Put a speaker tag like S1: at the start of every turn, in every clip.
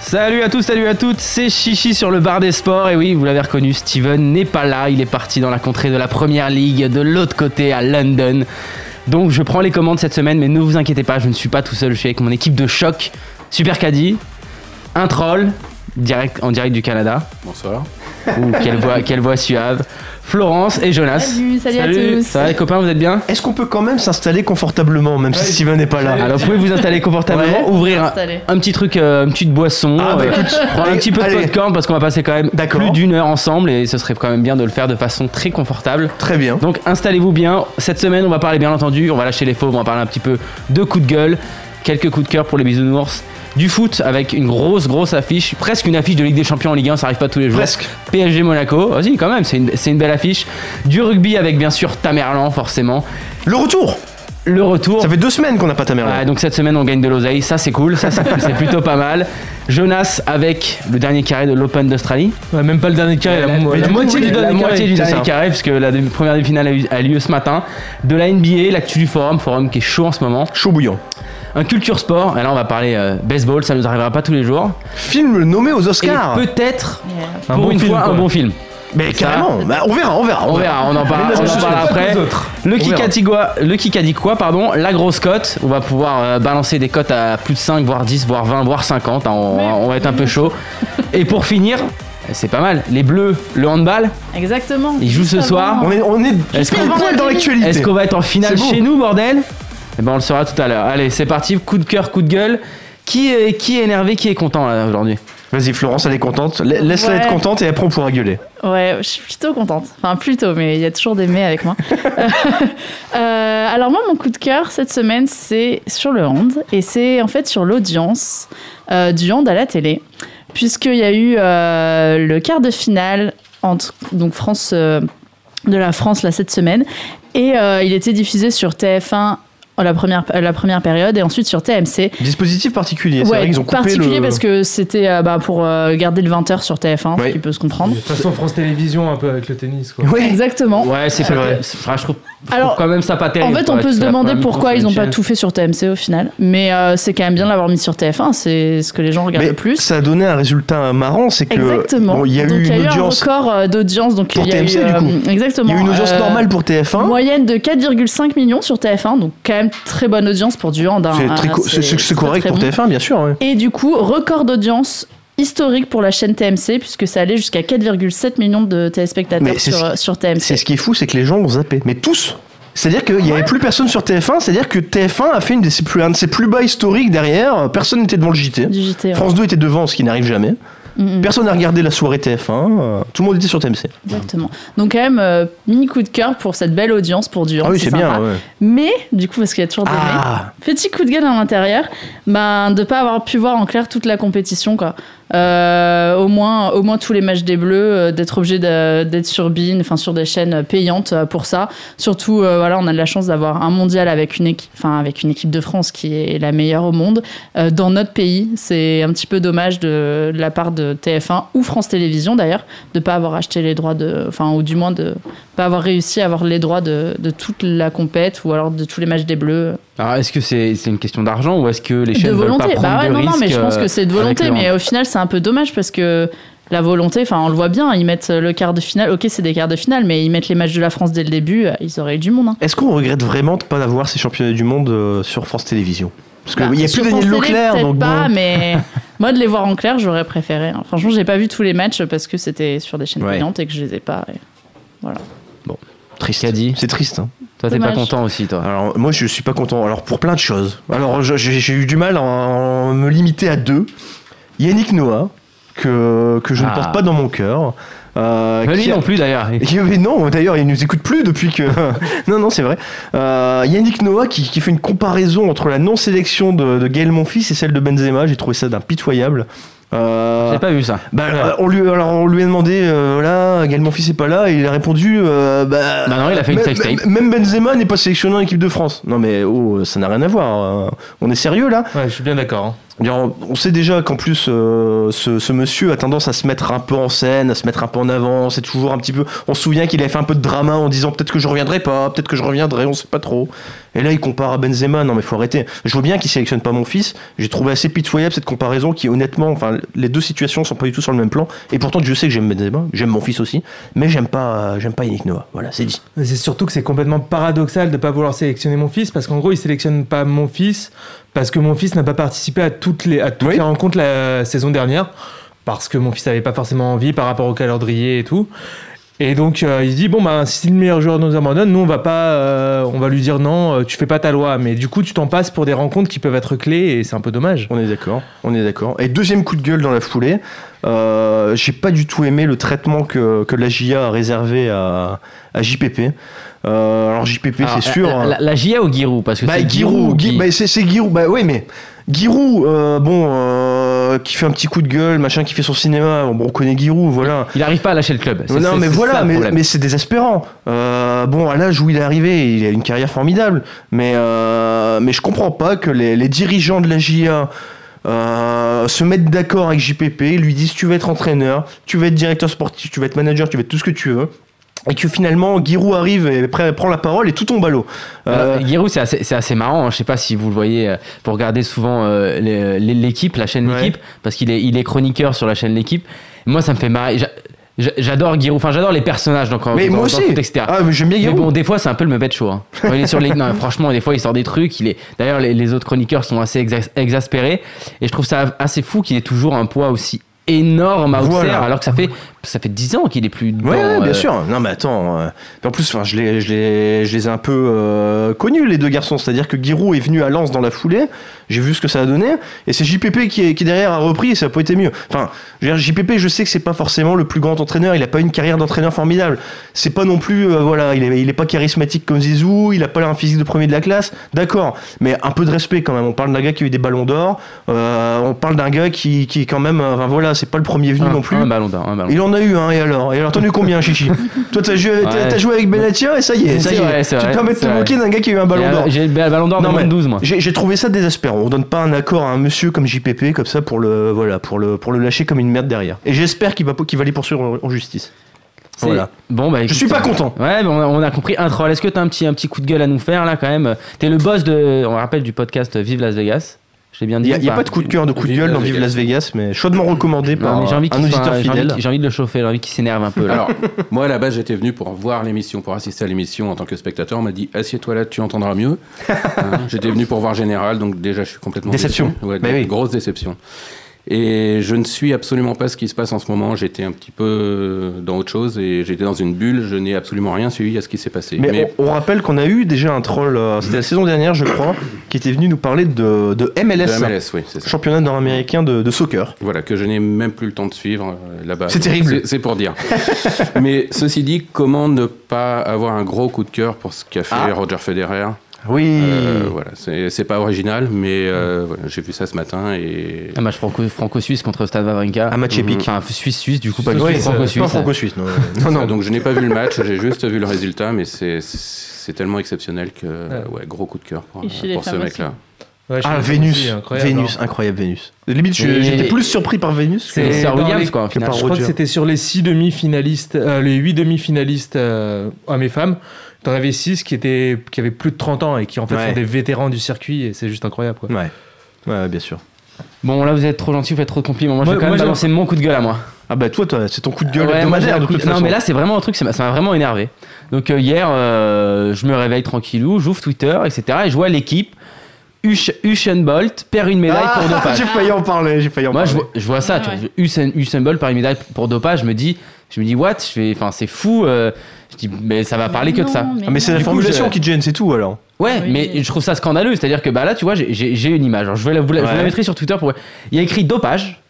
S1: Salut à tous, salut à toutes, c'est Chichi sur le bar des sports. Et oui, vous l'avez reconnu, Steven n'est pas là, il est parti dans la contrée de la première ligue, de l'autre côté à London. Donc je prends les commandes cette semaine, mais ne vous inquiétez pas, je ne suis pas tout seul, je suis avec mon équipe de choc, Super Caddy, un troll, direct, en direct du Canada.
S2: Bonsoir.
S1: Ouh, quelle voix, quelle voix suave. Florence et Jonas.
S3: Salut, salut, à tous.
S1: Ça va les copains, vous êtes bien
S4: Est-ce qu'on peut quand même s'installer confortablement, même si Steven n'est pas là
S1: Alors vous pouvez vous installer confortablement,
S4: Ouais.
S1: ouvrir un,
S5: Installer.
S1: un petit truc, euh, une petite boisson,
S4: Ah, bah,
S1: euh,
S4: écoute,
S1: prendre un
S4: allez,
S1: petit peu de
S4: allez.
S1: popcorn parce qu'on va passer quand même
S4: D'accord.
S1: plus d'une heure ensemble et ce serait quand même bien de le faire de façon très confortable.
S4: Très bien.
S1: Donc installez-vous bien. Cette semaine, on va parler bien entendu, on va lâcher les faux, on va parler un petit peu de coups de gueule, quelques coups de cœur pour les bisounours, du foot avec une grosse grosse affiche, presque une affiche de Ligue des Champions en Ligue 1, ça arrive pas tous les jours.
S4: Presque.
S1: PSG Monaco, vas-y quand même, c'est une, c'est une belle affiche. Du rugby avec bien sûr Tamerlan forcément.
S4: Le retour
S1: Le retour.
S4: Ça fait deux semaines qu'on n'a pas ta mère là.
S1: Ouais, donc cette semaine on gagne de l'oseille, ça c'est cool, ça c'est c'est plutôt pas mal. Jonas avec le dernier carré de l'Open d'Australie.
S6: Ouais, même pas le dernier carré, la, mo-
S1: Mais
S6: la
S1: du
S6: moitié
S1: coup,
S6: du
S1: la
S6: dernier
S1: moitié
S6: carré.
S1: du
S4: c'est
S1: dernier
S4: ça.
S1: carré, puisque la demi- première demi-finale a eu- a lieu ce matin. De la NBA, l'actu du forum, forum qui est chaud en ce moment.
S4: Chaud bouillant.
S1: Un culture sport, et là on va parler euh, baseball, ça nous arrivera pas tous les jours.
S4: Film nommé aux
S1: Et
S4: Oscars
S1: peut-être,
S6: Un
S1: pour
S6: bon
S1: une
S6: film,
S1: fois,
S6: quoi.
S1: un bon film.
S4: Mais carrément Bah, On verra, on verra.
S1: On verra, on en parle,
S4: Mais
S1: on en
S4: je suis
S1: parlera
S4: sûr que
S1: après.
S4: les
S1: Le
S4: On verra.
S1: Kikadigua, le Kikadikwa, pardon, la grosse cote. On va pouvoir euh, balancer des cotes à plus de 5, voire 10, voire 20, voire 50. hein, on, on va être un peu chaud. Et pour finir, eh, c'est pas mal. Les Bleus, le handball,
S5: Exactement.
S1: ils jouent ce
S5: Juste
S1: soir.
S5: avant.
S4: On est, on est
S1: Est-ce
S4: pile
S1: qu'on-
S4: poil dans l'actualité.
S1: Est-ce qu'on va être en finale
S4: C'est beau.
S1: chez nous, bordel Eh ben, on le saura tout à l'heure. Allez, c'est parti. Coup de cœur, coup de gueule. Qui est, qui est énervé, qui est content là, aujourd'hui
S4: Vas-y, Florence, elle est contente. La- Laisse-la
S5: Ouais.
S4: être contente et après on pourra gueuler.
S5: Ouais, je suis plutôt contente. Enfin, plutôt, mais il y a toujours des mais avec moi. Euh, alors moi, mon coup de cœur cette semaine, c'est sur le hand et c'est en fait sur l'audience euh, du hand à la télé, puisqu'il y a eu euh, le quart de finale entre donc France euh, de la France là cette semaine et euh, il était diffusé sur TF1 la première la première période et ensuite sur TMC
S4: Dispositif particulier, c'est
S5: Ouais,
S4: vrai qu'ils ont coupé
S5: particulier
S4: le...
S5: parce que c'était euh, bah, pour euh, garder le 20h sur TF1,
S4: Ouais.
S5: ce qui peut se comprendre.
S6: De toute façon, France Télévisions, un peu avec le tennis. Quoi.
S4: Ouais.
S5: Exactement.
S1: Ouais, c'est pas
S4: vrai.
S1: vrai. Je trouve, je trouve
S5: Oh. Alors,
S1: quand même ça pas
S5: en
S1: terrible.
S5: fait, on
S1: Ouais,
S5: peut se
S1: c'est la
S5: demander
S1: première
S5: pourquoi
S1: mi-temps
S5: ils
S1: sur
S5: n'ont
S1: une
S5: pas
S1: chaîne.
S5: tout fait sur TMC au final, mais euh, c'est quand même bien de l'avoir mis sur TF1, c'est ce que les gens regardent
S4: Mais
S5: le plus.
S4: ça a donné un résultat marrant, c'est que...
S5: Exactement.
S4: Bon, il y a
S5: Donc,
S4: eu une audience...
S5: un record euh, d'audience. Donc,
S4: Pour
S5: il y a
S4: TMC,
S5: eu,
S4: du coup. Il
S5: Exactement.
S4: y a eu une audience
S5: Euh,
S4: normale pour TF1.
S5: Moyenne de 4,5 millions sur TF1, donc quand même très bonne audience pour du hand. hein.
S4: C'est
S5: Ah,
S4: très co- c'est- c'est- c'est
S5: très,
S4: correct
S5: très
S4: pour
S5: bon.
S4: TF1, bien sûr. ouais.
S5: Et du coup, record d'audience historique pour la chaîne TMC, puisque ça allait jusqu'à 4,7 millions de téléspectateurs
S4: Mais c'est
S5: sur, euh, sur
S4: C'est
S5: TMC.
S4: ce qui est fou, c'est que les gens ont zappé. Mais tous c'est-à-dire qu'il n'y avait plus personne sur TF1, c'est-à-dire que TF1 a fait une des, ses plus, un de ses plus bas historiques derrière, personne n'était devant le JT.
S5: Du JT. ouais.
S4: France 2 était devant, ce qui n'arrive jamais.
S5: Mm, mm,
S4: Personne n'a regardé la soirée TF1, euh, tout le monde était sur TMC.
S5: exactement. Donc, quand même, euh, mini coup de cœur pour cette belle audience pour du
S4: Ah
S5: hand,
S4: oui, c'est bien.
S5: sympa.
S4: ouais.
S5: Mais, du coup, parce qu'il y a toujours des mais.
S4: Ah,
S5: Petit coup de gueule à l'intérieur, ben, de pas avoir pu voir en clair toute la compétition. Quoi. Euh, au, moins, au moins tous les matchs des Bleus, euh, d'être obligé de- d'être sur BIN, enfin sur des chaînes payantes euh, pour ça. Surtout, euh, voilà, on a de la chance d'avoir un mondial avec une, équipe, enfin, avec une équipe de France qui est la meilleure au monde euh, dans notre pays. C'est un petit peu dommage de, de la part de TF1 ou France Télévisions d'ailleurs, de pas avoir acheté les droits de. Enfin, ou du moins de pas avoir réussi à avoir les droits de, de toute la compète ou alors de tous les matchs des Bleus.
S1: Alors, est-ce que c'est c'est une question d'argent ou est-ce que les chaînes
S5: de volonté.
S1: veulent pas prendre
S5: bah ouais,
S1: de
S5: non, non, mais
S1: risques,
S5: je pense
S1: euh,
S5: que c'est de
S1: avec
S5: volonté,
S1: le
S5: mais au final, c'est un peu dommage parce que la volonté, enfin, on le voit bien, ils mettent le quart de finale. Ok, c'est des quarts de finale, mais ils mettent les matchs de la France dès le début, euh, ils auraient eu du monde. hein.
S4: est-ce qu'on regrette vraiment de ne pas avoir ces championnats du monde euh, sur France Télévisions Parce qu'il
S5: Bah,
S4: n'y a
S5: sur
S4: plus Daniel
S5: France Télé,
S4: Leclerc,
S5: peut-être
S4: donc bon.
S5: pas, mais moi, de les voir en clair, j'aurais préféré. hein. Franchement, j'ai pas vu tous les matchs parce que c'était sur des chaînes
S4: Ouais.
S5: payantes et que je les ai pas. et-
S4: triste.
S1: Qu'a dit
S4: C'est triste. hein.
S1: Toi, t'es pas
S5: Dommage.
S1: content aussi,
S6: Euh,
S1: toi.
S4: Alors moi je suis pas content. Alors pour plein de choses. Alors je- j'ai j'ai eu du mal à en me limiter à deux. Yannick Noah que que je
S1: Ah.
S4: ne porte pas dans mon cœur. Euh,
S1: Lui
S4: qui a-
S1: non plus, d'ailleurs.
S4: Et- mais non, d'ailleurs, il nous écoute plus depuis que. non, non, c'est vrai. Euh, Yannick Noah qui, qui fait une comparaison entre la non-sélection de, de Gaël Monfils et celle de Benzema. J'ai trouvé ça d'un pitoyable. Euh,
S1: J'ai pas vu ça.
S4: bah, euh, on, lui, alors, on lui a demandé, euh, voilà, Gaël Monfils est pas là, et il a répondu, euh, bah,
S1: Bah non, il a fait une
S4: même-
S1: sextape.
S4: Même Benzema n'est pas sélectionné en équipe de France. Non mais oh, ça n'a rien à voir. euh, On est sérieux là
S6: Ouais, je suis bien d'accord.
S1: Ah,
S6: hein.
S4: Je veux dire, On on sait déjà qu'en plus, euh, ce, ce monsieur a tendance à se mettre un peu en scène, à se mettre un peu en avant. C'est toujours un petit peu. On se souvient qu'il avait fait un peu de drama en disant peut-être que je reviendrai pas, peut-être que je reviendrai, on sait pas trop. Et là, il compare à Benzema. Non, mais faut arrêter. Je vois bien qu'il sélectionne pas mon fils. J'ai trouvé assez pitoyable cette comparaison qui, honnêtement, enfin, les deux situations sont pas du tout sur le même plan. Et pourtant, je sais que j'aime Benzema, j'aime mon fils aussi, mais j'aime pas, euh, j'aime pas Yannick Noah. Voilà, c'est dit.
S6: Mais c'est surtout que c'est complètement paradoxal de pas vouloir sélectionner mon fils parce qu'en gros, il sélectionne pas mon fils parce que mon fils n'a pas participé à toutes les, à toutes
S4: Oui.
S6: les rencontres la saison dernière parce que mon fils n'avait pas forcément envie par rapport au calendrier et tout. Et donc euh, il se dit bon bah si le meilleur joueur nous abandonne, nous on va pas, euh, on va lui dire non, euh, tu fais pas ta loi. Mais du coup tu t'en passes pour des rencontres qui peuvent être clés et c'est un peu dommage.
S4: On est d'accord, on est d'accord. Et deuxième coup de gueule dans la foulée, euh, j'ai pas du tout aimé le traitement que, que la JA a réservé à, à JPP. Euh, alors JPP,
S1: Alors,
S4: c'est sûr. hein.
S1: La, la, la JA ou Giroud Parce que
S4: bah,
S1: c'est
S4: Giroud,
S1: Giroud.
S4: Gui-
S1: qui-
S4: bah, c'est c'est Giroud. Bah oui, mais Giroud, euh, bon, euh, qui fait un petit coup de gueule, machin, qui fait son cinéma. Bon, on connaît Giroud, voilà.
S1: Il arrive pas à lâcher le club. C'est-
S4: Non,
S1: c'est-
S4: mais
S1: c'est ça,
S4: voilà,
S1: le
S4: mais,
S1: problème.
S4: mais c'est désespérant. Euh, bon, à l'âge où il est arrivé, il a une carrière formidable. Mais, euh, mais je comprends pas que les, les dirigeants de la JA euh, se mettent d'accord avec JPP, lui disent tu vas être entraîneur, tu vas être directeur sportif, tu vas être manager, tu vas être tout ce que tu veux. Et que finalement, Giroud arrive et pr- prend la parole et tout tombe à l'eau. Euh,
S1: Alors, Giroud, c'est assez, c'est assez marrant. hein. Je sais pas si vous le voyez. euh, Vous regardez souvent euh, les- les- l'équipe, la chaîne
S4: Ouais.
S1: L'équipe, parce qu'il est, il est chroniqueur sur la chaîne L'équipe. Moi, ça me fait marrer. J'a- j'a- J'adore Giroud. Enfin, j'adore les personnages. Donc, en-
S4: mais
S1: dans-
S4: moi
S1: dans
S4: aussi.
S1: le foot, etc.
S4: Ah, mais j'aime bien
S1: Mais
S4: Giroud.
S1: bon, des fois, c'est un peu le Muppet Show. Hein. Quand il est sur les... non, franchement, des fois, il sort des trucs. Il est... D'ailleurs, les, les autres chroniqueurs sont assez exa- exaspérés. Et je trouve ça assez fou qu'il ait toujours un poids aussi énorme à
S4: Voilà.
S1: Auxerre, alors que ça fait, ça fait 10 ans qu'il est plus dedans.
S4: Ouais, ouais, bien
S1: euh,
S4: sûr. Non, mais attends. euh, en plus, enfin, je les, je les, je les ai un peu euh, connus les deux garçons. C'est-à-dire que Giroud est venu à Lens dans la foulée. J'ai vu ce que ça a donné. Et c'est JPP qui, est- qui derrière a repris et ça n'a pas été mieux. Enfin, je veux dire, JPP, je sais que c'est pas forcément le plus grand entraîneur. Il a pas une carrière d'entraîneur formidable. C'est pas non plus, euh, voilà, il est, il est pas charismatique comme Zizou. Il a pas un physique de premier de la classe. D'accord, mais un peu de respect quand même. On parle d'un gars qui a eu des ballons d'or. euh, on parle d'un gars qui, qui est quand même, euh, enfin voilà, c'est pas le premier venu
S1: un-
S4: non plus.
S1: Un ballon d'or. un ballon
S4: Il en a eu un, et alors Et alors, t'en as eu combien, Chichi Toi, t'as joué, t'as-
S1: Ouais.
S4: t'as joué avec Benatia, et ça y est, ça
S1: C'est
S4: y est.
S1: vrai,
S4: tu
S1: c'est
S4: te
S1: vrai,
S4: permets de
S1: c'est
S4: te moquer d'un gars qui a eu un ballon
S1: Et, euh,
S4: d'or.
S1: J'ai le ballon d'or
S4: Non,
S1: de moins
S4: mais
S1: de 12, moi.
S4: J'ai j'ai trouvé ça désespérant. On donne pas un accord à un monsieur comme JPP, comme ça, pour le, voilà, pour le, pour le lâcher comme une merde derrière. Et j'espère qu'il va, qu'il va les poursuivre en- en justice.
S1: C'est-
S4: Voilà.
S1: Bon, bah,
S4: Je
S1: écoute,
S4: suis pas
S1: euh,
S4: content.
S1: Ouais, mais on a, on a compris. Un troll, est-ce que t'as un petit, un petit coup de gueule à nous faire, là, quand même T'es le boss de. On rappelle du podcast Vive Las Vegas. Je l'ai bien
S4: Il
S1: dit.
S4: n'y a,
S1: ou
S4: y a
S1: pas
S4: pas de coup de cœur, de coup de gueule dans Vive Las Vegas, mais chaudement recommandé
S1: Non,
S4: par
S1: mais j'ai envie qu'il
S4: hein. un
S1: soit-
S4: auditeur
S1: j'ai envie-
S4: fidèle.
S1: J'ai envie de le chauffer, j'ai envie qu'il s'énerve un peu. Là.
S2: Alors, moi à la base j'étais venu pour voir l'émission, pour assister à l'émission en tant que spectateur. On m'a dit assieds-toi là, tu entendras mieux. Hein, j'étais venu pour voir Général, donc déjà je suis complètement
S4: Déception.
S2: déçu. Ouais,
S4: Bah
S2: dé-
S4: oui.
S2: Grosse déception. Et je ne suis absolument pas ce qui se passe en ce moment. J'étais un petit peu euh, dans autre chose et j'étais dans une bulle. Je n'ai absolument rien suivi à ce qui s'est passé.
S4: Mais, on, on rappelle qu'on a eu déjà un troll, euh, c'était la saison dernière, je crois, qui était venu nous parler de, de MLS,
S2: de MLS, oui, c'est ça.
S4: championnat nord-américain de- de soccer.
S2: Voilà, que je n'ai même plus le temps de suivre euh, là-bas.
S4: C'est terrible.
S2: C'est- C'est pour dire. Mais ceci dit, comment ne pas avoir un gros coup de cœur pour ce qu'a fait
S4: Ah.
S2: Roger Federer
S4: Oui.
S1: Hmm.
S2: Euh, voilà, c'est c'est pas original, mais euh, voilà, j'ai vu ça ce matin et
S1: Un match franco- franco-suisse contre Stade Wawrinka.
S4: Un match épique.
S1: Enfin, suisse-suisse, du coup, pas
S4: Ouais,
S1: suisse,
S4: c'est- c'est pas
S1: franco-suisse.
S4: franco-suisse, non.
S2: non, non. donc je n'ai pas vu le match, j'ai juste vu le résultat, mais c'est c'est tellement exceptionnel
S1: Ah.
S2: que ouais, gros coup de cœur pour,
S5: Et chez les
S2: pour ce
S5: femmes
S2: mec-là.
S6: Ouais, je
S4: Ah,
S6: suis-
S4: Vénus.
S6: c'est incroyable,
S4: Vénus,
S6: hein.
S4: incroyable, Vénus. Limite, je-
S1: Et-
S4: j'étais plus surpris par Vénus. que-
S1: C'est
S6: Et
S1: Sir
S6: dans
S1: Williams,
S6: les-
S1: quoi, au final.
S4: par
S6: Je crois que
S4: Roger.
S6: c'était sur les six demi-finalistes, euh, les huit demi-finalistes euh, hommes et femmes. T'en avais six qui étaient, qui avaient plus de 30 ans et qui en fait
S4: Ouais. Mm.
S6: sont des vétérans du circuit et c'est juste incroyable. Quoi.
S4: Ouais. Ouais, bien sûr.
S1: Bon, là, vous êtes trop gentil, vous faites trop de compliments. Moi, je
S6: Moi-
S1: vais quand même
S6: moi, j'ai-
S1: balancer mon coup de gueule à moi.
S4: Ah bah toi, toi, c'est ton coup de gueule
S1: Ah Ouais, moi, j'ai
S4: hebdomadaire
S1: un
S4: de
S1: coup de-
S4: toute façon.
S1: Non, mais là, c'est vraiment un truc, ça m'a- ça m'a vraiment énervé. Donc, euh, hier, euh, je me réveille tranquillou, j'ouvre Twitter, etc. Et je vois l'équipe. Ush- Usain Bolt perd une médaille pour
S4: Ah,
S1: dopage.
S4: j'ai failli en parler, j'ai failli en
S1: Moi,
S4: parler.
S1: je vois, je vois ça. tu vois, Usain, Usain Bolt par une médaille pour dopage, je me dis, je me dis, what Je fais, enfin, c'est fou. euh, je dis, mais ça va parler que de ça.
S4: Ah, mais c'est la
S1: Du coup,
S4: formulation
S1: je-
S4: qui te gêne, c'est tout alors.
S1: Ouais,
S5: Oui.
S1: mais je trouve ça scandaleux. C'est-à-dire que bah là, tu vois, j'ai- j'ai j'ai une image. Alors, je vais la, vous la, je vous la
S4: Ouais.
S1: mettrai sur Twitter pour. Il y a écrit dopage.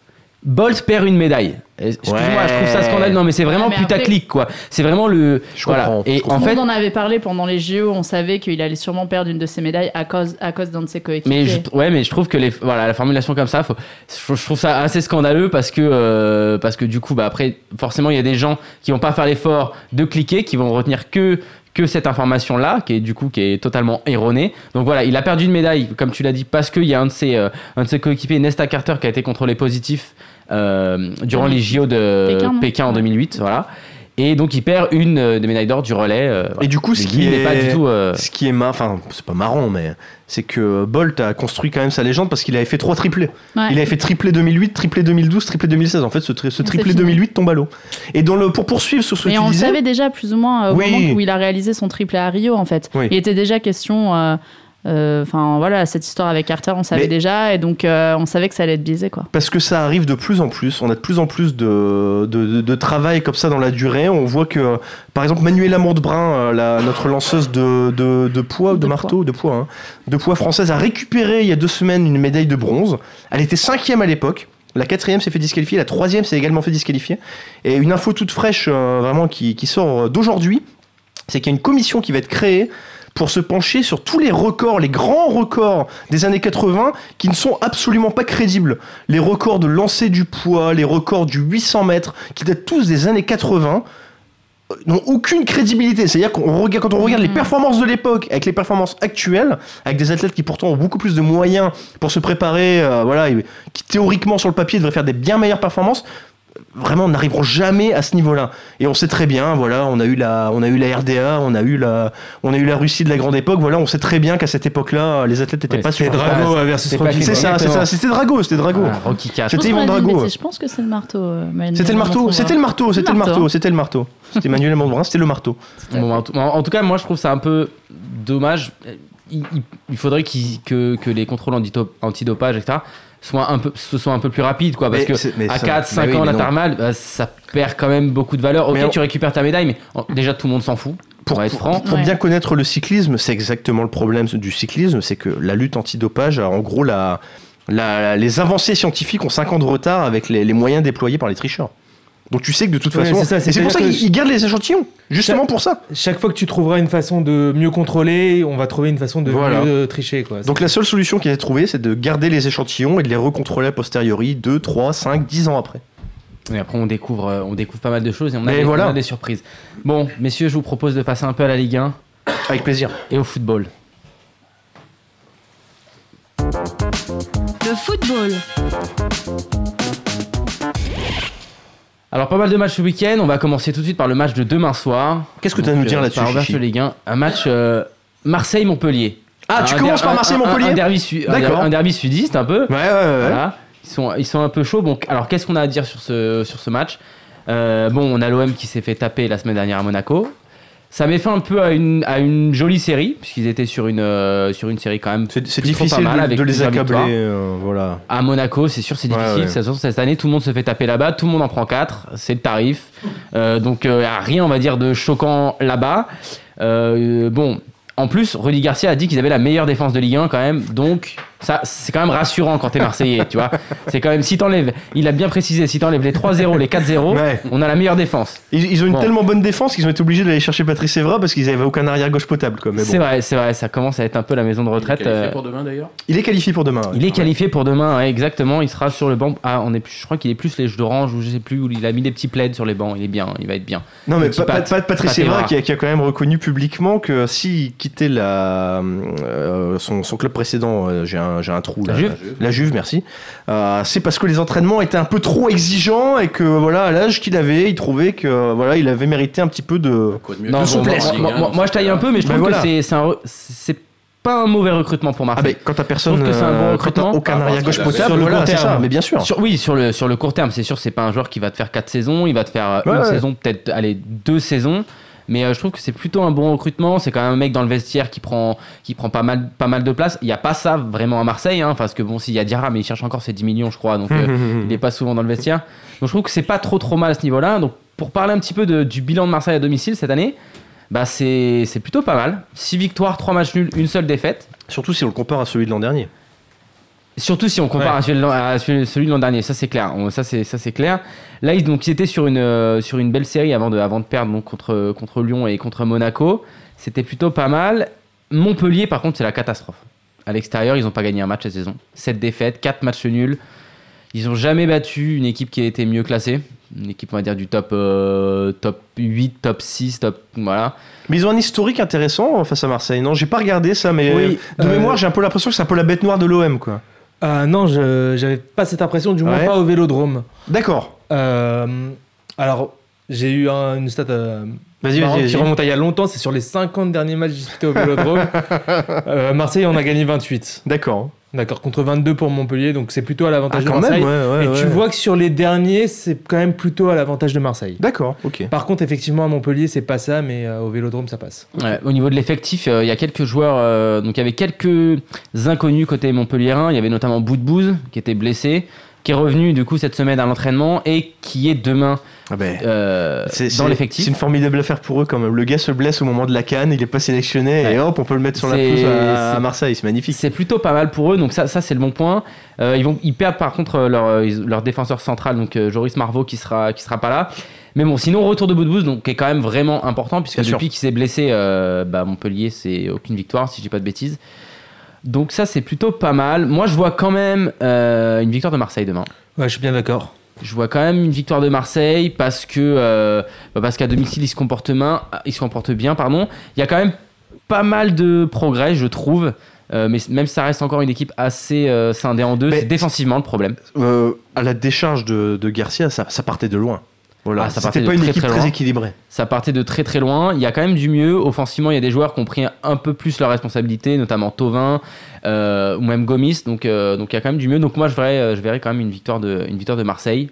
S1: Bolt perd une médaille. Et- Excuse-moi,
S4: Ouais.
S1: je trouve ça scandaleux. Non, mais c'est vraiment
S5: Ouais, mais après-
S1: putaclic, quoi. C'est vraiment le.
S4: Je
S1: voilà.
S4: comprends,
S1: Et
S4: je
S1: en
S4: comprends.
S1: fait,
S5: on en avait parlé pendant les JO, on savait qu'il allait sûrement perdre une de ses médailles à cause, à cause d'un de ses coéquipiers.
S1: Mais je, ouais, mais je trouve que les, voilà, la formulation comme ça, faut- je, je trouve ça assez scandaleux parce que, euh, parce que du coup, bah, après, forcément, il y a des gens qui vont pas faire l'effort de cliquer, qui vont retenir que, que cette information-là, qui est du coup qui est totalement erronée. Donc voilà, il a perdu une médaille, comme tu l'as dit, parce qu'il y a un de ses, euh, un de ses coéquipiers, Nesta Carter, qui a été contrôlé positif euh, durant
S5: Ah oui.
S1: les JO de
S5: Pékin, non
S1: Pékin en
S5: Ouais.
S1: 2008. Voilà. Et donc, il perd une euh, des médailles d'or du relais. euh, voilà.
S4: Et du coup,
S1: Mais
S4: ce
S1: lui
S4: qui
S1: n'est
S4: est,
S1: pas du tout. euh,
S4: ce qui est marrant, enfin, c'est pas marrant, mais c'est que Bolt a construit quand même sa légende parce qu'il avait fait trois triplés.
S5: Ouais.
S4: Il avait fait triplé 2008, triplé 2012, triplé 2016. En fait, ce, tri- ce
S5: Donc,
S4: triplé
S5: c'est fini.
S4: 2008 tombe à l'eau. Et dans le, pour poursuivre sur ce que
S5: Mais
S4: tu
S5: on le
S4: disais,
S5: savait déjà plus ou moins euh, au
S4: Oui.
S5: moment où il a réalisé son triplé à Rio, en fait.
S4: Oui.
S5: Il était déjà question. euh, euh, Enfin voilà, cette histoire avec Carter, on savait
S4: Mais-
S5: déjà, et donc euh, on savait que ça allait être biaisé, quoi.
S4: parce que ça arrive de plus en plus, on a de plus en plus de, de, de- de travail comme ça dans la durée. On voit que, par exemple, Manuela Montebrun, euh, la, notre lanceuse de, de, de poids, ou de,
S5: De
S4: marteau, de poids, hein, de poids française, a récupéré il y a deux semaines une médaille de bronze. Elle était cinquième à l'époque. La quatrième s'est fait disqualifier, la troisième s'est également fait disqualifier. Et une info toute fraîche, euh, vraiment, qui, qui sort euh, d'aujourd'hui, c'est qu'il y a une commission qui va être créée pour se pencher sur tous les records, les grands records des années 80 qui ne sont absolument pas crédibles. Les records de lancer du poids, les records du 800 mètres, qui datent tous des années 80, euh, n'ont aucune crédibilité. C'est-à-dire qu'on regarde, quand on regarde les performances de l'époque avec les performances actuelles, avec des athlètes qui pourtant ont beaucoup plus de moyens pour se préparer, euh, voilà, et qui théoriquement sur le papier devraient faire des bien meilleures performances, euh, vraiment n'arriveront jamais à ce niveau-là. Et on sait très bien, voilà, on a eu la, on a eu la RDA, on a eu la, on a eu la Russie de la grande époque. Voilà, on sait très bien qu'à cette époque-là, les athlètes n'étaient
S1: Ouais,
S4: pas
S1: c'était
S4: sur.
S1: Drago,
S6: Drago euh, versus
S1: c'est pas
S6: Rocky.
S4: C'est ça, c'est
S1: Exactement.
S4: ça. C'était Drago, c'était Drago.
S1: voilà, Rocky IV.
S4: C'était
S5: Je pense
S4: Ivan
S5: qu'on a dit une
S4: Drago.
S5: bêtise, Je pense que c'est le marteau. euh, Manuel
S4: C'était le marteau,
S5: Montrevin.
S4: c'était le marteau, c'était le
S5: marteau.
S4: marteau, c'était le marteau. C'était Manuel Mandrin, c'était le marteau.
S1: Bon, en, tout- en tout cas, moi, je trouve ça un peu dommage. Il, il- il faudrait qu'ils- que, que les contrôles antito- antidopage, etc., soient un peu, ce soit un peu plus rapides, quoi. Parce
S4: Mais
S1: que
S4: c'est- mais
S1: à
S4: ça-
S1: 4,
S4: mais
S1: 5
S4: oui,
S1: ans,
S4: mais
S1: la
S4: non.
S1: tarmale, bah, ça perd quand même beaucoup de valeur. Ok,
S4: Mais on-
S1: tu récupères ta médaille, mais en- déjà, tout le monde s'en fout. Pour, être franc.
S4: Pour
S5: Ouais.
S4: bien connaître le cyclisme, c'est exactement le problème du cyclisme, c'est que la lutte antidopage a en gros la, la- les avancées scientifiques ont 5 ans de retard avec les, les moyens déployés par les tricheurs. Donc tu sais que de toute
S6: Ouais,
S4: façon,
S6: c'est ça,
S4: et
S6: c'est
S4: c'est pour ça
S6: c'est-à-dire
S4: qu'ils ils gardent les échantillons, justement pour ça.
S6: Chaque fois que tu trouveras une façon de mieux contrôler, on va trouver une façon de
S4: Voilà.
S6: mieux tricher. Quoi.
S4: Donc la seule solution qu'ils aient trouvée, c'est de garder les échantillons et de les recontrôler a posteriori 2, 3, 5, 10 ans après.
S1: Et après, on découvre, euh, on découvre pas mal de choses et on a,
S4: Mais
S1: des, on
S4: voilà.
S1: a des surprises. Bon, messieurs, je vous propose de passer un peu à la Ligue 1
S4: Avec plaisir.
S1: et au football.
S3: Le football.
S1: Alors, pas mal de matchs ce week-end. On va commencer tout de suite par le match de demain soir.
S4: Qu'est-ce que tu as à nous
S1: Donc,
S4: dire
S1: euh,
S4: là-dessus
S1: par Roberto
S4: Chichi
S1: Ligue 1, un match euh, Marseille-Montpellier.
S4: Ah, tu commences par Marseille-Montpellier
S1: Un, un derby su- un
S4: D'accord.
S1: derby- un derby sudiste, un peu.
S4: Ouais, ouais, ouais. ouais.
S1: Voilà. Ils, sont, ils sont un peu chauds. Bon, alors, qu'est-ce qu'on a à dire sur ce, sur ce match Euh, Bon, on a l'OM qui s'est fait taper la semaine dernière à Monaco. Ça met fin un peu à une, à une jolie série, puisqu'ils étaient sur une, euh, sur une série quand même.
S4: C'est c'est
S1: plutôt pas
S4: difficile
S1: mal
S4: de-
S1: avec
S4: de les
S1: plusieurs
S4: accabler,
S1: victoires.
S4: euh, voilà.
S1: À Monaco, c'est sûr, c'est
S4: Ouais,
S1: difficile.
S4: ouais.
S1: De toute façon, cette année, tout le monde se fait taper là-bas, tout le monde en prend 4, c'est le tarif. Euh, donc, euh, rien, on va dire, de choquant là-bas. Euh, bon, en plus, Rudy Garcia a dit qu'ils avaient la meilleure défense de Ligue 1 quand même. Donc, ça, c'est quand même rassurant quand t'es Marseillais, tu vois. C'est quand même, si t'enlèves, il a bien précisé, si t'enlèves les 3-0, les 4-0,
S4: Ouais.
S1: on a la meilleure défense.
S4: Ils, ils ont une
S1: Bon.
S4: tellement bonne défense qu'ils ont été obligés d'aller chercher Patrice Evra parce qu'ils n'avaient aucun arrière-gauche potable. Quoi. Mais bon.
S1: C'est vrai, c'est vrai, ça commence à être un peu la maison de retraite. euh,
S2: pour demain d'ailleurs.
S4: Il est qualifié pour demain. ouais.
S1: Il est qualifié pour demain, ouais, exactement. Il sera sur le banc. Ah, on est, plus- je crois qu'il est plus les jeux d'orange ou je sais plus où il a mis des petits plaids sur les bancs. Il est bien, il va être bien.
S4: Non, mais
S1: Petit
S4: pas,
S1: Pat-
S4: pas- Patrice
S1: Pat
S4: Evra
S1: Evra.
S4: qui a, qui a quand même reconnu publiquement que s'il quittait la, euh, son, son club précédent, euh, j'ai un, j'ai un trou
S1: La
S4: là.
S1: Juve
S4: La Juve, merci. Euh, c'est parce que les entraînements étaient un peu trop exigeants et que voilà, à l'âge qu'il avait, il trouvait que voilà, il avait mérité un petit peu de.
S2: Quoi de mieux
S1: Non,
S2: que Euh,
S1: bon,
S4: souplesse.
S2: Ligue
S1: moi,
S2: un,
S1: moi- moi-
S2: dans
S1: moi,
S2: ce
S1: je taille
S2: cas-là.
S1: un peu, mais je
S4: Ben
S1: trouve
S4: voilà.
S1: que c'est- c'est un re- c'est pas un mauvais recrutement pour
S4: Ah,
S1: Marseille.
S4: mais quand t'as personne,
S1: que c'est un bon
S4: euh, quand
S1: recrutement.
S4: t'as aucun
S2: Ah,
S4: arrière-gauche
S2: parce que
S4: potable,
S1: sur le
S4: voilà,
S1: long
S4: c'est ça.
S1: terme.
S4: Mais bien bah, sûr.
S1: Sur- oui, sur le, sur le court terme, c'est sûr, c'est pas un joueur qui va te faire 4 saisons, il va te faire euh,
S4: Ouais,
S1: une
S4: ouais.
S1: saison, peut-être allez, deux saisons. Mais euh, je trouve que c'est plutôt un bon recrutement. C'est quand même un mec dans le vestiaire qui prend, qui prend pas, mal, pas mal de place. Il n'y a pas ça vraiment à Marseille. Hein, parce que bon, s'il y a Diarra, mais il cherche encore ses 10 millions, je crois. Donc
S4: Mhm.
S1: euh, il n'est pas souvent dans le vestiaire. Donc je trouve que c'est pas trop trop mal à ce niveau-là. Donc pour parler un petit peu de- du bilan de Marseille à domicile cette année, bah c'est c'est plutôt pas mal. 6 victoires, 3 matchs nuls, une seule défaite.
S4: Surtout si on le compare à celui de l'an dernier.
S1: Surtout si on compare
S6: Ouais.
S1: à celui de l'an- à celui celui de l'an dernier, ça c'est clair. On- ça c'est ça c'est clair. Là ils, donc ils étaient sur une euh, sur une belle série avant de avant de perdre donc, contre contre Lyon et contre Monaco. C'était plutôt pas mal. Montpellier par contre c'est la catastrophe. À l'extérieur ils n'ont pas gagné un match cette saison. Sept défaites, quatre matchs nuls. Ils ont jamais battu une équipe qui était mieux classée. Une équipe on va dire du top euh, top 8, top 6, top voilà.
S4: Mais ils ont un historique intéressant euh, face à Marseille. Non, j'ai pas regardé ça, mais
S6: Oui,
S4: euh, de
S6: euh,
S4: mémoire, j'ai un peu l'impression que c'est un peu la bête noire de l'OM, quoi.
S6: Ah non, je- j'avais pas cette impression, du moins
S4: Ouais.
S6: pas au vélodrome.
S4: D'accord.
S6: Euh, alors, j'ai eu un- une stat euh,
S4: Vas-y,
S6: marrante
S4: vas-y,
S6: qui
S4: vas-y.
S6: remonte à il y a longtemps, c'est sur les 50 derniers matchs disputés au Vélodrome. Euh, Marseille en a gagné 28,
S4: D'accord. Ah,
S6: d'accord, contre 22 pour Montpellier, donc c'est plutôt à l'avantage de Marseille.
S4: ouais, ouais,
S6: Et tu
S4: ouais.
S6: vois que sur les derniers, c'est quand même plutôt à l'avantage de Marseille.
S4: D'accord, ok.
S6: Par contre, effectivement, à Montpellier, c'est pas ça, mais euh, au Vélodrome, ça passe.
S1: Ouais, au niveau de l'effectif, euh, il y a quelques joueurs, euh, donc il y avait quelques inconnus côté Montpellierin. Il y avait notamment Boudbouze qui était blessé, qui est revenu du coup cette semaine à l'entraînement et qui est demain
S4: Ah ben,
S1: euh,
S4: c'est- c'est-
S1: dans
S4: C'est
S1: l'effectif.
S4: une formidable affaire pour eux quand même. Le gars se blesse au moment de la canne, il est pas sélectionné
S1: Ouais.
S4: et hop, on peut le mettre sur la
S1: C'est-
S4: pousse à, à
S1: c'est-
S4: Marseille, c'est magnifique.
S1: C'est plutôt pas mal pour eux, donc ça, ça c'est le bon point. Euh, ils vont, ils perdent par contre euh, leur, euh, ils- leur défenseur central, donc euh, Joris Marvaux qui sera, qui sera pas là. Mais bon, sinon retour de Boudbouze, donc qui est quand même vraiment important puisque
S4: Bien sûr.
S1: depuis qu'il s'est blessé, euh, bah, Montpellier c'est aucune victoire si je dis pas de bêtises. Donc ça c'est plutôt pas mal. Moi je vois quand même euh, une victoire de Marseille demain.
S6: Ouais, je suis bien d'accord.
S1: Je vois quand même une victoire de Marseille parce que euh, bah, parce qu'à domicile ils se comportent bien, ils se comportent bien pardon. Il y a quand même pas mal de progrès je trouve. Euh, mais même ça reste encore une équipe assez euh, scindée en deux.
S4: Mais-
S1: C'est défensivement le problème.
S4: Euh, à la décharge de, de Garcia, ça, ça partait de loin. Voilà,
S1: Ah, ça partait de
S4: c'était pas une
S1: très,
S4: équipe
S1: très
S4: très,
S1: loin.
S4: équilibrée.
S1: Ça partait de très très loin. Il y a quand même du mieux. Offensivement, il y a des joueurs qui ont pris un peu plus leurs responsabilités, notamment Tovin euh, ou même Gomis. Donc, euh, donc il y a quand même du mieux. Donc moi, je verrais, euh, je verrais quand même une victoire de, une victoire de Marseille.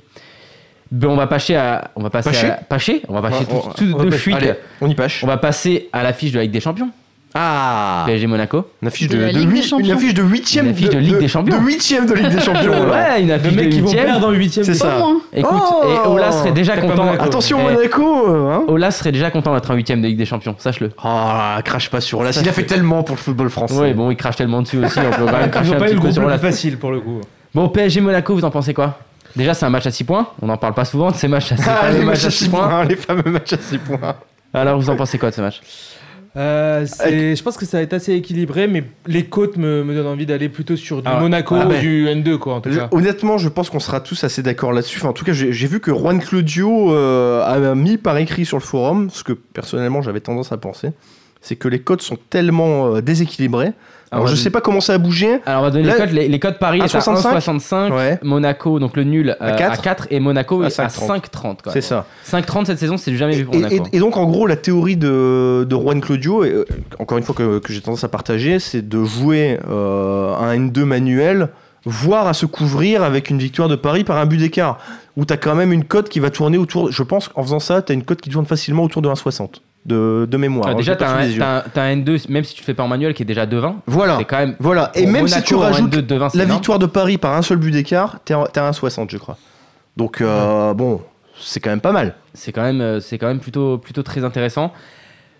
S1: Ben, on va passer à, on va passer
S4: Pâcher
S1: à, pâcher on va passer
S4: Ouais,
S1: tout,
S4: on-
S1: tout
S4: on va
S1: de
S4: pâcher.
S1: suite.
S4: Allez, on y pâche.
S1: On va passer à l'affiche de la Ligue des Champions.
S4: Ah
S1: PSG Monaco.
S4: Une affiche
S5: De
S4: de,
S5: la
S4: de
S5: Ligue des
S4: huit-
S5: Champions.
S4: une affiche de huitième
S1: Une affiche de Ligue des Champions.
S4: De huitième de Ligue des Champions. voilà.
S1: Ouais, une
S6: Le
S1: affiche
S6: mec,
S1: de
S6: ils vont perdre
S1: huitième.
S6: en
S4: C'est
S6: 8
S4: ça.
S1: Écoute,
S4: Oh
S1: et Ola serait déjà
S6: C'est pas
S1: content.
S6: Monaco.
S4: Attention
S1: Eh,
S4: Monaco euh, hein.
S1: Ola serait déjà content d'être en huitième de Ligue des Champions, sache-le.
S4: Ah,
S1: Oh,
S4: crache pas sur Olas. Il a fait tellement pour le football français.
S1: Ouais, bon, il crache tellement dessus aussi, on peut quand même
S6: Ils
S1: cracher
S6: ont
S1: un
S6: pas
S1: petit
S6: eu le
S1: peu
S6: groupe
S1: sur
S6: le
S1: Ola.
S6: plus facile pour le coup.
S1: Bon, PSG Monaco, vous en pensez quoi Déjà, c'est un match à 6 points. On n'en parle pas souvent de ces matchs à 6
S4: Ah,
S1: points.
S4: les,
S1: Ces
S4: matchs à
S1: six
S4: 6 points. les fameux matchs à 6 points.
S1: Alors, vous en pensez quoi de ce match
S4: Ah,
S6: Euh, c'est- Je pense que ça va être assez équilibré, mais les côtes me, me donnent envie d'aller plutôt sur du
S1: Ah ouais.
S6: Monaco
S4: Ah
S6: ou
S4: ouais.
S6: du N2, quoi, en tout
S4: Je-
S6: cas.
S4: honnêtement, je pense qu'on sera tous assez d'accord là-dessus. Enfin, en tout cas, j'ai j'ai vu que Juan Claudio euh, a mis par écrit sur le forum, ce que personnellement j'avais tendance à penser, c'est que les codes sont tellement euh, déséquilibrés. Alors,
S1: Ah,
S4: je
S1: ouais.
S4: sais pas comment ça a bougé.
S1: Alors, on va donner
S4: Là,
S1: les codes. Les, les codes Paris
S4: à
S1: est à
S4: 65.
S1: 1,65.
S4: Ouais,
S1: Monaco, donc le nul euh, à 4,
S4: quatre.
S1: et Monaco
S4: À
S1: est à
S4: 5,30.
S1: 5,30. quoi.
S4: c'est ça.
S1: 5,30 cette saison, c'est du jamais
S4: Et,
S1: vu pour Monaco.
S4: et- et donc, en gros, la théorie de, de Juan Claudio, et, euh, encore une fois que, que j'ai tendance à partager, c'est de jouer euh, un N2 manuel, voire à se couvrir avec une victoire de Paris par un but d'écart, où t'as quand même une cote qui va tourner autour. Je pense qu'en faisant ça, t'as une cote qui tourne facilement autour de 1,60 de, de mémoire.
S1: Ah,
S4: hein,
S1: déjà,
S4: j'ai pas
S1: t'as
S4: sous
S1: un,
S4: les yeux.
S1: t'as un- t'as un N2, même si tu le fais pas en manuel, qui est déjà devant.
S4: Voilà,
S1: C'est quand même.
S4: voilà. Et
S1: pour
S4: même si
S1: Monaco,
S4: tu
S1: en
S4: rajoutes
S1: N2 devant, c'est
S4: la
S1: énorme.
S4: victoire de Paris par un seul but d'écart, t'es à t'es à 1,60, je crois. Donc, euh, bon, c'est quand même pas mal.
S1: c'est quand même, euh, c'est quand même plutôt, plutôt très intéressant.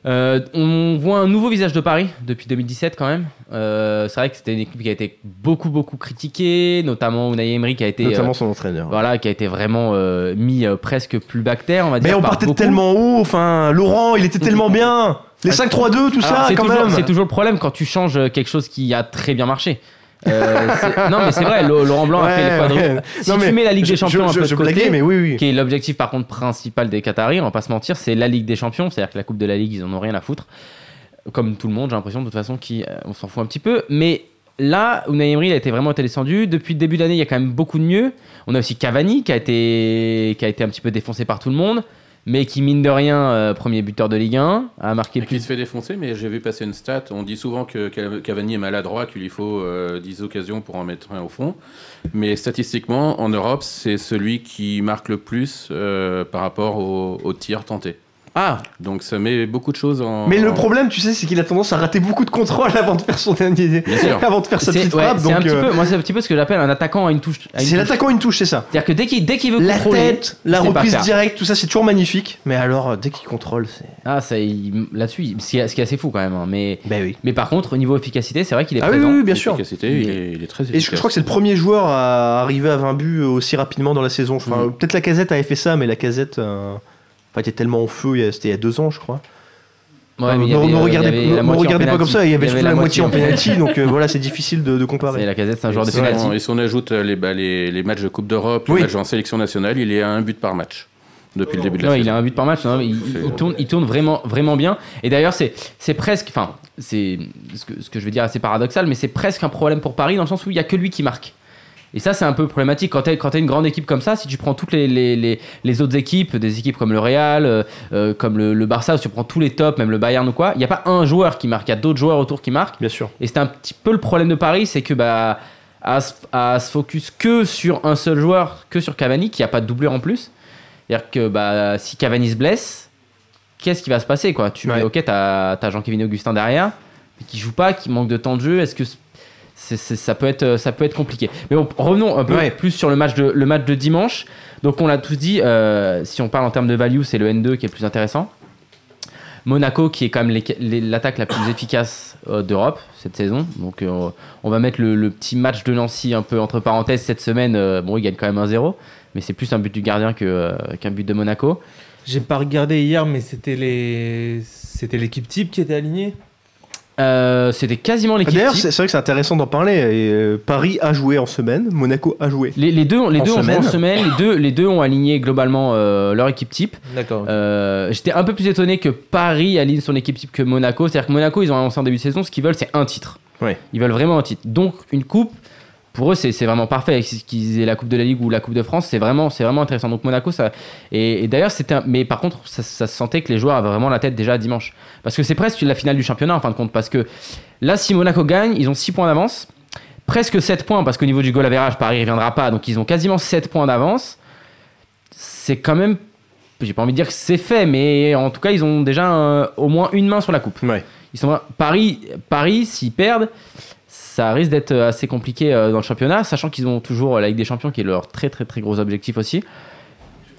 S1: Euh, on voit un nouveau visage de Paris depuis 2017 quand même. Euh, c'est vrai que c'était une équipe qui a été beaucoup beaucoup critiquée, notamment Unai Emery qui a été,
S4: Notamment
S1: euh,
S4: son entraîneur.
S1: voilà, qui a été vraiment euh, mis euh, presque plus bactère, on va dire.
S4: Mais on
S1: par
S4: partait
S1: beaucoup.
S4: tellement haut, enfin, Laurent, il était tellement bien. Les 5-3-2, tout
S1: Alors,
S4: ça,
S1: c'est
S4: quand
S1: toujours,
S4: même.
S1: C'est toujours le problème quand tu changes euh, quelque chose qui a très bien marché. Euh, c'est- non mais c'est vrai, Lo- Laurent Blanc a fait les
S4: Ouais,
S1: quadruples.
S4: ouais.
S1: Si
S4: Non,
S1: tu
S4: mais
S1: mets la Ligue des
S4: je-
S1: Champions
S4: je,
S1: un peu
S4: je- je
S1: de côté,
S4: blaguais, mais oui, oui.
S1: qui est l'objectif par contre principal des Qataris, on va pas se mentir, c'est la Ligue des Champions, c'est-à-dire que la Coupe de la Ligue, ils en ont rien à foutre. Comme tout le monde, j'ai l'impression de toute façon qui euh, on s'en fout un petit peu, mais là, Unai Emery il a été vraiment descendu. Depuis le début de l'année, il y a quand même beaucoup de mieux. On a aussi Cavani qui a été qui a été un petit peu défoncé par tout le monde, mais qui mine de rien euh, premier buteur de Ligue 1, a marqué
S2: Et qui
S1: plus
S2: se fait défoncer, mais j'ai vu passer une stat. On dit souvent que Cav- Cavani est maladroit, qu'il lui faut euh, 10 occasions pour en mettre un au fond. Mais statistiquement, en Europe, c'est celui qui marque le plus euh, par rapport aux au tirs tentés.
S1: Ah,
S2: Donc ça met beaucoup de choses en.
S4: Mais le
S2: en-
S4: problème, tu sais, c'est qu'il a tendance à rater beaucoup de contrôles avant de faire son dernier,
S2: Bien sûr.
S4: avant de faire sa
S1: c'est
S4: petite
S1: ouais,
S4: frappe.
S1: c'est
S4: donc,
S1: un petit
S4: euh,
S1: peu, moi c'est un petit peu ce que j'appelle un attaquant à une touche. à une
S4: c'est
S1: touche.
S4: l'attaquant une touche, c'est ça.
S1: C'est-à-dire que dès qu'il dès qu'il veut
S4: La
S1: contrôler,
S4: tête, la
S1: il sait pas
S4: reprise
S1: faire.
S4: directe, tout ça, c'est toujours magnifique. Mais alors, euh, dès qu'il contrôle, c'est.
S1: Ah, ça, il- là-dessus, il- ce qui est ce qui est assez fou quand même. hein, Mais
S4: Ben oui.
S1: mais par contre, au niveau efficacité, c'est vrai qu'il est
S4: Ah oui,
S1: présent.
S4: oui, oui, bien sûr.
S2: L'efficacité, il, est, il est très
S4: Et je, je
S2: efficace.
S4: crois que c'est le premier joueur à arriver à 20 buts euh, aussi rapidement dans la saison. Je-
S1: Mm.
S4: enfin, Peut-être la casette avait fait ça, mais la casette. euh, Enfin, était tellement en feu, il y a- c'était il y a deux ans, je crois.
S1: Ouais, mais il y
S4: Ne
S1: avait- euh,
S4: me
S1: il y
S4: regardez,
S1: avait
S4: me-
S1: la
S4: me
S1: moitié en
S4: regardez pas
S1: penalty.
S4: comme ça, il y avait, surtout la moitié en
S1: penalty.
S4: penalty, donc euh, voilà, c'est difficile de, de
S1: C'est
S4: comparer.
S1: la casette, c'est un joueur de
S2: Et si on-
S1: penalty.
S2: Et si on ajoute euh, les, bah, les, les matchs de Coupe d'Europe,
S4: Oui.
S2: les matchs en sélection nationale, il est à un but par match depuis le début de la
S1: Ouais, il
S2: saison.
S1: a un but par match. non, mais il,
S2: C'est- euh,
S1: il tourne, il tourne vraiment, vraiment bien. Et d'ailleurs, c'est, c'est presque, enfin, c'est ce que, ce que je veux dire, c'est paradoxal, mais c'est presque un problème pour Paris dans le sens où il y a que lui qui marque. Et ça, c'est un peu problématique. Quand t'as, quand t'as une grande équipe comme ça, si tu prends toutes les, les, les, les autres équipes, des équipes comme le Real, euh, euh, comme le, le Barça, où tu prends tous les tops, même le Bayern ou quoi, il n'y a pas un joueur qui marque, il y a d'autres joueurs autour qui marquent.
S4: Bien sûr.
S1: Et c'est un petit peu le problème de Paris, c'est que bah à, se- à se focus que sur un seul joueur, que sur Cavani, qui a pas de doublure en plus. C'est-à-dire que bah si Cavani se blesse, qu'est-ce qui va se passer quoi Tu
S4: Ouais.
S1: ok, t'as as, Jean-Kevin Augustin derrière, mais qui joue pas, qui manque de temps de jeu. Est-ce que c- c'est- c'est- ça peut être ça peut être compliqué. Mais bon, revenons un peu
S4: Ouais.
S1: plus sur le match de le match de dimanche. Donc on l'a tous dit, euh, si on parle en termes de value, c'est le N2 qui est le plus intéressant. Monaco qui est quand même l'équ- l'é- l'attaque la plus efficace euh, d'Europe cette saison. Donc euh, on va mettre le, le petit match de Nancy un peu entre parenthèses cette semaine. Euh, bon, il gagne quand même 1-0, mais c'est plus un but du gardien que, euh, qu'un but de Monaco.
S6: J'ai pas regardé hier, mais c'était les, c'était l'équipe type qui était alignée.
S1: Euh, c'était quasiment l'équipe.
S4: D'ailleurs,
S1: type.
S4: c'est c'est vrai que c'est intéressant d'en parler. Et, euh, Paris a joué en semaine, Monaco a joué.
S1: Les, les deux, ont- les
S4: En
S1: deux ont joué en
S4: semaine.
S1: semaine, les deux, les deux ont aligné globalement euh, leur équipe type.
S6: D'accord.
S1: Euh, J'étais un peu plus étonné que Paris aligne son équipe type que Monaco. C'est-à-dire que Monaco, ils ont annoncé en début de saison, ce qu'ils veulent, c'est un titre.
S4: Ouais.
S1: Ils veulent vraiment un titre. Donc, une coupe, pour eux, c'est c'est vraiment parfait. Qu'ils aient la Coupe de la Ligue ou la Coupe de France, c'est vraiment, c'est vraiment intéressant. Donc, Monaco, ça. Et, et d'ailleurs, c'était. un- Mais par contre, ça, ça se sentait que les joueurs avaient vraiment la tête déjà dimanche. Parce que c'est presque la finale du championnat, en fin de compte. Parce que là, si Monaco gagne, ils ont 6 points d'avance. Presque 7 points, parce qu'au niveau du goal average, Paris ne reviendra pas. Donc, ils ont quasiment 7 points d'avance. C'est quand même j'ai pas envie de dire que c'est fait, mais en tout cas, ils ont déjà euh, au moins une main sur la coupe.
S4: Ouais.
S1: Ils sont Paris, Paris, s'ils perdent, ça risque d'être euh, assez compliqué euh, dans le championnat, sachant qu'ils ont toujours euh, la Ligue des Champions qui est leur très très très gros objectif aussi.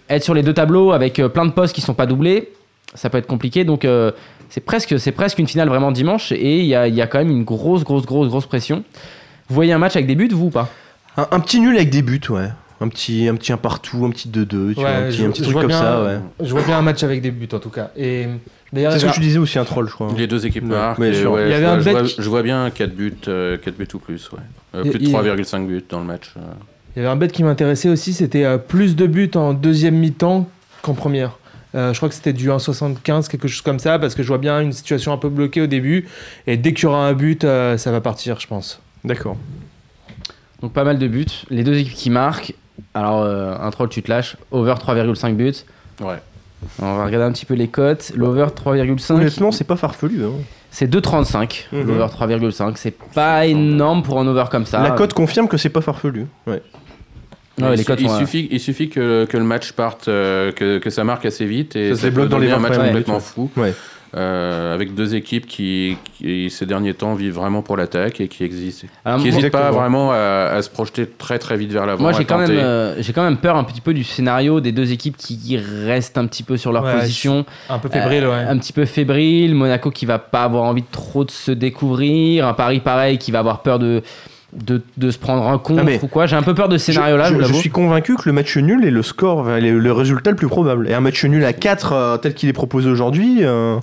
S1: Être sur les deux tableaux avec euh, plein de postes qui sont pas doublés, ça peut être compliqué. Donc euh, c'est presque c'est presque une finale vraiment dimanche et il y a, il y a quand même une grosse grosse grosse grosse pression. Vous voyez un match avec des buts, vous ou pas
S4: Un, un petit nul avec des buts, ouais. Un petit, un petit un partout, un petit 2-2, tu vois, un petit, un petit truc
S6: vois
S4: comme
S6: bien-
S4: ça, ouais.
S6: Je vois bien un match avec des buts en tout cas. Et d'ailleurs,
S4: C'est ce
S6: il
S4: que
S6: y a-
S4: tu disais aussi, un troll, je crois.
S2: Les deux équipes
S4: Ouais,
S2: marquent.
S4: bien
S2: et
S4: sûr.
S2: ouais,
S6: Il y
S2: je,
S6: avait
S2: vois,
S6: un
S2: je
S6: bet
S2: vois-
S6: qui-
S2: je vois bien 4 buts, euh, 4 buts ou plus. ouais. Euh,
S6: Il-
S2: plus de
S6: il-
S2: 3,5 buts dans le match. euh.
S6: il y avait un bet qui m'intéressait aussi, c'était euh, plus de buts en deuxième mi-temps qu'en première. Euh, je crois que c'était du 1,75, quelque chose comme ça, parce que je vois bien une situation un peu bloquée au début. Et dès qu'il y aura un but, euh, ça va partir, je pense.
S4: D'accord.
S1: Donc pas mal de buts, les deux équipes qui marquent. Alors euh, un troll, tu te lâches. Over 3,5 buts.
S2: Ouais.
S1: On va regarder un petit peu les cotes. L'over 3,5,
S4: Honnêtement, c'est pas farfelu. hein.
S1: c'est 2,35.
S4: Mhm.
S1: L'over 3,5, c'est pas énorme pour un over comme ça. euh,
S4: La cote confirme que c'est pas farfelu. Ouais.
S1: Ouais,
S2: il
S1: les
S2: su-
S1: cotes
S2: il,
S1: sont, euh,
S2: suffit, il suffit que, que le match parte, euh, que, que ça marque assez vite. Et
S4: Ça se débloque
S2: peut
S4: dans les
S2: donner un
S4: 20
S2: match
S4: premières
S2: complètement
S4: minutes,
S2: fou.
S4: Ouais.
S2: euh, avec deux équipes qui, qui, ces derniers temps, vivent vraiment pour l'attaque et qui existent.
S1: Alors,
S2: qui
S1: Ah, moi-
S2: n'hésitent pas
S4: Exactement.
S2: vraiment à, à se projeter très très vite vers l'avant.
S1: Moi,
S2: à
S1: j'ai quand, même,
S2: tenter.
S1: euh, j'ai quand même peur un petit peu du scénario des deux équipes qui, qui restent un petit peu sur leur
S6: Ouais,
S1: position,
S6: Euh, Un peu fébrile, ouais.
S1: un petit peu fébrile. Monaco qui va pas avoir envie de trop de se découvrir, un Paris pareil qui va avoir peur de, de, de se prendre un contre
S4: Ah, mais-
S1: ou quoi. J'ai un peu peur de ce scénario-là, je,
S4: je,
S1: vous l'avoue.
S4: suis convaincu que le match nul est le score, enfin, le, le résultat le plus probable. Et un match nul à 4 tel qu'il est proposé aujourd'hui, euh,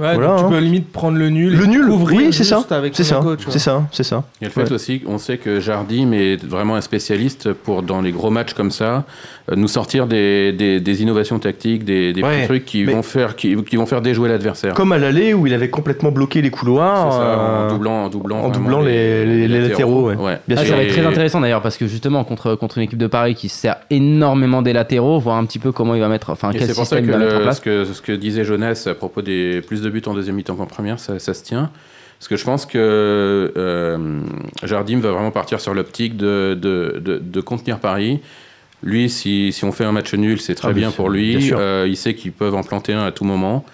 S6: Ouais,
S4: Voilà,
S6: donc tu
S4: hein.
S6: peux limite prendre le nul.
S4: le
S6: et
S4: nul,
S6: couvrir
S4: oui, c'est ça,
S6: juste avec
S4: c'est ça,
S6: Monaco, tu vois.
S4: c'est ça, c'est ça.
S2: Et le fait
S4: Ouais.
S2: aussi, on sait que Jardim est vraiment un spécialiste pour, dans les gros matchs comme ça, euh, nous sortir des, des- des innovations tactiques, des, des
S4: Ouais,
S2: petits trucs qui
S4: mais-
S2: vont, faire, qui, qui vont faire déjouer l'adversaire.
S4: Comme à l'aller où il avait complètement bloqué les
S2: C'est
S4: couloirs.
S2: ça,
S4: euh,
S2: en doublant, en doublant,
S4: en
S2: vraiment
S4: doublant les- les- les latéraux, ouais. Bien
S1: Ah,
S4: sûr.
S1: ça va
S2: Et-
S1: être très intéressant d'ailleurs parce que justement contre, contre une équipe de Paris qui se sert énormément des latéraux, voir un petit peu comment il va mettre, enfin
S2: Et
S1: quel
S2: c'est pour ça
S1: système
S2: que,
S1: il va
S2: le-
S1: mettre en place.
S2: ce que ce que disait Jonas à propos des plus de buts en deuxième mi-temps qu'en première, ça, ça se tient. Parce que je pense que euh, Jardim va vraiment partir sur l'optique de, de, de- de contenir Paris, Lui, si, si on fait un match nul, c'est très
S4: Ah, bien
S2: bien
S4: sûr,
S2: pour lui.
S4: bien sûr.
S2: Euh, il sait qu'ils peuvent en planter un à tout moment.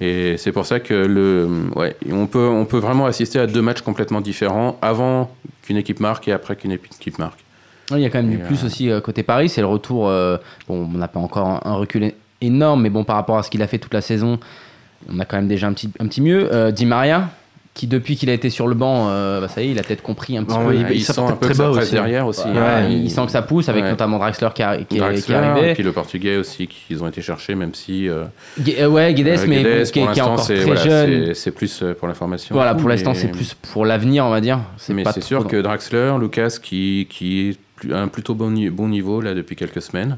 S2: Et c'est pour ça que le, ouais, on, peut, on peut vraiment assister à deux matchs complètement différents avant qu'une équipe marque et après qu'une équipe marque.
S1: Ouais, Il y a quand même du
S2: Et,
S1: plus aussi euh, côté Paris, c'est le retour. euh, bon, on n'a pas encore un, un recul é- énorme, mais bon, par rapport à ce qu'il a fait toute la saison, on a quand même déjà un petit, un petit mieux. Euh, Di Maria, qui depuis qu'il a été sur le banc, euh, bah, ça y est, il a peut-être compris un petit
S4: Non,
S1: peu.
S4: il-
S2: Ah,
S4: il
S2: sent
S4: s'attaque
S2: un peu
S4: très
S2: que ça
S4: bas
S2: presse
S4: aussi.
S2: derrière aussi.
S1: Ouais,
S2: hein.
S1: il, il sent que ça pousse avec
S2: Ouais.
S1: notamment Draxler qui, a- qui est- qui
S2: Draxler,
S1: est
S2: et
S1: arrivé.
S2: puis le portugais aussi qu'ils ont été chercher, même si euh,
S1: Gu- euh, ouais, Guedes,
S2: euh,
S1: mais bon,
S2: Guedes,
S1: qui, est-
S2: pour
S1: qui est
S2: l'instant,
S1: encore
S2: c'est
S1: très
S2: voilà,
S1: jeune.
S2: c'est- c'est plus euh, pour la formation.
S1: Voilà, pour l'instant,
S2: Mais-
S1: c'est plus pour l'avenir, on va dire.
S2: Mais
S1: pas
S2: c'est
S1: trop
S2: sûr
S1: dans-
S2: que Draxler, Lucas, qui, qui est plus- à un plutôt bon, ni- bon niveau là depuis quelques semaines,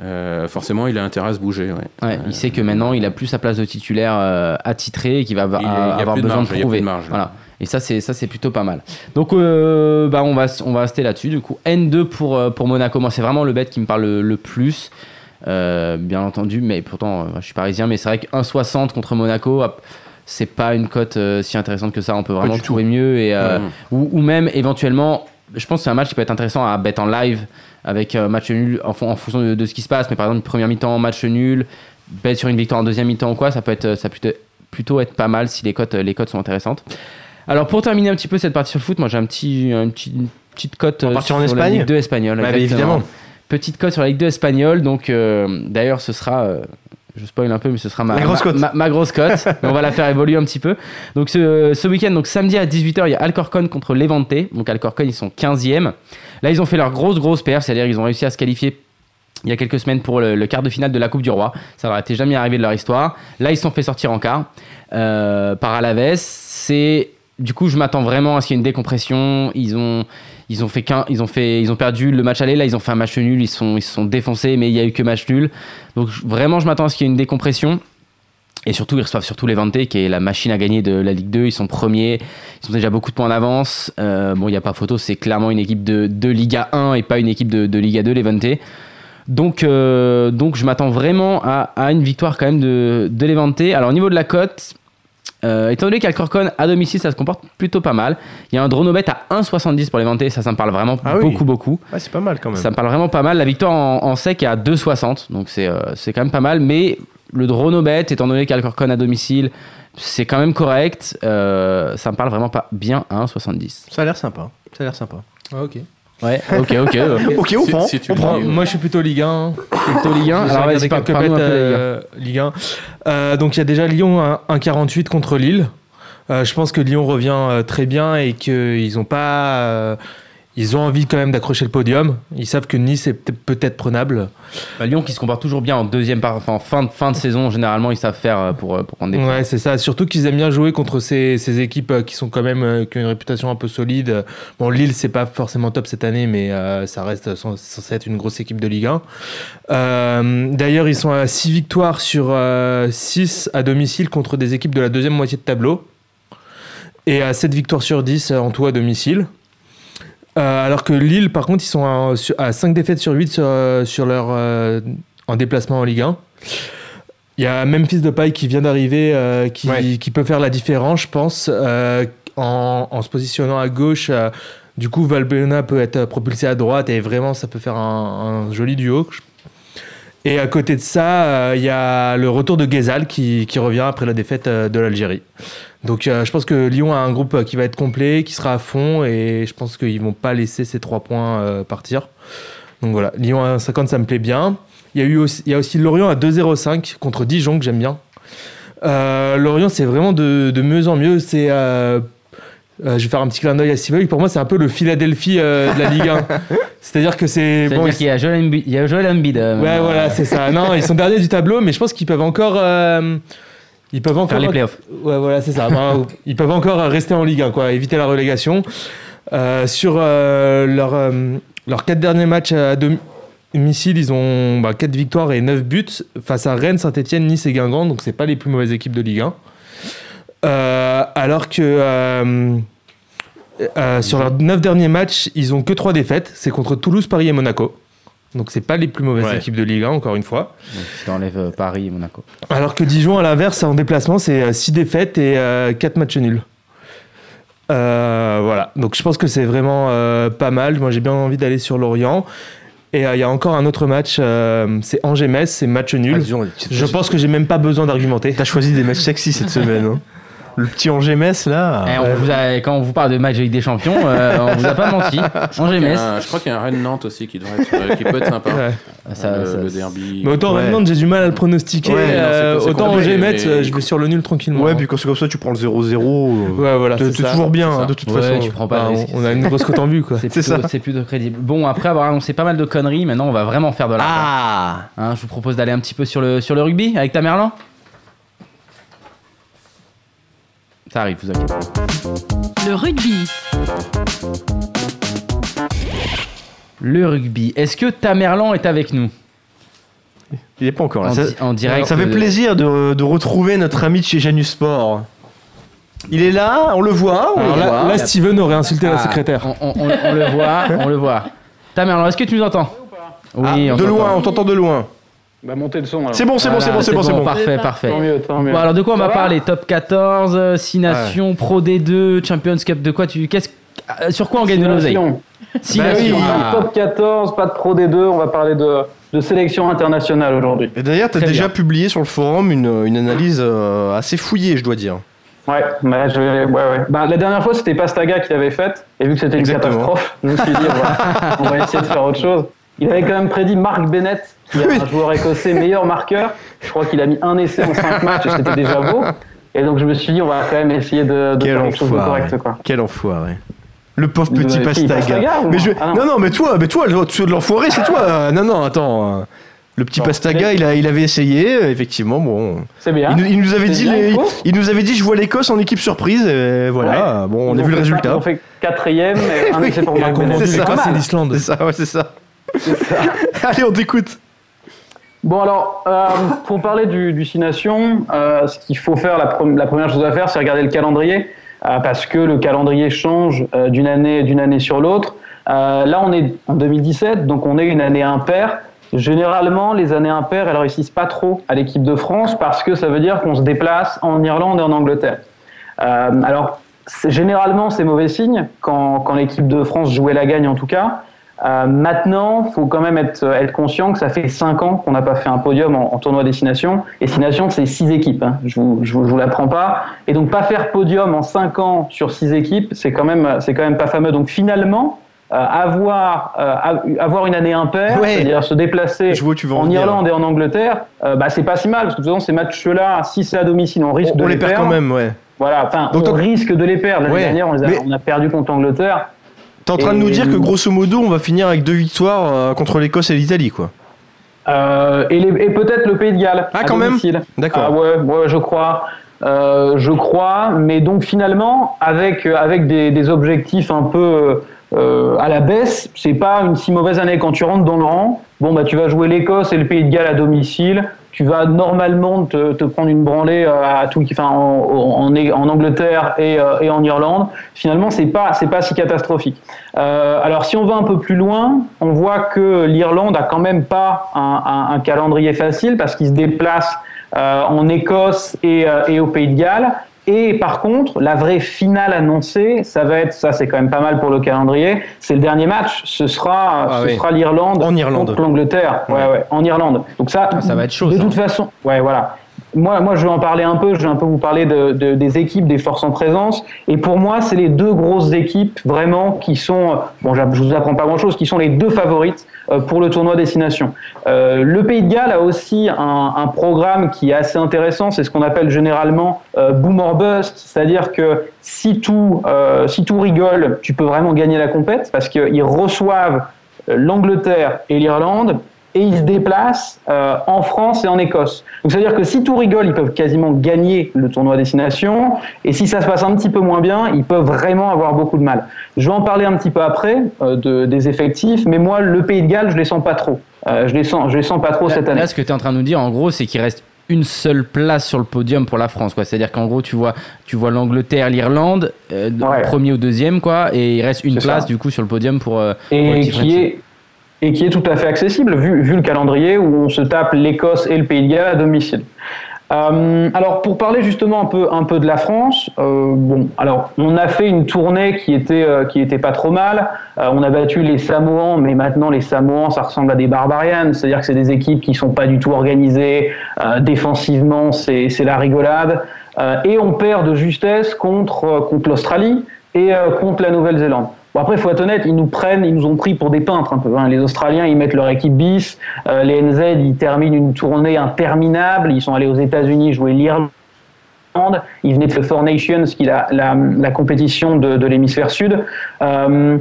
S2: euh, forcément, il a intérêt à se bouger. ouais.
S1: Ouais,
S2: Euh,
S1: il sait que maintenant il a plus sa place de titulaire euh, attitré et qu'il va avoir,
S2: Il y a- il y a
S1: avoir
S2: plus de
S1: besoin
S2: marge,
S1: de
S2: il y a
S1: prouver.
S2: plus de marge, là.
S1: voilà. Et ça c'est ça c'est plutôt pas mal. Donc euh, bah on va s- on va rester là-dessus du coup N2 pour euh, pour Monaco. Moi c'est vraiment le bet qui me parle le, le plus. Euh, bien entendu, mais pourtant euh, je suis parisien, mais c'est vrai qu'un 60 contre Monaco, hop, c'est pas une cote euh, si intéressante que ça. On peut vraiment
S4: du tout.
S1: trouver mieux et euh,
S2: Ouais.
S1: ou, ou même éventuellement, je pense que c'est un match qui peut être intéressant à bet en live avec euh, match nul en, fon- en fonction de, de ce qui se passe. Mais par exemple, première mi-temps, match nul, bet sur une victoire en deuxième mi-temps ou quoi, ça peut être ça peut être- plutôt être pas mal si les cotes les cotes sont intéressantes. Alors pour terminer un petit peu cette partie sur le foot, moi j'ai un petit, un petit- une petite cote euh,
S4: partir
S1: sur
S4: en
S1: la
S4: Espagne
S1: Ligue 2 espagnole.
S4: Ouais, bah,
S1: exactement.
S4: évidemment.
S1: Petite cote sur la Ligue 2 espagnole. Donc euh, d'ailleurs ce sera, euh, je spoil un peu, mais ce sera ma
S4: La grosse
S1: ma-
S4: cote.
S1: ma- ma grosse cote. Mais on va la faire évoluer un petit peu. Donc ce, ce week-end, donc samedi à 18h, il y a Alcorcon contre Levante. Donc Alcorcon, ils sont 15e. Là, ils ont fait leur grosse, grosse perf, c'est-à-dire ils ont réussi à se qualifier il y a quelques semaines pour le, le quart de finale de la Coupe du Roi. Ça n'aurait été jamais arrivé de leur histoire. Là, ils se sont fait sortir en quart euh, par Alaves. C'est du coup, je m'attends vraiment à ce qu'il y ait une décompression. Ils ont ils ont fait qu'un, ils ont fait, ils ont perdu le match aller. Là, ils ont fait un match nul. Ils sont ils se sont défoncés, mais il y a eu que match nul. Donc je- vraiment, je m'attends à ce qu'il y ait une décompression. Et surtout, ils reçoivent surtout Levante, qui est la machine à gagner de la Ligue 2. Ils sont premiers, ils sont déjà beaucoup de points en avance. Euh, bon, il n'y a pas photo, c'est clairement une équipe de, de Liga 1 et pas une équipe de, de Liga 2, Levante. Donc, euh, donc je m'attends vraiment à, à une victoire quand même de, de Levante. Alors, au niveau de la cote, euh, étant donné qu'Alcorcon à domicile, ça se comporte plutôt pas mal. Il y a un Dronobet à 1,70 pour Levante, ça, ça me parle vraiment
S4: Ah oui.
S1: beaucoup, beaucoup.
S4: Ouais, c'est pas mal quand même.
S1: Ça me parle vraiment pas mal. La victoire en, en sec est à 2,60. Donc c'est euh, c'est quand même pas mal. Mais le Dronobet, étant donné qu'Alcorcon à domicile, c'est quand même correct. Euh, ça me parle vraiment pas bien à 1,70.
S4: Ça a l'air sympa. Ça a l'air sympa.
S6: Ah, ok.
S1: Ouais, ok, ok. euh,
S4: Ok, on
S2: Si-
S4: prend.
S2: si tu
S4: on
S2: le
S4: prend.
S2: dis, ouais.
S6: Moi, je suis plutôt Ligue 1. hein.
S1: plutôt Ligue 1.
S6: J'ai
S1: Alors
S6: regardé
S1: vas-y, par-
S6: quelques
S1: parle-nous un
S6: bêtes,
S1: peu de la Ligue 1.
S6: euh, Ligue 1. Euh, donc il y a déjà Lyon à 1,48 contre Lille. Euh, je pense que Lyon revient euh, très bien et qu'ils ont pas. euh, ils ont envie quand même d'accrocher le podium. Ils savent que Nice est peut-être- peut-être prenable.
S1: Bah, Lyon qui se comporte toujours bien en deuxième, par... enfin en fin de, fin de saison. Généralement, ils savent faire euh, pour, euh, pour prendre des points.
S6: Ouais, c'est ça. Surtout qu'ils aiment bien jouer contre ces, ces équipes euh, qui sont quand même euh, qui ont une réputation un peu solide. Bon, Lille c'est pas forcément top cette année, mais euh, ça reste sans- censé être une grosse équipe de Ligue 1. Euh, D'ailleurs, ils sont à 6 victoires sur 6 à domicile contre des équipes de la deuxième moitié de tableau. Et à 7 victoires sur 10 en tout à domicile. Euh, alors que Lille, par contre, ils sont à, 5 défaites sur 8 sur, euh, sur leur, euh, en déplacement en Ligue 1. Il y a Memphis Depay qui vient d'arriver, euh, qui,
S4: Ouais.
S6: qui peut faire la différence, je pense, euh, en, en se positionnant à gauche. euh, du coup, Valbuena peut être propulsé à droite et vraiment, ça peut faire un, un joli duo. je et à côté de ça, euh, il y a le retour de Ghezal qui, qui revient après la défaite euh, de l'Algérie. Donc euh, je pense que Lyon a un groupe euh, qui va être complet, qui sera à fond et je pense qu'ils vont pas laisser ces trois points euh, partir. Donc voilà, Lyon à 1,50 ça me plaît bien. Il y a, eu aussi, il y a aussi Lorient à 2,05 contre Dijon que j'aime bien. Euh, Lorient c'est vraiment de, de mieux en mieux. C'est euh, euh, je vais faire un petit clin d'œil à Siveuil. Pour moi c'est un peu le Philadelphie euh, de la Ligue 1. C'est-à-dire que c'est
S1: C'est-à-dire
S6: bon,
S1: qu'il y a Joel Embi- il y a Joel Embiid. euh,
S6: Ouais,
S1: maintenant,
S6: voilà,
S1: euh,
S6: c'est ça. Non, ils sont derniers du tableau, mais je pense qu'ils peuvent encore. euh, ils peuvent encore.
S1: Faire les playoffs.
S6: Ouais, voilà, c'est ça. Ben, ils peuvent encore rester en Ligue 1, quoi, éviter la relégation. Euh, sur euh, leur, euh, leurs quatre derniers matchs à domicile, ils ont bah, quatre victoires et 9 buts face à Rennes, Saint-Etienne, Nice et Guingamp, donc c'est pas les plus mauvaises équipes de Ligue 1. Euh, alors que euh, euh, sur leurs 9 derniers matchs, ils ont que 3 défaites. C'est contre Toulouse, Paris et Monaco. Donc c'est pas les plus mauvaises
S4: Ouais.
S6: équipes de Ligue 1, encore une fois.
S1: donc, si t'enlèves euh, Paris et Monaco.
S6: Alors que Dijon, à l'inverse, en déplacement, c'est 6 défaites et 4 matchs nuls. Euh, voilà, donc je pense que c'est vraiment euh, pas mal. Moi, j'ai bien envie d'aller sur Lorient. Et euh, il y a encore un autre match, euh, c'est Angers-Metz, c'est match nul. Je pense que j'ai même pas besoin d'argumenter.
S4: Ah, T'as choisi des matchs sexy cette semaine. hein. Le petit Angers-Metz, là.
S6: Ah,
S4: Euh,
S1: Eh, on vous a- quand on vous parle de match avec des champions, euh, on vous a pas menti. Angers
S2: Il y
S1: Metz.
S2: a un- je crois qu'il y a un Rennes-Nantes aussi qui, devrait être, euh, qui peut être sympa.
S6: Ouais.
S1: Ça-
S2: Ah, le,
S1: ça-
S2: le derby.
S6: Mais autant
S4: Ouais.
S6: Rennes-Nantes, j'ai du mal à le pronostiquer.
S4: Ouais, non, c'est-
S6: euh,
S2: c'est
S6: autant
S2: compliqué,
S6: Angers-Metz,
S2: mais-
S6: euh, je vais sur le nul tranquillement.
S4: Ouais,
S6: hein.
S4: puis quand c'est comme ça, tu prends le 0-0. euh,
S6: Ouais, voilà.
S4: T'es
S6: c'est
S4: t'es
S6: ça.
S4: toujours bien,
S2: C'est
S4: hein,
S2: ça.
S4: de toute
S1: Ouais,
S4: façon.
S1: tu prends pas
S6: Bah,
S1: de
S6: on-
S1: risque.
S6: on a une grosse cote en vue, quoi.
S1: C'est
S4: C'est
S1: plutôt,
S4: ça.
S1: c'est plutôt crédible. Bon, après avoir annoncé pas mal de conneries, maintenant on va vraiment faire de l'argent.
S4: Ah
S1: Hein, je vous propose d'aller un petit peu sur le, sur le rugby avec ta Merlin. Ça arrive, vous inquiétez.
S3: Le rugby.
S1: Le rugby. Est-ce que Tamerlan est avec nous
S4: Il est pas encore là.
S1: en,
S4: Ça,
S1: di- en direct euh,
S4: ça fait
S1: de-
S4: plaisir de, de retrouver notre ami de chez Janus Sport. Il est là, on le voit, on
S6: Alors
S4: le voit.
S6: là, là, Steven aurait insulté la
S1: Ah,
S6: secrétaire.
S1: On, on- on- on le voit, on le voit. Tamerlan, est-ce que tu nous entends
S4: Ah,
S1: Oui, on
S4: de
S1: t'entend.
S4: loin, on t'entend de loin.
S7: Bah montez le son alors.
S4: C'est bon, c'est bon,
S1: Voilà,
S4: c'est bon, c'est bon, c'est bon.
S1: Parfait, parfait.
S7: Tant mieux, tant mieux.
S1: Bon, alors de quoi on
S7: Ça
S1: va
S7: va
S1: parler Top 14, 6 nations, Pro D2, Champions Cup, de quoi tu. qu'est-ce- euh, Sur quoi on gagne de l'oseille
S7: Sinon,
S1: Six
S4: Bah
S1: nations.
S4: oui.
S1: Ah.
S7: Top 14, pas de pro des deux, on va parler de, de sélection internationale aujourd'hui.
S4: Et d'ailleurs, t'as
S1: Très
S4: déjà
S1: bien.
S4: publié sur le forum une, une analyse euh, assez fouillée, je dois dire.
S7: Ouais, bah, je vais- ouais, ouais. Bah, la dernière fois, c'était Pastaga qui l'avait faite, et vu que c'était une
S4: Exactement.
S7: catastrophe, je me suis dit, on va- on va essayer de faire autre chose. Il avait quand même prédit Mark Bennett, qui est un joueur écossais meilleur marqueur. Je crois qu'il a mis un essai en 5 matchs, et c'était déjà beau. Et donc, je me suis dit, on va quand même essayer de, de
S4: Quel
S7: faire quelque chose de
S4: enfoiré.
S7: correct, quoi.
S4: Quel enfoiré. Le pauvre
S7: Vous
S4: petit
S7: avez qui,
S4: Pastaga.
S7: Pastaga ou
S4: Mais je-
S7: moi Ah non.
S4: non, non, mais toi, mais toi, le- tu- l'enfoiré, c'est toi. Euh, Non, non, attends. euh, Le petit
S7: Bon.
S4: Pastaga, il, a, il avait essayé, euh, effectivement, bon.
S7: C'est bien.
S4: Il, nous- il nous avait
S7: C'est
S4: dit,
S7: bien,
S4: les-
S7: Nico
S4: il nous avait dit, je vois l'Écosse en équipe surprise, et voilà. Bon, on
S7: Ils
S4: a
S7: ont
S4: vu le
S7: fait ça, ils
S4: résultat.
S7: ont fait quatrième, et un
S4: Oui,
S7: essai pour
S4: il a
S7: Mark
S4: confondu les
S7: Bennett. Ah C'est pas
S4: Écossais
S7: mal.
S6: l'Islande.
S4: C'est ça, ouais, c'est ça. Allez, on t'écoute.
S7: Bon alors, euh, pour parler du, du Six Nations, euh, ce qu'il faut faire, la, pre- la première chose à faire, c'est regarder le calendrier, euh, parce que le calendrier change euh, d'une année d'une année sur l'autre. Euh, là, on est en 2017, donc on est une année impaire. Généralement, les années impaires, elles réussissent pas trop à l'équipe de France parce que ça veut dire qu'on se déplace en Irlande et en Angleterre. Euh, alors, c'est- généralement, c'est mauvais signe quand, quand l'équipe de France jouait la gagne en tout cas. Euh, maintenant, faut quand même être, être conscient que ça fait 5 ans qu'on n'a pas fait un podium en, en tournoi destination. Et destination, c'est 6 équipes. hein. Je vous, je vous, je vous l'apprends pas. Et donc, pas faire podium en 5 ans sur 6 équipes, c'est quand même, c'est quand même pas fameux. Donc, finalement, euh, avoir, euh, avoir une année impaire,
S4: Ouais.
S7: c'est-à-dire se déplacer
S4: Je vois où tu vas en,
S7: en
S4: venir.
S7: Irlande et en Angleterre, euh, bah, c'est pas si mal parce que de toute façon, ces matchs-là, si c'est à domicile, on risque
S4: On,
S7: de
S4: on
S7: les,
S4: les perd quand même, ouais.
S7: Voilà, enfin,
S4: Donc,
S7: on
S4: t'en-
S7: risque de les perdre. L'année
S4: Ouais,
S7: dernière, on, les a-
S4: mais-
S7: on a perdu contre l'Angleterre.
S4: T'es en train de
S7: Et-
S4: nous dire que grosso modo, on va finir avec deux victoires euh, contre l'Écosse et l'Italie, quoi.
S7: Euh, et les- et peut-être le Pays de Galles.
S4: Ah,
S7: à
S4: quand même
S7: domicile. Ah
S4: D'accord.
S7: ouais, ouais, je crois. Euh, je crois, mais donc finalement, avec, euh, avec des, des objectifs un peu euh, à la baisse, c'est pas une si mauvaise année. Quand tu rentres dans le rang, bon, bah, tu vas jouer l'Écosse et le Pays de Galles à domicile. Tu vas normalement te, te prendre une branlée euh, à tout, enfin, en, en, en Angleterre et, euh, et en Irlande. Finalement, c'est pas, c'est pas si catastrophique. Euh, alors, si on va un peu plus loin, on voit que l'Irlande a quand même pas un, un- un calendrier facile parce qu'ils se déplacent euh, en Écosse et, euh, et au Pays de Galles. Et par contre, la vraie finale annoncée, ça va être, ça c'est quand même pas mal pour le calendrier, c'est le dernier match, ce sera,
S4: Ah
S7: ce
S4: oui.
S7: sera l'Irlande
S4: En Irlande.
S7: contre l'Angleterre, ouais, ouais, en Irlande. Donc ça,
S1: Ah, ça va être chaud,
S7: De
S1: ça.
S7: toute façon, ouais, voilà. Moi, moi, je vais en parler un peu. Je vais un peu vous parler de- de- des équipes, des forces en présence. Et pour moi, c'est les deux grosses équipes vraiment qui sont, euh, bon, j'a- je vous apprends pas grand-chose, qui sont les deux favorites euh, pour le tournoi destination. Euh, le Pays de Galles a aussi un, un programme qui est assez intéressant. C'est ce qu'on appelle généralement euh, boom or bust, c'est-à-dire que si tout, euh, si tout rigole, tu peux vraiment gagner la compète parce qu'ils reçoivent euh, l'Angleterre et l'Irlande et ils se déplacent euh, en France et en Écosse. Donc c'est-à-dire que si tout rigole, ils peuvent quasiment gagner le tournoi destination, et si ça se passe un petit peu moins bien, ils peuvent vraiment avoir beaucoup de mal. Je vais en parler un petit peu après euh, de- des effectifs, mais moi le Pays de Galles, je les sens pas trop. Euh, je les sens, je les sens pas trop cette
S1: Là,
S7: année.
S1: là, ce que tu es en train de nous dire, en gros, c'est qu'il reste une seule place sur le podium pour la France. quoi. C'est-à-dire qu'en gros, tu vois, tu vois l'Angleterre, l'Irlande, euh,
S7: Ouais.
S1: premier ou deuxième, quoi, et il reste une
S7: C'est
S1: place
S7: ça.
S1: du coup sur le podium pour. euh, pour le
S7: et
S1: titre
S7: qui
S1: national.
S7: est et qui est tout à fait accessible vu, vu le calendrier où on se tape l'Écosse et le Pays de Galles à domicile. Euh, alors pour parler justement un peu un peu de la France, euh, bon alors on a fait une tournée qui était euh, qui était pas trop mal. Euh, on a battu les Samoans, mais maintenant les Samoans ça ressemble à des Barbarians, c'est-à-dire que c'est des équipes qui sont pas du tout organisées euh, défensivement, c'est c'est la rigolade Euh, et on perd de justesse contre euh, contre l'Australie et euh, contre la Nouvelle-Zélande. Bon après faut être honnête, ils nous prennent, ils nous ont pris pour des peintres un peu. hein. Les Australiens ils mettent leur équipe bis, euh, les NZ, ils terminent une tournée interminable. Ils sont allés aux États-Unis jouer l'Irlande. Ils venaient de faire Four Nations, qui est la, la- la compétition de, de l'hémisphère sud. Euh,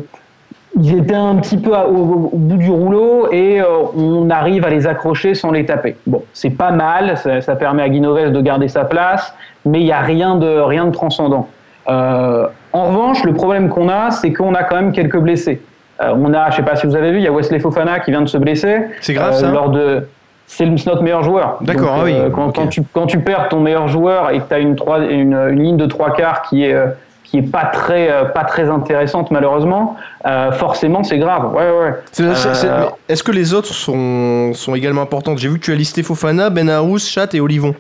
S7: ils étaient un petit peu à- au, au bout du rouleau et euh, on arrive à les accrocher sans les taper. Bon, c'est pas mal, ça, ça permet à Guinoves de garder sa place, mais il n'y a rien de, rien de transcendant. Euh, en revanche, le problème qu'on a, c'est qu'on a quand même quelques blessés. Euh, on a, je sais pas si vous avez vu, il y a Wesley Fofana qui vient de se blesser.
S4: C'est grave,
S7: Euh,
S4: ça
S7: lors de c'est le- c'est notre meilleur joueur.
S4: D'accord,
S7: Donc, euh,
S4: ah oui,
S7: Quand,
S4: ok.
S7: quand tu, quand tu perds ton meilleur joueur et que tu as une, trois- une, une ligne de trois quarts qui est, euh, qui est pas, très, euh, pas très intéressante, malheureusement, euh, forcément, c'est grave. Ouais, ouais, ouais.
S4: C'est- c'est- c'est-
S7: Euh,
S4: mais Est-ce que les autres sont, sont également importantes J'ai vu que tu as listé Fofana, Benarous, Chat et Olivon.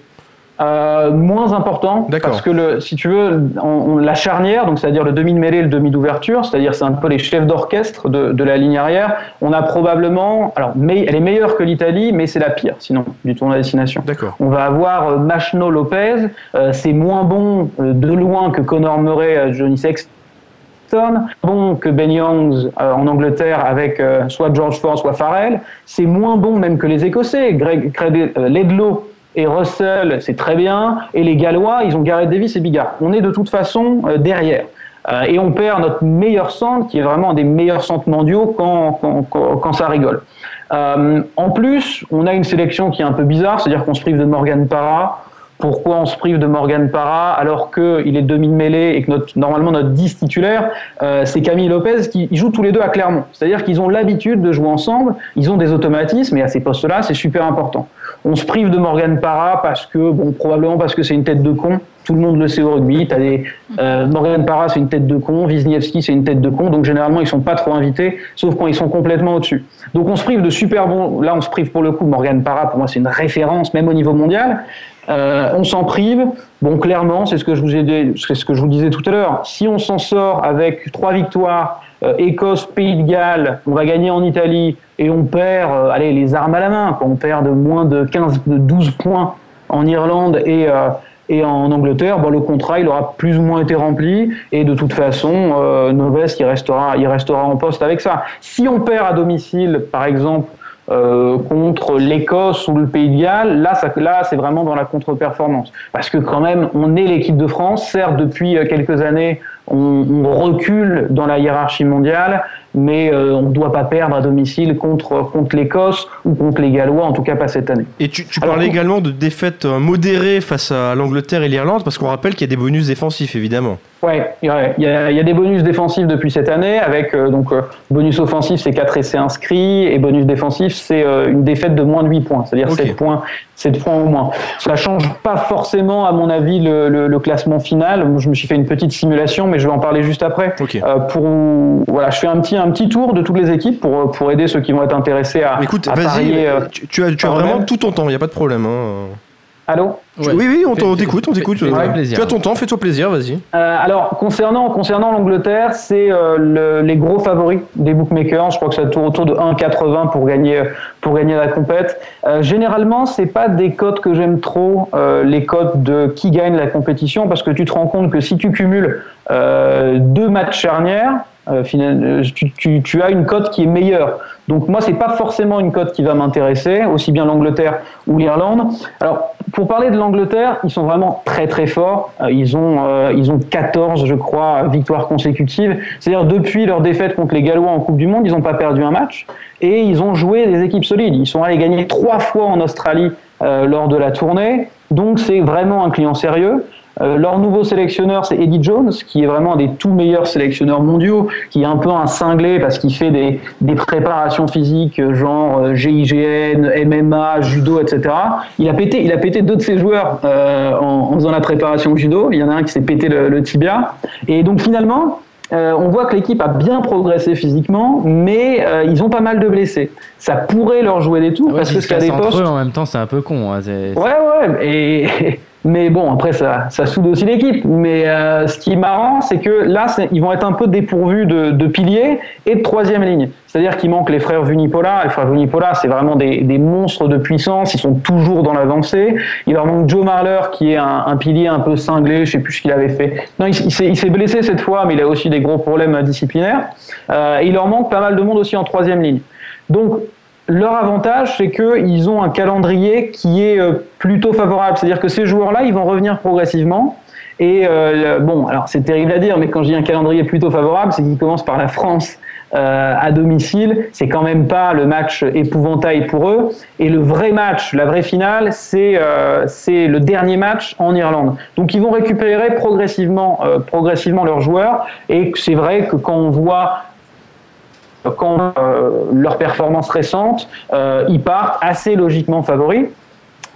S7: Euh, moins important
S4: D'accord.
S7: parce que le, si tu veux on- on- la charnière donc c'est-à-dire le demi de mêlée et le demi d'ouverture c'est-à-dire c'est un peu les chefs d'orchestre de, de la ligne arrière on a probablement alors mais, elle est meilleure que l'Italie mais c'est la pire sinon du tournoi à destination
S4: D'accord.
S7: on va avoir euh, Machno Lopez, euh, c'est moins bon euh, de loin que Connor Murray, euh, Johnny Sexton, bon que Ben Youngs euh, en Angleterre avec euh, soit George Ford, soit Farrell, c'est moins bon même que les Écossais, Greg, Craig- euh, Ledlow et Russell, c'est très bien, et les Gallois, ils ont Gareth Davis et Bigard. On est de toute façon euh, derrière. Euh, et on perd notre meilleur centre, qui est vraiment un des meilleurs centres mondiaux quand, quand, quand- quand ça rigole. Euh, en plus, on a une sélection qui est un peu bizarre, c'est-à-dire qu'on se prive de Morgan Parra. Pourquoi on se prive de Morgan Parra alors qu'il est demi de mêlée et que notre- normalement notre 10 titulaire, euh, c'est Camille Lopez qui ils jouent tous les deux à Clermont. C'est-à-dire qu'ils ont l'habitude de jouer ensemble, ils ont des automatismes et à ces postes-là, c'est super important. On se prive de Morgan Parra parce que, bon, probablement parce que c'est une tête de con. Tout le monde le sait au rugby. T'as des, euh, Morgan Parra, c'est une tête de con. Wisniewski, c'est une tête de con. Donc généralement, ils sont pas trop invités, sauf quand ils sont complètement au-dessus. Donc on se prive de super bons. Là, on se prive pour le coup. Morgan Parra, pour moi, c'est une référence, même au niveau mondial. Euh, on s'en prive. Bon, clairement, c'est ce que je vous ai dit- c'est ce que je vous disais tout à l'heure. Si on s'en sort avec trois victoires, euh, Écosse, Pays de Galles, on va gagner en Italie et on perd, euh, allez, les armes à la main. quoi. On perd de moins de 15, de 12 points en Irlande et euh, et en Angleterre, bon, le contrat il aura plus ou moins été rempli et de toute façon, euh, Noves il restera, il restera en poste avec ça. Si on perd à domicile, par exemple euh, contre l'Écosse ou le Pays de Galles, là, ça, là c'est vraiment dans la contre-performance parce que quand même on est l'équipe de France. Certes, depuis euh, quelques années, on, on recule dans la hiérarchie mondiale, mais euh, on ne doit pas perdre à domicile contre contre l'Écosse ou contre les Gallois, en tout cas pas cette année.
S4: Et tu, tu
S7: Alors,
S4: parlais
S7: on-
S4: également de défaites euh, modérées face à l'Angleterre et l'Irlande, parce qu'on rappelle qu'il y a des bonus défensifs, évidemment.
S7: Ouais, ouais. Il, y a, il y a des bonus défensifs depuis cette année, avec euh, donc euh, bonus offensif c'est 4 essais inscrits et bonus défensif c'est euh, une défaite de moins de 8 points, c'est-à-dire
S4: Ok.
S7: 7 points, 7 points au moins. Ça change pas forcément à mon avis le, le- le classement final. Moi, Je me suis fait une petite simulation, mais je vais en parler juste après.
S4: Ok.
S7: Euh, pour vous- voilà, je fais un petit un petit tour de toutes les équipes pour euh, pour aider ceux qui vont être intéressés à
S4: Écoute,
S7: à
S4: vas-y,
S7: parier, euh,
S4: tu, tu as, tu as
S7: par
S4: vraiment
S7: même.
S4: tout ton temps, il n'y a pas de problème. hein.
S7: Allô.
S1: Ouais.
S4: Oui, oui, on
S1: Fais-
S4: t'en- on
S1: fais-
S4: t'écoute, on
S1: fais-
S4: t'écoute.
S1: fais-toi
S4: euh,
S1: plaisir.
S4: Tu as ton temps, fais-toi plaisir, vas-y.
S7: Euh, alors, concernant, concernant l'Angleterre, c'est euh, le- les gros favoris des bookmakers. Je crois que ça tourne autour de 1,80 pour gagner, pour gagner la compète. Euh, généralement, c'est pas des cotes que j'aime trop, euh, les cotes de qui gagne la compétition, parce que tu te rends compte que si tu cumules euh, deux matchs charnières, euh, final- euh, tu, tu- tu as une cote qui est meilleure. Donc moi, c'est pas forcément une cote qui va m'intéresser, aussi bien l'Angleterre ou l'Irlande. Alors, pour parler de l'Angleterre, ils sont vraiment très très forts. Euh, Ils ont, euh, ils ont 14, je crois, victoires consécutives. C'est-à-dire, depuis leur défaite contre les Gallois en Coupe du Monde, ils n'ont pas perdu un match. Et ils ont joué des équipes solides. Ils sont allés gagner trois fois en Australie euh, lors de la tournée. Donc, c'est vraiment un client sérieux. Euh, leur nouveau sélectionneur, c'est Eddie Jones, qui est vraiment un des tout meilleurs sélectionneurs mondiaux, qui est un peu un cinglé parce qu'il fait des, des préparations physiques euh, genre euh, GIGN, MMA, judo, etc. Il a pété, il a pété deux de ses joueurs euh, en, en faisant la préparation au judo. Il y en a un qui s'est pété le, le tibia. Et donc finalement, euh, on voit que l'équipe a bien progressé physiquement, mais euh, ils ont pas mal de blessés. Ça pourrait leur jouer des tours
S1: Ah Ouais,
S7: parce
S1: s'ils
S7: que
S1: se
S7: ce qu'il y a
S1: cassent
S7: des
S1: entre
S7: postes.
S1: eux, en même temps, c'est un peu con. hein, c'est-
S7: Ouais, ouais, et... mais bon, après, ça, ça soude aussi l'équipe. Mais euh, ce qui est marrant, c'est que là, c'est- ils vont être un peu dépourvus de, de piliers et de troisième ligne. C'est-à-dire qu'il manque les frères Vunipola. Les frères Vunipola, c'est vraiment des, des monstres de puissance. Ils sont toujours dans l'avancée. Il leur manque Joe Marler, qui est un, un pilier un peu cinglé. Je sais plus ce qu'il avait fait. Non, il, s- il s'est- il s'est blessé cette fois, mais il a aussi des gros problèmes euh, disciplinaires. Euh, et il leur manque pas mal de monde aussi en troisième ligne. Donc, leur avantage, c'est qu'ils ont un calendrier qui est euh, plutôt favorable. C'est-à-dire que ces joueurs-là, ils vont revenir progressivement. Et euh, le- bon, alors c'est terrible à dire, mais quand je dis un calendrier plutôt favorable, c'est qu'ils commencent par la France euh, à domicile. C'est quand même pas le match épouvantail pour eux. Et le vrai match, la vraie finale, c'est euh, c'est le dernier match en Irlande. Donc ils vont récupérer progressivement, euh, progressivement leurs joueurs. Et c'est vrai que quand on voit quand euh, leur performance récente, euh, ils partent assez logiquement favoris.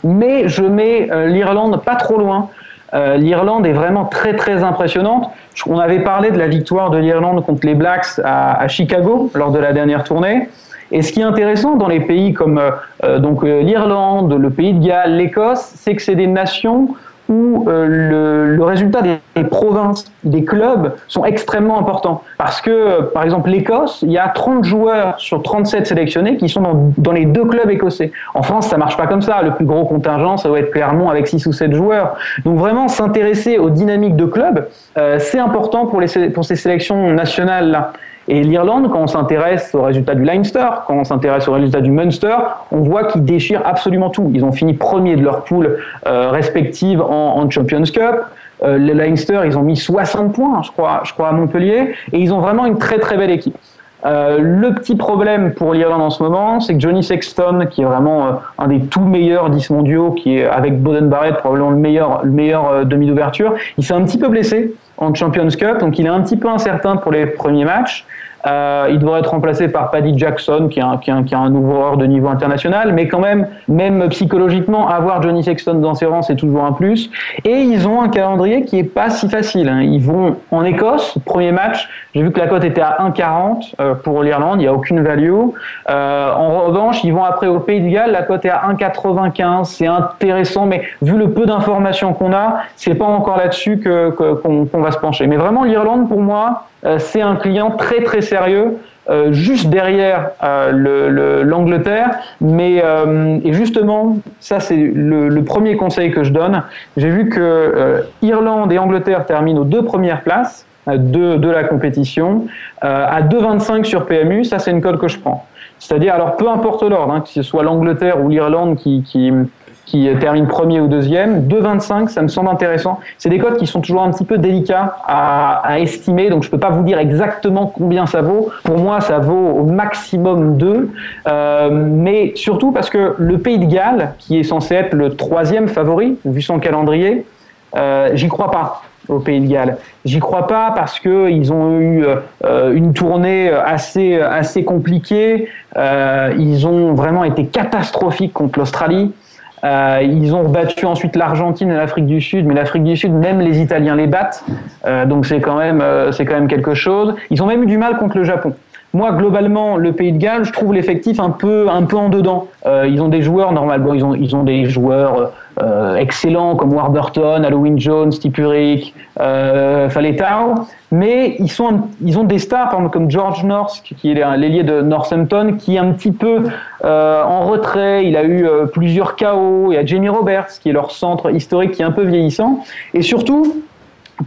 S7: Mais je mets euh, l'Irlande pas trop loin. Euh, L'Irlande est vraiment très très impressionnante. Je- On avait parlé de la victoire de l'Irlande contre les Blacks à, à Chicago lors de la dernière tournée. Et ce qui est intéressant dans les pays comme euh, euh, donc euh, l'Irlande, le Pays de Galles, l'Écosse, c'est que c'est des nations où euh, le, le résultat des, des provinces, des clubs sont extrêmement importants. Parce que, euh, par exemple, l'Écosse, il y a 30 joueurs sur 37 sélectionnés qui sont dans, dans les deux clubs écossais. En France, ça marche pas comme ça. Le plus gros contingent, ça doit être Clermont avec 6 ou 7 joueurs. Donc vraiment, s'intéresser aux dynamiques de clubs, euh, c'est important pour, les, sé- pour ces sélections nationales-là. Et l'Irlande, quand on s'intéresse aux résultats du Leinster, quand on s'intéresse aux résultats du Munster, on voit qu'ils déchirent absolument tout. Ils ont fini premier de leur poule euh, respective en, en Champions Cup. Euh, le Leinster, ils ont mis 60 points, je crois, je crois, à Montpellier. Et ils ont vraiment une très très belle équipe. Euh, le petit problème pour l'Irlande en ce moment, c'est que Johnny Sexton, qui est vraiment euh, un des tout meilleurs 10 mondiaux, qui est avec Boden Barrett probablement le meilleur, le meilleur euh, demi d'ouverture, il s'est un petit peu blessé en Champions Cup, donc il est un petit peu incertain pour les premiers matchs. Euh, il devrait être remplacé par Paddy Jackson, qui est un, qui est un, qui est un ouvreur de niveau international, mais quand même, même psychologiquement, avoir Johnny Sexton dans ses rangs, c'est toujours un plus. Et ils ont un calendrier qui est pas si facile. hein. Ils vont en Écosse, premier match. J'ai vu que la cote était à 1,40 euh, pour l'Irlande. Il n'y a aucune value. Euh, en revanche, ils vont après au Pays de Galles. La cote est à 1,95. C'est intéressant, mais vu le peu d'informations qu'on a, c'est pas encore là-dessus que- que- qu'on qu'on va se pencher. Mais vraiment, l'Irlande, pour moi, euh, c'est un client très très sérieux. euh, juste derrière euh, le- le- l'Angleterre, mais euh, et justement, ça c'est le- le premier conseil que je donne, j'ai vu que euh, Irlande et Angleterre terminent aux deux premières places euh, de, de la compétition euh, à 2,25 sur PMU. Ça, c'est une cote que je prends. C'est-à-dire, alors peu importe l'ordre, hein, que ce soit l'Angleterre ou l'Irlande qui, qui, qui termine premier ou deuxième, 2,25, ça me semble intéressant. C'est des cotes qui sont toujours un petit peu délicats à, à estimer, donc je ne peux pas vous dire exactement combien ça vaut. Pour moi, ça vaut au maximum 2, euh, mais surtout parce que le Pays de Galles, qui est censé être le troisième favori, vu son calendrier, euh, j'y crois pas au Pays de Galles. J'y crois pas parce que ils ont eu euh, une tournée assez assez compliquée. Euh, ils ont vraiment été catastrophiques contre l'Australie. Euh, ils ont battu ensuite l'Argentine et l'Afrique du Sud, mais l'Afrique du Sud, même les Italiens les battent. Euh, donc c'est quand même euh, c'est quand même quelque chose. Ils ont même eu du mal contre le Japon. Moi, globalement, le Pays de Galles, je trouve l'effectif un peu, un peu en dedans. Euh, ils ont des joueurs normalement, ils ont, ils ont des joueurs euh, excellents comme Warburton, Halloween Jones, Tipuric, euh, Faletao, mais ils sont, un- ils ont des stars, par exemple comme George North, qui qui est un- l'ailier de Northampton, qui est un petit peu euh, en retrait. Il a eu euh, plusieurs KO. Il y a Jamie Roberts, qui est leur centre historique, qui est un peu vieillissant, et surtout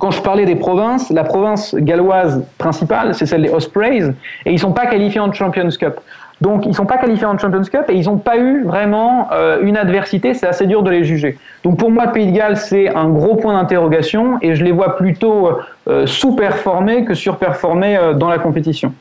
S7: quand je parlais des provinces, la province galloise principale, c'est celle des Ospreys, et ils sont pas qualifiés en Champions Cup. Donc ils sont pas qualifiés en Champions Cup et ils n'ont pas eu vraiment euh, une adversité, c'est assez dur de les juger. Donc pour moi, Pays de Galles, c'est un gros point d'interrogation et je les vois plutôt euh, sous-performés que surperformés euh, dans la compétition.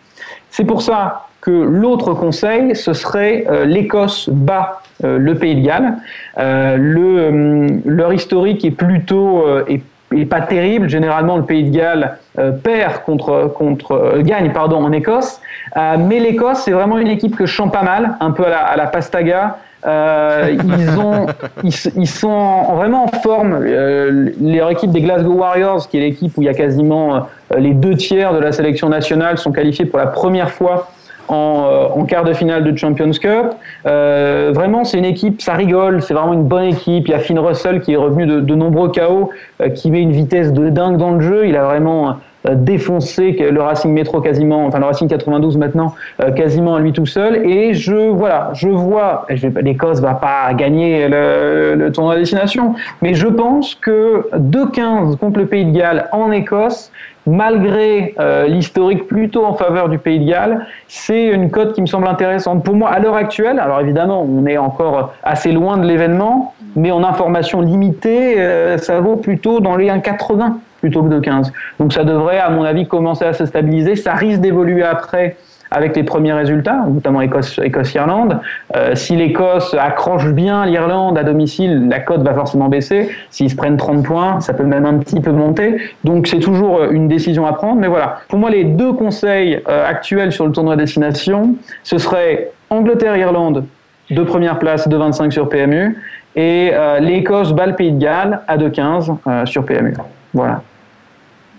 S7: C'est pour ça que l'autre conseil, ce serait euh, l'Écosse bat euh, le Pays de Galles. Euh, le, euh, leur historique est plutôt euh, est, est pas terrible. Généralement, le Pays de Galles euh, perd contre contre euh, gagne pardon en Écosse, Euh, mais l'Écosse c'est vraiment une équipe que je chante pas mal, un peu à la, à la Pastaga. Euh, ils, ont, ils, s- ils sont en- vraiment en forme. Euh, leur équipe des Glasgow Warriors, qui est l'équipe où il y a quasiment euh, les deux tiers de la sélection nationale, sont qualifiés pour la première fois en, euh, en quart de finale de Champions Cup. Euh, vraiment, c'est une équipe, ça rigole, c'est vraiment une bonne équipe. Il y a Finn Russell qui est revenu de, de nombreux KO, euh, qui met une vitesse de dingue dans le jeu. Il a vraiment euh, défoncé le Racing Métro quasiment, enfin le Racing 92 maintenant, euh, quasiment à lui tout seul. Et je, voilà, je vois, je vais pas- l'Écosse va pas gagner le, le tournoi à destination, mais je pense que 2-15 contre le Pays de Galles en Écosse, malgré euh, l'historique plutôt en faveur du Pays de Galles, c'est une cote qui me semble intéressante. Pour moi, à l'heure actuelle, alors évidemment, on est encore assez loin de l'événement, mais en information limitée, euh, ça vaut plutôt dans les 1,80 plutôt que 2,15. Donc ça devrait, à mon avis, commencer à se stabiliser. Ça risque d'évoluer après avec les premiers résultats, notamment Écosse- Écosse-Irlande. Euh, si l'Écosse accroche bien l'Irlande à domicile, la cote va forcément baisser. S'ils se prennent 30 points, ça peut même un petit peu monter. Donc c'est toujours euh, une décision à prendre. Mais voilà, pour moi, les deux conseils euh, actuels sur le tournoi destination, ce serait Angleterre-Irlande, de première place, de 25 sur PMU, et euh, l'Écosse bat le Pays de Galles à 2,15 euh, sur PMU. Voilà.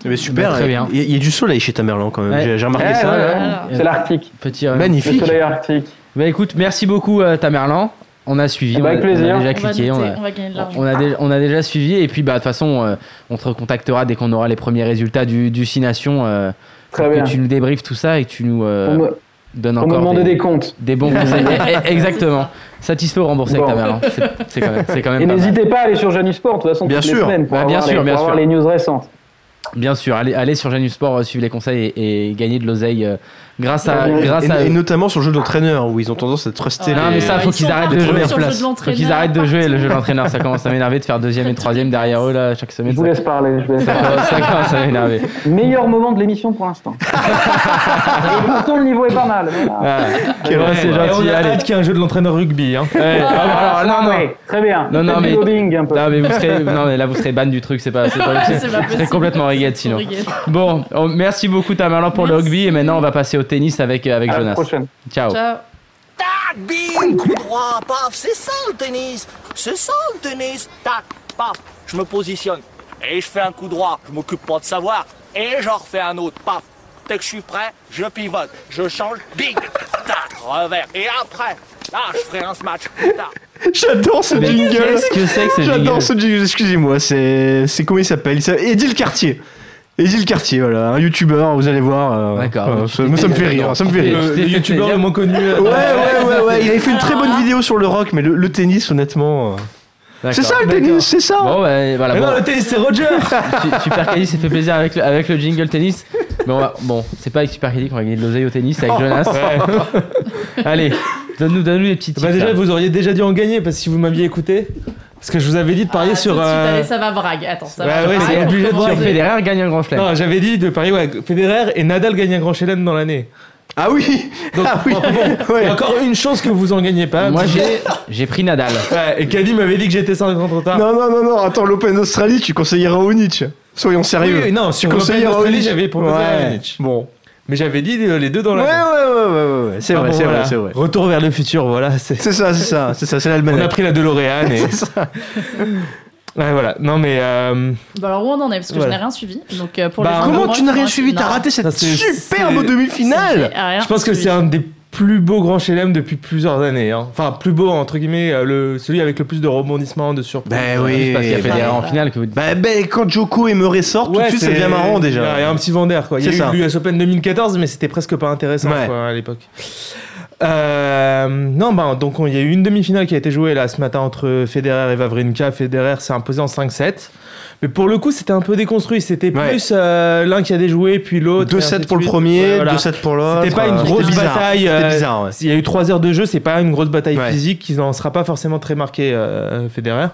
S4: Mais Eh ben, super,
S1: Bah, très bien.
S4: Il y, a- il y a du soleil chez ta Merlan quand même.
S1: Ouais.
S4: J'ai- J'ai remarqué
S7: Eh,
S4: ça.
S7: ouais,
S1: là.
S7: ouais.
S1: Euh,
S7: C'est l'Arctique,
S1: Petit euh,
S4: Magnifique.
S7: le soleil arctique.
S1: Bah écoute, merci beaucoup euh, Tamerlan. On a suivi,
S7: Eh
S1: on,
S7: ben,
S1: a,
S7: avec plaisir.
S1: on a déjà
S5: On va,
S1: cliqué, on
S5: noter,
S1: a,
S5: on va gagner de l'argent.
S1: on a dé- on a déjà suivi et puis bah de toute façon euh, on te recontactera dès qu'on aura les premiers résultats du du Six Nations, euh,
S7: Très
S1: que
S7: bien.
S1: tu nous débriefes tout ça et que tu nous
S7: Pour
S1: euh,
S7: me-
S1: donnes
S7: pour me
S1: encore
S7: demander
S1: des,
S7: des comptes.
S1: des bons conseils. Eh, eh, Exactement. Satisfait ou remboursé
S7: Bon.
S1: avec Tamerlan. C'est- C'est quand même, c'est quand même
S7: Et
S1: pas mal.
S7: n'hésitez pas à aller sur Janus Sport, de toute façon,
S4: Bien
S7: toutes
S4: sûr.
S7: les semaines, pour,
S1: Bah, bien
S7: avoir,
S1: sûr,
S7: les,
S1: bien
S7: pour avoir
S1: sûr.
S7: les news récentes.
S1: Bien sûr, allez, allez sur Janus Sport, euh, suivez les conseils et, et gagnez de l'oseille euh, grâce à grâce
S4: et,
S1: à
S4: et
S1: eux.
S4: notamment sur le jeu d'entraîneur où ils ont tendance à truster
S1: Non,
S4: les-
S1: mais ça, faut
S4: les
S1: qu'ils arrêtent de
S4: jouer.
S1: Faut qu'ils arrêtent de jouer le jeu de l'entraîneur, ça commence à m'énerver de faire deuxième et troisième derrière eux là chaque
S7: Je
S1: semaine.
S7: vous
S1: Ça,
S7: laisse parler. Je vous laisse parler.
S1: ça commence à m'énerver.
S7: Meilleur moment de l'émission pour l'instant. Et pourtant, le niveau est pas mal. mais là-
S1: Ah,
S4: Quel
S1: ouais, c'est
S4: enfer.
S6: Et on
S1: gentil,
S6: a
S1: allez.
S6: hâte qu'il y ait un jeu de l'entraîneur rugby. Hein.
S1: Ouais, alors, alors, non, non.
S7: Ouais, très bien.
S1: Non, non,
S7: Faites du
S1: mais-
S7: lobbying un peu.
S1: Non mais vous serez, non mais là vous serez ban du truc, c'est pas, c'est pas,
S5: C'est
S1: c'est
S5: pas possible.
S1: complètement hein. régate sinon. Bon, oh, merci beaucoup Tamerlan pour le
S5: Merci.
S1: rugby et maintenant on va passer au tennis avec euh, avec
S7: à la
S1: Jonas.
S7: prochaine.
S1: Ciao.
S5: Ciao.
S8: Tac, bing, droit, paf, c'est ça le tennis, c'est ça le tennis, tac, paf, je me positionne, et je fais un coup droit, je m'occupe pas de savoir, et j'en refais un autre, paf, dès que je suis prêt, je pivote, je change, bing, tac, revers, et après, là, je ferai un smash, tac.
S4: J'adore ce
S1: Mais
S4: jingle.
S1: Qu'est-ce que c'est que ce jingle
S4: J'adore ce jingle. Excusez-moi, c'est c'est comment il s'appelle Il s'appelle Eddie le Cartier. Eddie le Cartier, voilà, un youtubeur, vous allez voir. euh,
S1: D'accord.
S4: voilà, ça, moi, ça me fait rire, ça me fait rire.
S1: Je t'ai fait
S6: youtubeur
S1: plaisir.
S6: le moins connu.
S1: euh,
S4: Ouais, ouais, ouais, ouais, il avait fait une très bonne vidéo sur le rock, mais le, le tennis, honnêtement. euh,
S1: Ah.
S4: C'est
S1: D'accord.
S4: ça le tennis, c'est ça
S1: Bon ben voilà.
S6: Mais
S1: bon.
S6: non, le tennis, c'est Roger
S1: Su- Super Caddy s'est fait plaisir avec le, avec le jingle tennis. Mais on va- bon, c'est pas avec Super Caddy qu'on va gagner de l'oseille au tennis,
S6: Oh,
S1: c'est avec Jonas. Allez, donne-nous donne nous des petits tips.
S6: Bah déjà,
S1: là.
S6: vous auriez déjà dû en gagner parce que si vous m'aviez écouté. Parce que je vous avais dit de parier
S5: Ah,
S6: sur.
S5: tout de suite,
S6: euh,
S5: allez, ça va brague. Attends, ça va
S6: Ouais, ouais,
S5: brague.
S6: c'est
S5: On
S6: obligé de
S5: commence.
S1: Sur Federer gagne un grand chelem.
S6: Non, j'avais dit de parier ouais, Federer et Nadal gagnent un grand chelem dans l'année.
S4: Ah oui Ah oui
S6: Il y
S4: Ouais.
S6: a encore une chance que vous en gagnez pas.
S1: Moi j'ai j'ai pris Nadal.
S6: Ouais, et Caddy m'avait dit que j'étais 5 ans trop tard.
S4: Non, non, non, non, attends, l'Open d'Australie, tu conseillerais Raonic. Soyons
S6: Oui,
S4: sérieux.
S6: oui, non, sur
S4: Tu conseillerais
S6: l'Open d'Australie,
S4: Raonic
S6: j'avais proposé
S4: Ouais.
S6: Raonic.
S4: Bon.
S6: Mais j'avais dit euh, les deux dans
S4: Ouais,
S6: la.
S4: ouais, ouais, ouais, ouais, ouais. C'est
S6: Ah
S4: vrai,
S6: bon,
S4: c'est
S6: voilà.
S4: vrai, c'est vrai.
S6: Retour vers le futur, voilà. c'est-
S4: C'est ça, c'est ça, c'est ça, c'est
S6: On a
S4: l'Allemagne.
S6: pris la DeLorean et.
S4: C'est ça.
S6: Ouais, voilà. Non, mais. euh,
S5: Bah alors où on en est Parce que
S6: Voilà.
S5: je n'ai rien suivi. Donc, euh, pour
S6: Bah,
S5: les gens
S4: Comment
S5: comme
S4: tu n'as
S5: moi, je
S4: rien
S5: pense-
S4: suivi
S5: non,
S4: T'as raté cette
S6: Ça, c'est-
S4: superbe
S6: c'est-
S4: demi-finale
S5: j'ai rien
S6: Je pense que
S5: suivi.
S6: c'est un des plus beaux grands chelem depuis plusieurs années. hein. Enfin, plus beau, entre guillemets, euh, le, celui avec le plus de rebondissements, de surprises.
S4: Ben oui,
S6: Juste parce qu'il y a
S4: oui,
S6: Federer.
S1: Federer en finale que vous dites.
S4: Bah, ben, quand Joko et Murray sortent, tout
S6: Ouais,
S4: de suite,
S6: c'est-
S4: ça devient marrant
S6: Il y a- il y a
S4: déjà.
S6: un petit vendeur, quoi. Il y a
S4: C'est
S6: eu
S4: ça.
S6: l'US Open 2014, mais c'était presque pas intéressant,
S4: Ouais.
S6: quoi, à l'époque. Euh, non, bah, donc on- il y a eu une demi-finale qui a été jouée là ce matin entre Federer et Vavrinka. Federer s'est imposé en 5-7. Mais pour le coup, c'était un peu déconstruit. C'était
S4: Ouais.
S6: plus euh, l'un qui a déjoué, puis l'autre. et ainsi
S4: 2-7
S6: de
S4: pour le
S6: suite.
S4: premier,
S6: Ouais, voilà.
S4: 2-7 pour l'autre.
S6: C'était pas une
S4: euh,
S6: grosse
S4: c'était bizarre.
S6: bataille.
S4: C'était
S6: euh,
S4: bizarre, ouais.
S6: Il y a eu 3 heures de jeu, c'est pas une grosse bataille
S4: Ouais.
S6: physique qui n'en sera pas forcément très marquée, euh, Federer.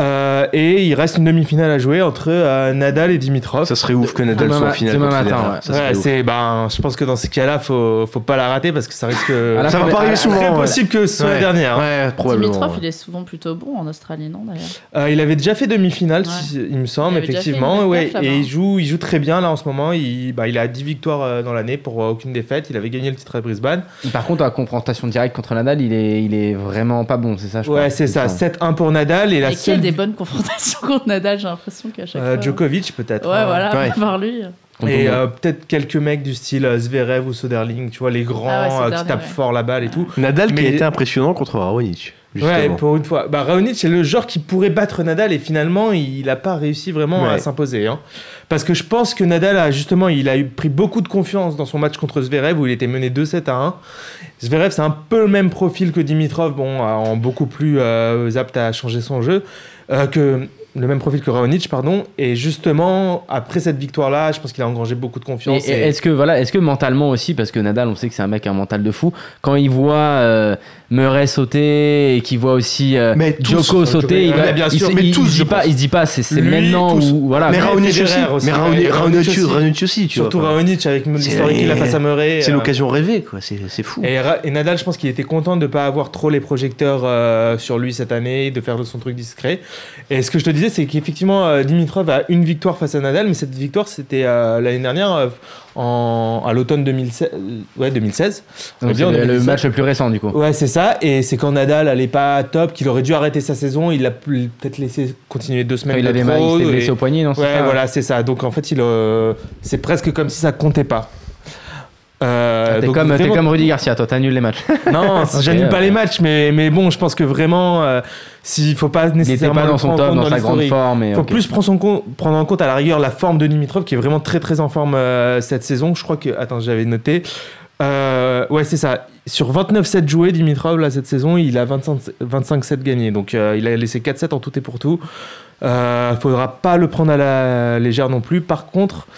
S6: Euh, et il reste une demi-finale à jouer entre euh, Nadal et Dimitrov.
S4: Ça serait ouf que Nadal
S1: Demain
S4: soit en
S1: ma-
S4: finale.
S1: demain
S4: contre
S1: matin,
S4: Federer.
S1: ouais.
S4: Ça serait
S6: Ouais,
S4: ouf.
S6: c'est ben, je pense que dans ces cas-là, faut faut pas la rater parce que ça risque.
S1: la fin
S4: Ça va
S1: des-
S4: pas
S1: à
S4: arriver
S1: la-
S4: souvent.
S6: Très
S4: ouais.
S6: possible hein. que ce soit
S4: Ouais.
S6: la dernière.
S4: Ouais, probablement.
S5: Dimitrov,
S4: ouais.
S5: il est souvent plutôt bon en Australie, non d'ailleurs
S6: Euh, il avait déjà fait demi-finale,
S5: Ouais.
S6: si- il me semble,
S5: Il avait déjà fait une
S6: effectivement.
S5: bonne
S6: ouais.
S5: perf, là-bas.
S6: et il joue, il joue très bien là en ce moment. Il, bah, il a 10 victoires euh, dans l'année pour euh, aucune défaite. Il avait gagné le titre à Brisbane.
S1: Par contre, à confrontation directe contre Nadal, il est, il est vraiment pas bon, c'est ça je
S6: ouais,
S1: crois.
S6: c'est
S1: Il
S6: ça.
S1: me semble.
S6: 7-1 pour Nadal et la
S5: Et qui a
S6: seule.
S5: des bonnes confrontations contre Nadal, j'ai l'impression qu'à chaque
S6: euh,
S5: fois.
S6: Djokovic peut-être.
S5: Ouais,
S6: hein.
S5: voilà,
S4: Ouais.
S5: par lui.
S6: Et euh, peut-être quelques mecs du style euh, Zverev ou Soderling, tu vois, les grands
S5: Ah ouais,
S6: euh, qui
S5: Soderling,
S6: tapent
S5: ouais.
S6: fort la balle et tout.
S4: Nadal qui a
S6: Mais-
S4: été impressionnant contre Raonic.
S6: Ouais,
S4: justement.
S6: pour une fois. Bah, Raonic, c'est le genre qui pourrait battre Nadal et finalement, il n'a pas réussi vraiment
S4: Ouais.
S6: à s'imposer. hein. Parce que je pense que Nadal a justement, il a eu pris beaucoup de confiance dans son match contre Zverev où il était mené 2-7 à 1. Zverev, c'est un peu le même profil que Dimitrov, bon, en beaucoup plus euh, apte à changer son jeu, euh, que le même profil que Raonic, pardon. Et justement, après cette victoire-là, je pense qu'il a engrangé beaucoup de
S1: Mais
S6: confiance. et-
S1: Est-ce que voilà, est-ce que mentalement aussi, parce que Nadal, on sait que c'est un mec à un mental de fou, quand il voit euh, Murray sauter et qu'il voit aussi euh,
S4: Mais tous,
S1: Djoko
S4: euh,
S1: sauter, il,
S6: ouais,
S1: va-
S6: bien
S1: il
S6: sûr,
S1: se-
S4: mais
S1: il- il
S4: tous,
S1: se
S4: je
S1: dit pas,
S4: pense.
S1: il se dit pas, c'est c'est
S6: Lui,
S1: maintenant
S4: tous.
S1: où voilà.
S4: Mais
S6: mais
S4: Raonic aussi.
S6: Federer aussi.
S4: Mais Raoni- Raonic
S6: Et Raonic
S4: aussi.
S6: aussi.
S4: Raonic aussi, tu
S6: Surtout
S4: vois.
S6: Raonic avec
S4: C'est-
S6: l'historique qu'il a face à Murray.
S4: C'est
S6: euh,
S4: l'occasion rêvée, quoi. C'est c'est fou.
S6: Et, Ra- et Nadal, je pense qu'il était content de ne pas avoir trop les projecteurs euh, sur lui cette année, de faire son truc discret. Et ce que je te disais, c'est qu'effectivement, euh, Dimitrov a une victoire face à Nadal, mais cette victoire, c'était euh, l'année dernière, euh, en, à l'automne 2016. euh, Ouais, 2016. On
S1: Donc,
S6: dit Eh en
S1: c'est le
S6: 2017.
S1: match le plus récent du coup.
S6: Ouais, c'est ça. Et c'est quand Nadal allait pas top, qu'il aurait dû arrêter sa saison. Il l'a pu- peut-être laissé continuer deux
S1: Quand
S6: semaines
S1: il
S6: de
S1: avait mal, il
S6: trop,
S1: s'était
S6: et-
S1: blessé au poignet, non c'est
S6: Ouais,
S1: ça
S6: voilà, c'est ça. Donc en fait, il, euh, c'est presque comme si ça comptait pas. Euh,
S1: T'es
S6: donc
S1: comme, t'es
S6: vraiment-
S1: comme Rudy Garcia, toi, t'annules les matchs.
S6: non,
S1: Ok,
S6: j'annule pas
S1: ok.
S6: les matchs, mais, mais bon, je pense que vraiment, euh, s'il faut pas
S1: Il était
S6: nécessairement.
S1: pas
S6: le
S1: dans son
S6: prendre en
S1: top,
S6: compte
S1: dans sa grande
S6: l'historique.
S1: forme. et euh,
S6: faut
S1: ok.
S6: plus prendre, son compte- prendre en compte à la rigueur la forme de Dimitrov qui est vraiment très très en forme euh, cette saison. Je crois que. Attends, j'avais noté. Euh, ouais, c'est ça. Sur 29 sets joués, Dimitrov, là, cette saison, il a 25, 25 sets gagnés. Donc, euh, il a laissé 4 sets en tout et pour tout. Euh, faudra pas le prendre à la légère non plus. Par contre,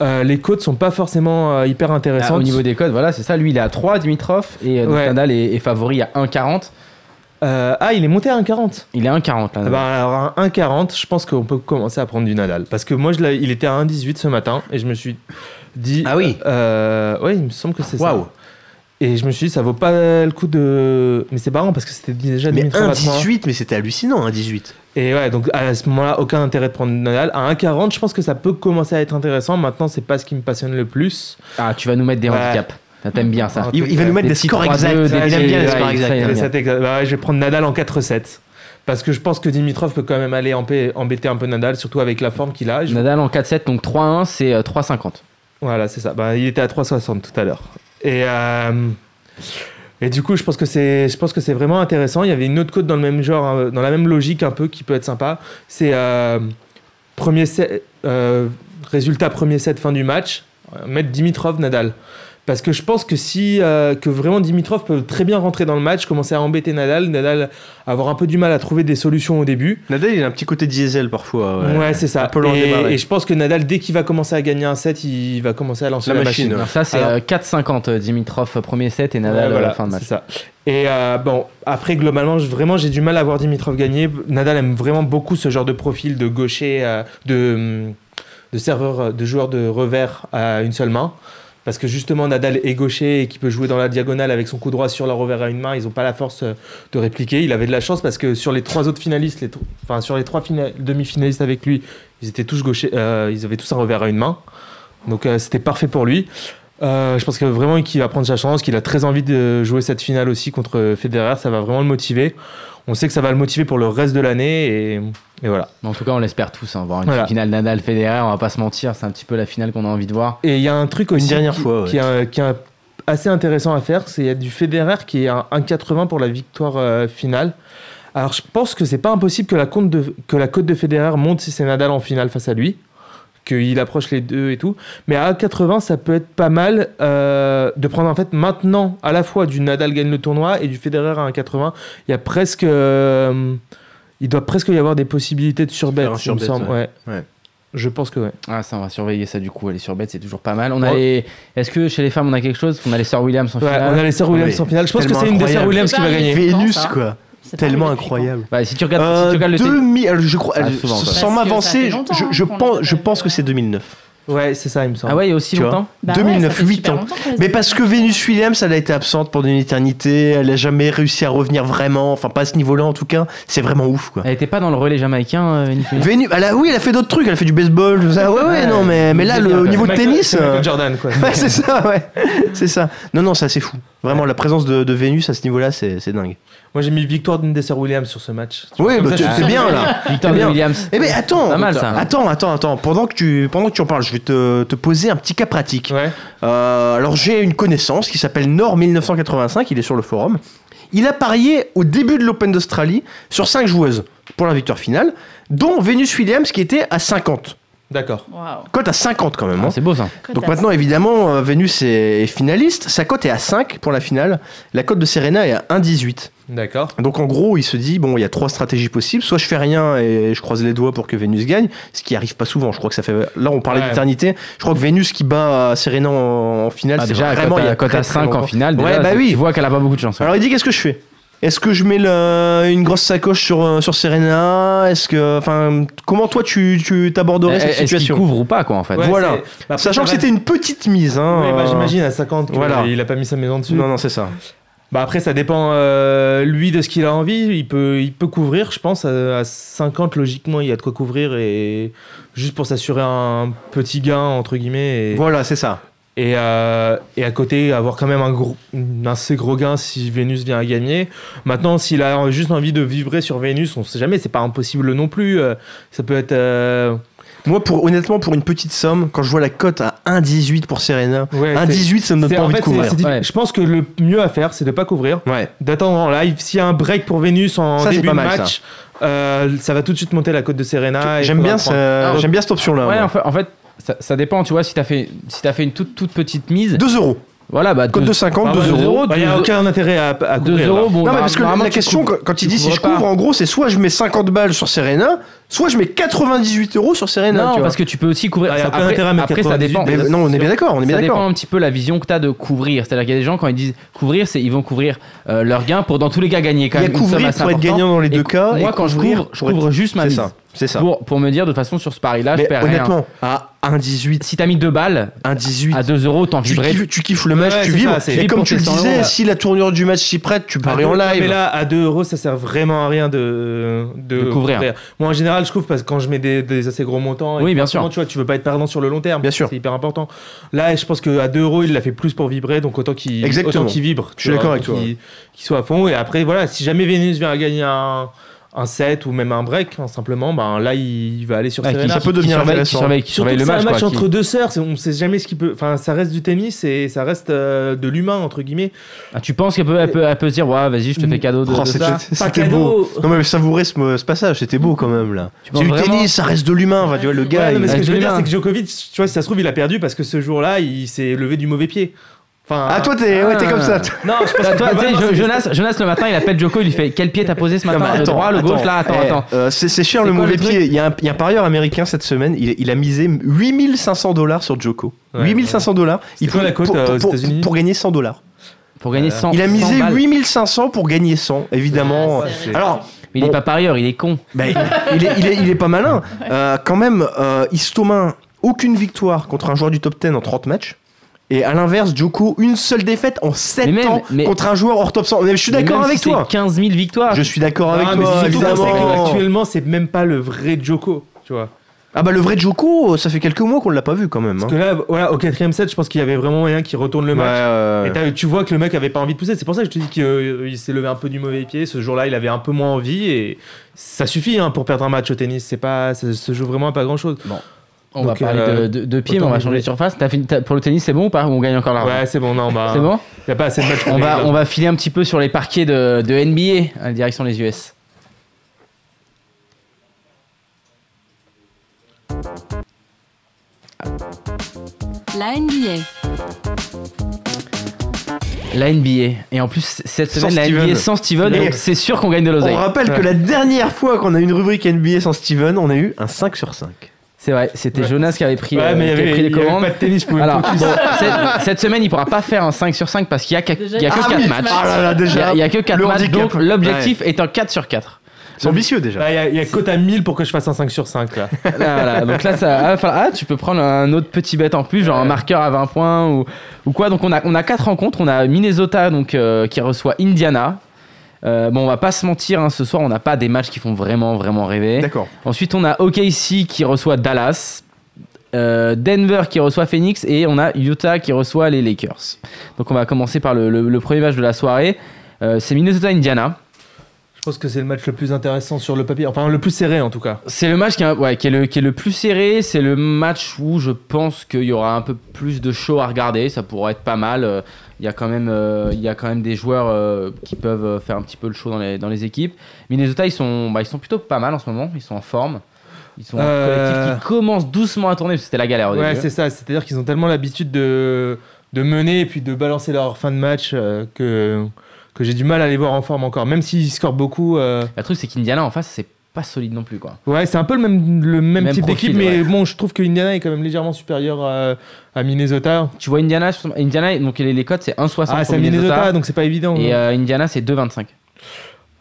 S6: euh, les codes sont pas forcément euh, hyper
S1: Ah,
S6: intéressantes.
S1: au niveau des codes, voilà, c'est ça. Lui, il est à 3, Dimitrov, et euh, donc
S6: Ouais.
S1: Nadal est, est favori à 1,40.
S6: Euh, ah, il est monté à 1,40.
S1: Il est 1,40 là.
S6: Ah bah, alors, un 1,40, je pense qu'on peut commencer à prendre du Nadal. Parce que moi, je l'ai- il était à 1,18 ce matin et je me suis dit.
S4: Ah oui.
S6: euh, Ouais, il me semble que c'est
S4: Waouh.
S6: ça. Et je me suis dit, ça vaut pas le coup de. Mais c'est marrant parce que c'était déjà
S4: Mais
S6: 2003,
S4: 1,18, mais c'était hallucinant, 1,18.
S6: hein. Et ouais, donc à ce moment-là, aucun intérêt de prendre Nadal. À 1,40, je pense que ça peut commencer à être intéressant. Maintenant, c'est pas ce qui me passionne le plus.
S1: Ah, tu vas nous mettre des
S6: Ouais.
S1: handicaps. Ça, T'aimes bien ça.
S4: Il, il va nous mettre
S1: Des
S4: des,
S1: petits
S4: scores
S1: 3-2,
S4: exacts.
S1: des
S4: il aime
S1: petits-
S4: bien les
S1: ouais,
S4: scores
S1: il-
S4: exacts.
S1: ça, il aime
S6: Les sept exacts. Bah ouais, je vais prendre Nadal en 4-7. Parce que je pense que Dimitrov peut quand même aller empê- embêter un peu Nadal, surtout avec la forme qu'il a. Je-
S1: Nadal en 4-7, donc 3-1, c'est euh, 3,50.
S6: Voilà, c'est ça. Bah, il était à 3,60 tout à l'heure. Et, euh, et du coup, je pense que c'est, je pense que c'est vraiment intéressant. Il y avait une autre cote dans le même genre, hein, dans la même logique un peu, qui peut être sympa. C'est euh, premier set, euh, résultat premier set fin du match, euh, mettre Dimitrov Nadal. Parce que je pense que si euh, que vraiment Dimitrov peut très bien rentrer dans le match, commencer à embêter Nadal, Nadal avoir un peu du mal à trouver des solutions au début.
S4: Nadal, il a un petit côté diesel parfois.
S6: Ouais, c'est ça.
S4: Un peu lent le
S6: et,
S4: démarrage.
S6: et je pense que Nadal, dès qu'il va commencer à gagner un set, il va commencer à lancer
S4: La
S6: la,
S4: machine,
S6: machine.
S4: ouais.
S1: Alors ça, c'est
S6: Alors-
S1: euh, 4,50 euh, Dimitrov euh, premier set et Nadal
S6: Ouais,
S1: euh,
S6: voilà,
S1: fin de match.
S6: c'est ça. Et euh, bon, après, globalement, je- vraiment, j'ai du mal à voir Dimitrov gagner. Nadal aime vraiment beaucoup ce genre de profil de gaucher, euh, de, hum, de serveur, euh, de joueur de revers à une seule main. Parce que justement, Nadal est gaucher et qui peut jouer dans la diagonale avec son coup droit sur le revers à une main. Ils n'ont pas la force euh, de répliquer. Il avait de la chance parce que sur les trois autres finalistes, les tro- enfin, sur les trois fina- demi-finalistes avec lui, ils étaient tous gauchers. euh, ils avaient tous un revers à une main. Donc, euh, c'était parfait pour lui. Euh, je pense que vraiment qu'il va prendre sa chance, qu'il a très envie de jouer cette finale aussi contre Federer, ça va vraiment le motiver. On sait que ça va le motiver pour le reste de l'année et, et voilà.
S1: Mais En tout cas, on l'espère tous. Hein, voir une
S6: Voilà.
S1: finale Nadal-Federer, on va pas se mentir, c'est un petit peu la finale qu'on a envie de voir.
S6: Et il y a un truc aussi
S4: dernière
S6: qui,
S4: fois, ouais.
S6: qui est, un- qui est un- assez intéressant à faire, c'est il y a du Federer qui est à 1,80 pour la victoire euh, finale. Alors je pense que c'est pas impossible que la, compte de, que la cote de Federer monte si c'est Nadal en finale face à lui, qu'il approche les deux et tout. Mais à 1,80 ça peut être pas mal euh, de prendre en fait maintenant à la fois du Nadal gagne le tournoi et du Federer à 1,80. Il y a presque... euh, il doit presque y avoir des possibilités de surbet,
S4: Faire un
S6: il me
S4: surbet,
S6: semble.
S4: ouais.
S6: Ouais.
S4: Ouais.
S6: Je pense que ouais.
S1: Ah, ça, on va surveiller ça du coup. Elle est sur bête, c'est toujours pas
S4: Oh.
S1: mal. On a
S6: Ouais.
S1: les... Est-ce que chez les femmes, on a quelque chose On a les sœurs Williams en
S6: Ouais,
S1: finale.
S6: on a les sœurs Williams en finale. Je pense que
S4: Tellement
S6: c'est une des sœurs
S4: incroyable.
S6: Williams qui va
S5: C'est pas
S6: gagner.
S5: arrivé.
S4: Vénus,
S5: ça.
S4: quoi.
S5: c'est pas
S4: tellement
S5: arrivé depuis
S4: incroyable.
S1: Bah, si tu regardes, si tu
S4: Euh,
S1: regardes le télé-
S4: 2000, alors, je crois,
S1: Ah,
S4: je-
S1: souvent,
S4: sans
S1: ça.
S5: Parce que
S4: m'avancer,
S5: ça fait
S4: je, je
S5: longtemps qu'on
S4: pense,
S5: l'a
S4: je
S5: pas
S4: pense
S5: vu,
S4: que c'est 2009.
S6: Ouais, c'est ça, il me semble.
S1: Ah ouais, il y a aussi
S4: Tu vois.
S1: longtemps
S5: Bah ouais,
S4: 2009,
S5: ça fait
S4: 8
S5: super
S4: ans.
S5: longtemps qu'on les a
S4: Mais
S5: pas
S4: parce
S5: vus.
S4: que Vénus Williams, elle a été absente pendant une éternité, elle a jamais réussi à revenir vraiment, enfin pas à ce niveau-là en tout cas, c'est vraiment ouf quoi.
S1: Elle était pas dans le relais jamaïcain, euh, Vénus Williams
S4: Vénus, elle a, oui, elle a fait d'autres trucs, elle a fait du baseball, tout ça. Ouais, ouais, non, mais, mais là, le, au niveau de
S6: Michael-
S4: tennis.
S6: c'est Michael
S4: euh,
S6: Jordan, quoi.
S4: Ouais, c'est ça, ouais. C'est ça. Non, non, ça, c'est fou. Vraiment, la présence de, de Vénus à ce niveau-là, c'est c'est dingue.
S6: Moi, j'ai mis victoire d'Indesser Williams sur ce match.
S4: Oui,
S6: Comme
S4: bah,
S6: ça,
S4: tu-
S6: je suis
S4: c'est
S6: sûr.
S4: bien, là.
S1: Victor
S4: C'est bien.
S1: Williams.
S4: Eh ben, attends.
S1: Pas mal, ça. hein.
S4: Attends, attends, attends. Pendant que tu, pendant que tu en parles, je vais te, te poser un petit cas pratique.
S6: Ouais.
S4: Euh, alors, j'ai une connaissance qui s'appelle Nord1985, il est sur le forum. Il a parié au début de l'Open d'Australie sur 5 joueuses pour la victoire finale, dont Vénus Williams qui était à 50.
S6: D'accord.
S5: Waouh.
S4: Cote à 50 quand même. hein.
S1: Ah, C'est beau ça.
S4: Donc
S5: Cotasse.
S4: maintenant, évidemment, euh, Vénus est est finaliste. Sa cote est à 5 pour la finale. La cote de Serena est à 1,18.
S6: D'accord.
S4: Donc en gros, il se dit bon, il y a trois stratégies possibles. Soit je fais rien et je croise les doigts pour que Vénus gagne, ce qui arrive pas souvent. Je crois que ça fait. Là, on parlait
S6: Ouais.
S4: d'éternité. Je crois que Vénus qui bat Serena en, en finale,
S1: Ah,
S4: c'est
S1: déjà,
S4: vraiment il y a
S1: cote
S4: très,
S1: à
S4: très
S1: 5 en
S4: longtemps.
S1: finale,
S4: Ouais,
S1: déjà,
S4: bah
S1: tu
S4: oui. Ah,
S1: vois qu'elle a pas beaucoup de chance. hein. ouais.
S4: Alors il dit qu'est-ce que je fais Est-ce que je mets la- une grosse sacoche sur euh, sur Serena Est-ce que enfin comment toi tu tu t'aborderais cette
S1: Est-ce qu'il
S4: situation
S1: couvre ou pas, quoi, en fait
S6: Ouais,
S4: Voilà.
S6: c'est- bah, après,
S4: Sachant que
S6: ça va-
S4: c'était une petite mise. Hein,
S6: Ouais, bah,
S4: euh,
S6: J'imagine à 50, que
S4: Voilà.
S6: il a pas mis sa maison dessus.
S4: Non, non, c'est ça.
S6: Bah après, ça dépend euh, lui de ce qu'il a envie. Il peut, il peut couvrir, je pense. À, à 50, logiquement, il y a de quoi couvrir et juste pour s'assurer un petit gain entre guillemets. Et,
S4: Voilà, c'est ça.
S6: et, euh, et à côté, avoir quand même un, gros, un assez gros gain si Vénus vient à gagner. Maintenant, s'il a juste envie de vibrer sur Vénus, on sait jamais. C'est pas impossible non plus. Euh, Ça peut être. euh,
S4: Moi, pour, honnêtement, pour une petite somme, quand je vois la cote à 1,18 pour Serena,
S6: ouais, c'est-
S4: 1,18, ça me donne
S6: c'est-
S4: pas
S6: en
S4: envie
S6: fait,
S4: de
S6: c'est-
S4: couvrir.
S6: c'est difficile.
S1: Ouais.
S6: Je pense que le mieux à faire, c'est de pas couvrir.
S4: Ouais.
S6: d'attendre en live. S'il y a un break pour Vénus en
S4: Ça, c'est
S6: début
S4: pas
S6: de
S4: mal,
S6: match, euh, ça va tout de suite monter la cote de Serena. et
S4: J'aime
S6: faudra
S4: bien,
S6: prendre.
S4: ça-
S1: Ah,
S4: j'aime bien cette option-là.
S1: Ouais,
S4: ouais.
S1: en fait, en fait, ça, ça dépend, tu vois, si t'as fait, si t'as fait une toute, toute petite mise.
S4: 2 euros.
S1: Voilà, bah,
S4: Cote
S1: deux-
S4: de 50,
S1: bah,
S4: 2
S1: ouais,
S4: euros.
S1: deux euros,
S6: Bah, Il n'y
S1: deux-
S6: a aucun intérêt à, à
S1: 2
S6: couvrir.
S1: euros,
S6: là.
S1: bon.
S4: Non, mais
S1: bah,
S4: parce que
S1: normalement,
S4: la
S1: tu
S4: question,
S1: couvres-
S4: quand- quand
S1: tu
S4: il dit si je
S1: couvres pas.
S4: couvre, en gros, c'est soit je mets 50 balles sur Serena, soit je mets 98 euros sur Serena.
S1: Non,
S4: tu vois.
S1: parce que tu peux aussi couvrir.
S6: Ah, y a
S1: ça-
S6: aucun
S1: après,
S6: intérêt à mettre
S1: après, ça
S6: 98,
S1: dépend.
S4: Mais non, on est bien d'accord, on est bien
S1: Ça dépend
S4: d'accord.
S1: un petit peu la vision que tu as de couvrir. C'est-à-dire qu'il y a des gens, quand ils disent couvrir, c'est ils vont couvrir euh, leur gain pour dans tous les cas gagner quand
S4: Il y a
S1: même. une somme
S4: couvrir
S1: assez
S4: pour être
S1: importante.
S4: gagnant dans les deux
S1: Et
S4: cas,
S1: Moi,
S4: et
S1: quand je
S4: couvrir
S1: couvre, je
S4: pour être-
S1: couvre juste ma
S4: C'est
S1: mise.
S4: ça, c'est ça.
S1: Pour, pour me dire de façon sur ce pari-là, je
S4: Mais
S1: perds rien.
S4: honnêtement, à 1,18,
S1: Si t'as mis deux balles,
S4: 1,18.
S1: à 2 euros, t'en
S4: Tu
S1: vibrais.
S4: kiffes, tu kiffes le match,
S6: Ouais,
S4: tu
S6: c'est
S4: vibres.
S6: ça, c'est-
S4: et
S1: vibres
S4: comme
S1: pour
S4: tu le
S1: tes 100 euros,
S4: disais,
S1: là. Ah,
S4: si la tournure du match s'y prête, tu
S6: À
S4: paries
S6: deux-
S4: en
S6: Mais
S4: live.
S6: là, à 2 euros, ça sert vraiment à rien de,
S1: De couvrir.
S6: Moi, en général, je couvre parce que quand je mets des, des assez gros montants, et
S1: Oui, bien
S6: forcément,
S1: sûr.
S6: tu vois, tu veux pas être perdant sur le long terme.
S4: Bien sûr.
S6: C'est hyper important. Là, je pense qu'à 2 euros, il l'a fait plus pour vibrer, donc autant qu'il
S4: Exactement.
S6: autant qu'il vibre.
S4: Je suis d'accord avec toi.
S6: Qu'il qu'il soit à fond. Et après, voilà, si jamais Vénus vient à gagner un, un set ou même un break, hein, simplement, ben là, il, il va aller sur
S1: Ouais,
S6: Serena.
S4: Ah, ça peut devenir
S1: surveille-
S4: intéressant.
S1: Qui surveille, qui
S6: Surtout
S1: surveille
S6: que
S1: le
S6: c'est
S1: match.
S6: un match
S1: quoi, qui-
S6: entre deux sœurs, c'est- on sait jamais ce qui peut. Enfin, ça reste du tennis et ça reste euh, de l'humain entre guillemets.
S1: Ah, tu penses qu'elle peut, elle peut, elle peut se dire, ouais, vas-y, je te fais cadeau de,
S4: Oh,
S1: de
S4: c'était-
S1: ça.
S6: Pas
S4: C'était
S6: cadeau.
S4: beau. Non mais savourez ce, ce passage, c'était beau quand même là.
S1: Tu
S4: C'est
S1: penses
S4: du
S1: vraiment
S4: tennis, ça reste de l'humain, enfin, tu vois le gars.
S6: Ouais, non, mais ce
S4: il-
S6: que je veux dire,
S1: Julien.
S6: c'est que Djokovic, tu vois, si ça se trouve, il a perdu parce que ce jour-là, il s'est levé du mauvais pied. Enfin,
S4: Ah toi t'es, ouais, t'es comme ça. toi.
S6: Non, je pense
S1: Toi,
S6: que
S1: toi, tu sais,
S6: globalement,
S1: Jo-
S6: c'est-
S1: Jonas, Jonas, le matin, il appelle Joko, il lui fait Quel pied t'as posé ce
S4: Non,
S1: matin
S4: mais
S1: Bah, Le droit, le gauche, là, attends,
S4: eh,
S1: attends.
S4: euh, c'est, c'est cher
S1: C'est
S4: le
S1: quoi
S4: mauvais
S1: le truc
S4: pied. Il y, a un, il y a un parieur américain cette semaine, il, il a misé 8500 dollars sur Joko.
S6: Ouais,
S4: 8500 dollars. Il
S6: quoi la cote,
S4: pour,
S6: euh, aux
S4: pour- pour-
S6: États-Unis
S4: pour gagner 100 dollars.
S1: Pour gagner 100
S4: Il a
S1: 100
S4: misé
S1: balles.
S4: 8500 pour gagner 100, évidemment.
S6: Ah, c'est-
S4: Alors,
S1: Mais il
S4: Bon.
S1: est pas parieur, il est con.
S4: Ben, il, est, il, est, il est pas malin. Euh, quand même, euh, Istomin, aucune victoire contre un joueur du top 10 en 30 matchs. Et à l'inverse, Djoko, une seule défaite en 7
S1: Mais même-
S4: ans
S1: mais-
S4: contre un joueur hors top 100. Mais je suis
S1: Mais
S4: d'accord
S1: même
S4: avec
S1: si
S4: toi.
S1: c'est 15 000 victoires.
S4: Je suis d'accord avec
S6: Ah, mais
S4: toi,
S6: surtout qu'on sait que
S4: évidemment.
S6: actuellement, c'est même pas le vrai Djoko, tu vois.
S4: Ah bah le vrai Djoko, ça fait quelques mois qu'on l'a pas vu quand même. hein.
S6: Parce que là, voilà, au quatrième set, je pense qu'il y avait vraiment moyen qu'il retourne le
S4: Ouais,
S6: match.
S4: ouais, ouais.
S6: Et t'as- tu vois que le mec avait pas envie de pousser. C'est pour ça que je te dis qu'il euh, il s'est levé un peu du mauvais pied. Ce jour-là, il avait un peu moins envie et ça suffit hein, pour perdre un match au tennis. C'est pas, ça se joue vraiment à pas grand-chose.
S1: On va
S6: Donc,
S1: parler
S6: euh,
S1: de, de, de pied, mais
S6: autant
S1: on va changer
S6: rigoler.
S1: de surface. T'as fini- t'as- pour le tennis, c'est bon ou pas Ou On gagne encore là
S6: Ouais, c'est bon, non, bah,
S1: C'est bon
S6: y a pas assez de matchs. pour
S1: on va,
S6: gagner.
S1: on va filer un petit peu sur les parquets de, de NBA, hein, direction les US.
S3: La NBA.
S1: La NBA. Et en plus, cette
S4: Sans
S1: semaine, la
S4: Steven.
S1: NBA sans Steven,
S4: Mais-
S1: donc c'est sûr qu'on gagne de
S4: On
S1: l'oseille.
S4: rappelle que la dernière fois qu'on a eu une rubrique NBA sans Steven, on a eu un 5 sur 5.
S1: C'est vrai, c'était
S6: Ouais.
S1: Jonas qui avait pris,
S6: Ouais,
S1: euh,
S6: mais il y
S1: qui avait
S6: avait,
S1: pris les
S6: il y avait
S1: commandes.
S6: pas de tennis. pour-
S1: Alors, bon, cette, cette semaine, il pourra pas faire un 5 sur 5 parce qu'il y a, qu'à-
S5: Déjà,
S1: il y a que
S5: ah
S1: 4
S5: oui.
S1: matchs.
S4: Ah là là,
S1: Il y a-
S4: déjà.
S1: il y a que 4
S4: le
S1: matchs,
S4: handicap.
S1: donc l'objectif est un 4 sur 4.
S4: C'est ambitieux déjà.
S6: Bah, Il y a- il y a cote à 1000 pour que je fasse un 5 sur 5 là.
S1: Là, voilà. Donc là, ça, ah, enfin, ah, tu peux prendre un autre petit bet en plus, genre un marqueur à 20 points ou, ou quoi. Donc on a, on a quatre rencontres. On a Minnesota donc, euh, qui reçoit Indiana. Euh, bon, on va pas se mentir, hein, ce soir on n'a pas des matchs qui font vraiment, vraiment rêver.
S4: D'accord.
S1: Ensuite, on a OKC qui reçoit Dallas. euh, Denver qui reçoit Phoenix et on a Utah qui reçoit les Lakers. Donc on va commencer par le, le- le premier match de la soirée. Euh, c'est Minnesota-Indiana.
S6: Je pense que c'est le match le plus intéressant sur le papier. Enfin, le plus serré en tout cas.
S1: C'est le match qui, a- ouais, qui est le, qui est le plus serré. C'est le match où je pense qu'il y aura un peu plus de show à regarder. Ça pourrait être pas mal. Euh, Il y a quand même, euh, il y a quand même des joueurs euh, qui peuvent euh, faire un petit peu le show dans les, dans les équipes. Minnesota, ils sont, bah, ils sont plutôt pas mal en ce moment. Ils sont en forme. Ils sont un
S6: Euh.
S1: collectif qui commence doucement à tourner. parce que C'était la galère au
S6: Ouais,
S1: début.
S6: c'est ça. C'est-à-dire qu'ils ont tellement l'habitude de, de mener et puis de balancer leur fin de match euh, que, que j'ai du mal à les voir en forme encore. Même s'ils scorent beaucoup. euh,
S1: Le truc, c'est qu'Indiana en face, c'est pas solide non plus. Quoi.
S6: Ouais, c'est un peu le même, le même,
S1: Même
S6: type
S1: profil,
S6: d'équipe,
S1: ouais.
S6: mais bon, je trouve que Indiana est quand même légèrement supérieur à, à Minnesota.
S1: Tu vois Indiana, justement- Indiana donc les, les codes, Ah, c'est 1,60
S6: Ah,
S1: pour
S6: c'est à Minnesota,
S1: Minnesota.
S6: donc c'est pas évident. hein.
S1: et euh, Indiana, c'est 2,25.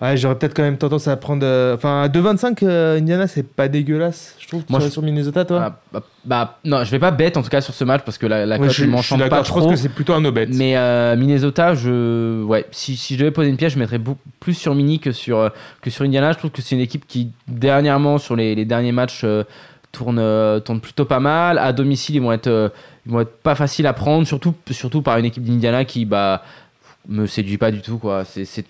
S6: Ouais, j'aurais peut-être quand même tendance à prendre. euh, Enfin, à 2,25, euh, Indiana, c'est pas dégueulasse. Je trouve que
S1: Moi,
S6: sur,
S1: je-
S6: sur Minnesota, toi.
S1: Ah, bah, bah, non, je vais pas bête en tout cas sur ce match parce que la, la
S6: Ouais,
S1: cote ne
S6: je, je suis
S1: m'enchante pas
S6: d'accord, je pense
S1: trop.
S6: que c'est plutôt un no bet.
S1: Mais euh, Minnesota, je ouais, si, si je devais poser une pièce, je mettrais beaucoup plus sur Mini que sur euh, que sur Indiana. Je trouve que c'est une équipe qui dernièrement sur les, les derniers matchs euh, tourne euh, tourne plutôt pas mal. À domicile, ils vont être euh, ils vont être pas faciles à prendre, surtout surtout par une équipe d'Indiana qui bah me séduit pas du tout quoi. C'est c'est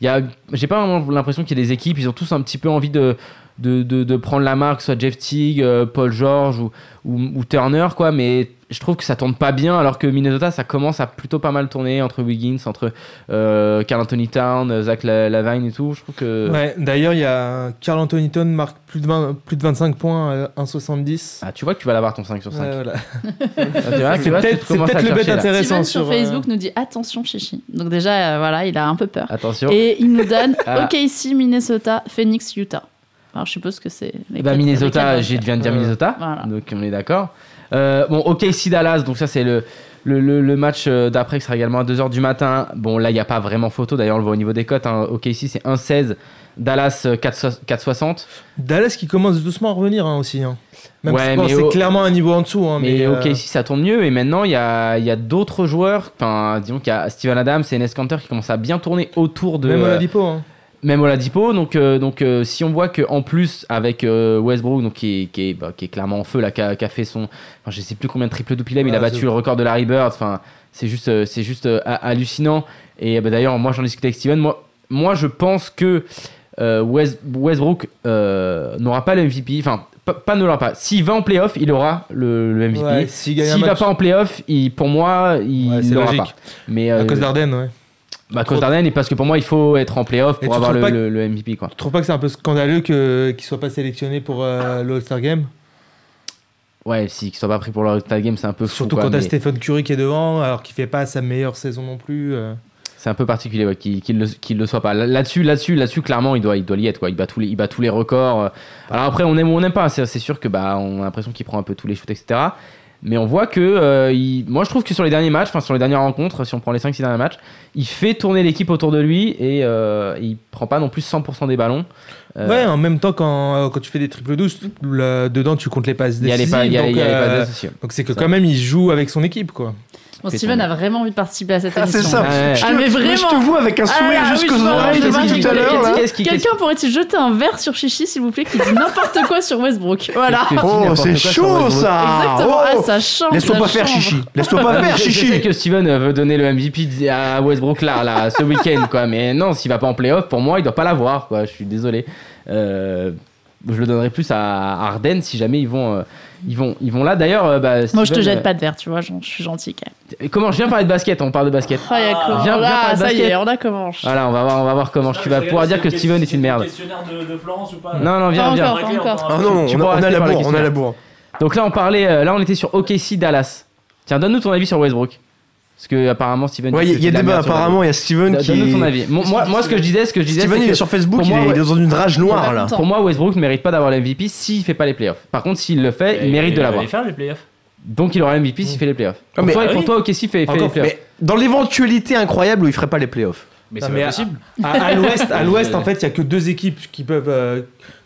S1: il y a j'ai pas vraiment l'impression qu'il y a des équipes, ils ont tous un petit peu envie de de, de, de prendre la marque, soit Jeff Teague, euh, Paul George ou, ou, ou Turner, quoi, mais je trouve que ça tourne pas bien, alors que Minnesota, ça commence à plutôt pas mal tourner entre Wiggins, entre euh, Karl Anthony Town, euh, Zach La- Lavine et tout. Je trouve que.
S6: Ouais, d'ailleurs, il y a Carl Anthony Town marque plus de, 20 plus de 25 points à 1,70.
S1: Ah, tu vois que tu vas l'avoir ton 5 sur Ah, 5.
S6: Ouais, voilà.
S1: c'est
S6: peut-être- c'est peut-être le bête intéressant.
S5: Steven sur
S6: sur, euh,
S5: Facebook nous dit attention chichi. Donc déjà euh, voilà, il a un peu peur.
S1: Attention.
S5: Et il nous donne
S1: Ah.
S5: OKC, Minnesota, Phoenix, Utah. Alors je suppose que c'est les
S1: Bah,
S5: quatre-
S1: Minnesota,
S5: les quatre-
S1: j'ai viens de dire
S6: Euh,
S1: Minnesota,
S5: voilà.
S1: donc on est d'accord. Euh, bon, ok, si Dallas, donc ça c'est le, le, le- le match euh, d'après qui sera également à 2h du matin. Bon, là il n'y a pas vraiment photo, d'ailleurs on le voit au niveau des cotes. Hein. Ok, ici c'est 1,16, Dallas euh, 4,60. 4,60.
S6: Dallas qui commence doucement à revenir hein, aussi. hein. Même
S1: Ouais,
S6: si bon,
S1: mais
S6: c'est
S1: au-
S6: clairement un niveau en dessous. hein,
S1: Mais
S6: mais, euh,
S1: ok, ici ça tourne mieux. Et maintenant il y a, il y a d'autres joueurs, enfin disons qu'il y a Steven Adams et Enes Kanter qui commencent à bien tourner autour de.
S6: Même
S1: euh,
S6: Oladipo. hein.
S1: même Oladipo. Donc, euh, donc euh, si on voit que en plus avec euh, Westbrook, donc qui, est- qui est, bah, qui est clairement en feu, là, qui a, qui a fait son, enfin, je sais plus combien de triple double il a, mais il a
S6: Ouais,
S1: battu
S6: c'est-
S1: le record de Larry Bird. Enfin, c'est juste, euh, c'est juste euh, ha- hallucinant. Et bah, d'ailleurs, moi j'en discutais avec Steven. Moi, moi je pense que euh, West- Westbrook euh, n'aura pas le MVP. Enfin, pas, pas ne l'aura pas. S'il va en playoff, il aura le, le MVP.
S6: Ouais, s'il gagne un
S1: S'il va
S6: match.
S1: pas en playoff, il, pour moi, il
S6: Ouais, c'est
S1: l'aura
S6: logique.
S1: pas. Mais
S6: À
S1: euh,
S6: cause d'Arden, ouais.
S1: bah, à cause d'Arden, et parce que pour moi, il faut être en playoff
S6: Et
S1: pour
S6: tu
S1: avoir
S6: trouves
S1: le,
S6: pas
S1: le- le MVP. Quoi.
S6: Tu trouves pas que c'est un peu scandaleux que- qu'il soit pas sélectionné pour
S1: Ah.
S6: euh, le All-Star Game
S1: Ouais, si qu'ils soient pas pris pour leur tag game, c'est un peu fou,
S6: Surtout
S1: quoi,
S6: quand t'as
S1: mais
S6: Stephen Curry qui est devant, alors qu'il fait pas sa meilleure saison non plus. euh.
S1: c'est un peu particulier ouais, qu'il qu'il le, qu'il le soit pas. Là- Là-dessus, là-dessus, là-dessus, clairement, il doit, il doit y être quoi. Il bat tous les, il bat tous les records. euh. Alors après, on aime ou on n'aime pas. C'est c'est sûr que bah, on a l'impression qu'il prend un peu tous les shoots, etc. Mais on voit que, euh, il- moi, je trouve que sur les derniers matchs, enfin sur les dernières rencontres, si on prend les 5-6 derniers matchs, il fait tourner l'équipe autour de lui et euh, il prend pas non plus 100% des ballons. Euh,
S6: Ouais, en même temps, quand, euh, quand tu fais des triples douces, là, dedans, tu comptes les passes
S1: il y a les
S6: décisives.
S1: pas, il y a-
S6: donc,
S1: il y a les
S6: euh,
S1: passes associées.
S6: donc c'est que
S1: Ça.
S6: quand même, il joue avec son équipe, quoi.
S5: Bon, Steven a vraiment envie de participer à cette
S4: Ah,
S5: émission.
S4: c'est ça.
S1: Ouais.
S4: Je, te,
S5: Ah, mais
S4: mais je te
S5: vraiment.
S4: vois avec un
S5: Ah
S4: sourire
S5: là, oui,
S4: jusqu'aux
S5: je me
S4: oreilles
S5: rappelle,
S4: depuis
S5: je me
S4: tout à l'heure. là.
S5: rappelle.
S1: Qu'est-ce qui- qu'est-ce qui-
S5: Quelqu'un pourrait-il jeter un verre sur Chichi, s'il vous plaît, qui dit n'importe quoi sur Westbrook Voilà.
S1: Qu'est-ce qui-
S4: Oh,
S1: n'importe
S4: c'est
S1: quoi sur
S4: chaud
S1: Westbrook.
S4: ça
S5: Exactement. Ah,
S4: Oh.
S5: ça change.
S4: Laisse-toi
S5: ça
S4: pas faire
S5: change.
S4: chichi Laisse-toi pas
S1: Je-
S4: faire
S1: Je sais
S4: chichi
S1: que Steven euh, veut donner le MVP à Westbrook là, là ce week-end, quoi. Mais non, s'il va pas en playoff, pour moi, il doit pas l'avoir, quoi. Je suis désolé. Euh, je le donnerai plus à Arden si jamais ils vont, euh, ils vont, ils vont là. D'ailleurs, euh, bah,
S5: Moi, je te
S1: Steven,
S5: jette pas de verre, tu vois, j'en- je suis gentil quand même.
S1: euh, Comment je viens de parler de basket On parle de basket.
S5: Oh, il y a comment-
S1: Viens, viens
S5: Ah,
S1: parler de
S5: ça y
S1: basket.
S5: est, on a commencé.
S1: Voilà, on va voir, on va voir comment tu vas pouvoir dire que Steven est une merde.
S9: Questionnaire de, de Florence ou pas
S1: Non, non,
S5: Pas
S1: viens, viens.
S5: encore, pas encore.
S4: Ah non, non,
S1: Tu
S4: on
S1: pourras
S4: a- on a
S1: rester
S4: la
S1: par la
S4: bourre, on a la
S1: questionnaire.
S4: bourre.
S1: Donc là, on parlait, euh, là, on était sur OKC Dallas. Tiens, donne-nous ton avis sur Westbrook. Parce que apparemment Steven.
S4: Ouais,
S1: dit
S4: il
S1: que
S4: y a
S1: c'est de la
S4: débat.
S1: merde sur la
S4: Apparemment, il y a Steven
S1: Donne-
S4: qui.
S1: Donne-nous ton avis. Mon- Moi, moi, ce que je disais, ce que je disais,
S4: Steven, il
S1: c'est
S4: est
S1: que
S4: sur Facebook,
S1: pour
S4: il
S1: moi,
S4: est
S1: ouais.
S4: dans une rage noire là.
S1: pour moi, Westbrook ne mérite pas d'avoir l'MVP s'il fait pas les playoffs. Par contre, s'il le fait, il mérite de
S9: va
S1: l'avoir.
S9: les faire les playoffs.
S1: Donc, il aura l'MVP s'il fait les playoffs.
S4: Ah,
S1: Pour
S4: mais-
S1: toi, et
S9: ah
S1: pour
S9: oui.
S1: toi, OKC fait, fait les
S6: Encore,
S1: playoffs.
S4: Mais dans l'éventualité incroyable où il ferait pas les playoffs.
S9: Mais
S6: Non,
S9: c'est
S6: mais
S9: pas
S6: à-
S9: possible.
S6: À, à l'ouest, à l'ouest, en fait, il y a que deux équipes qui peuvent. euh,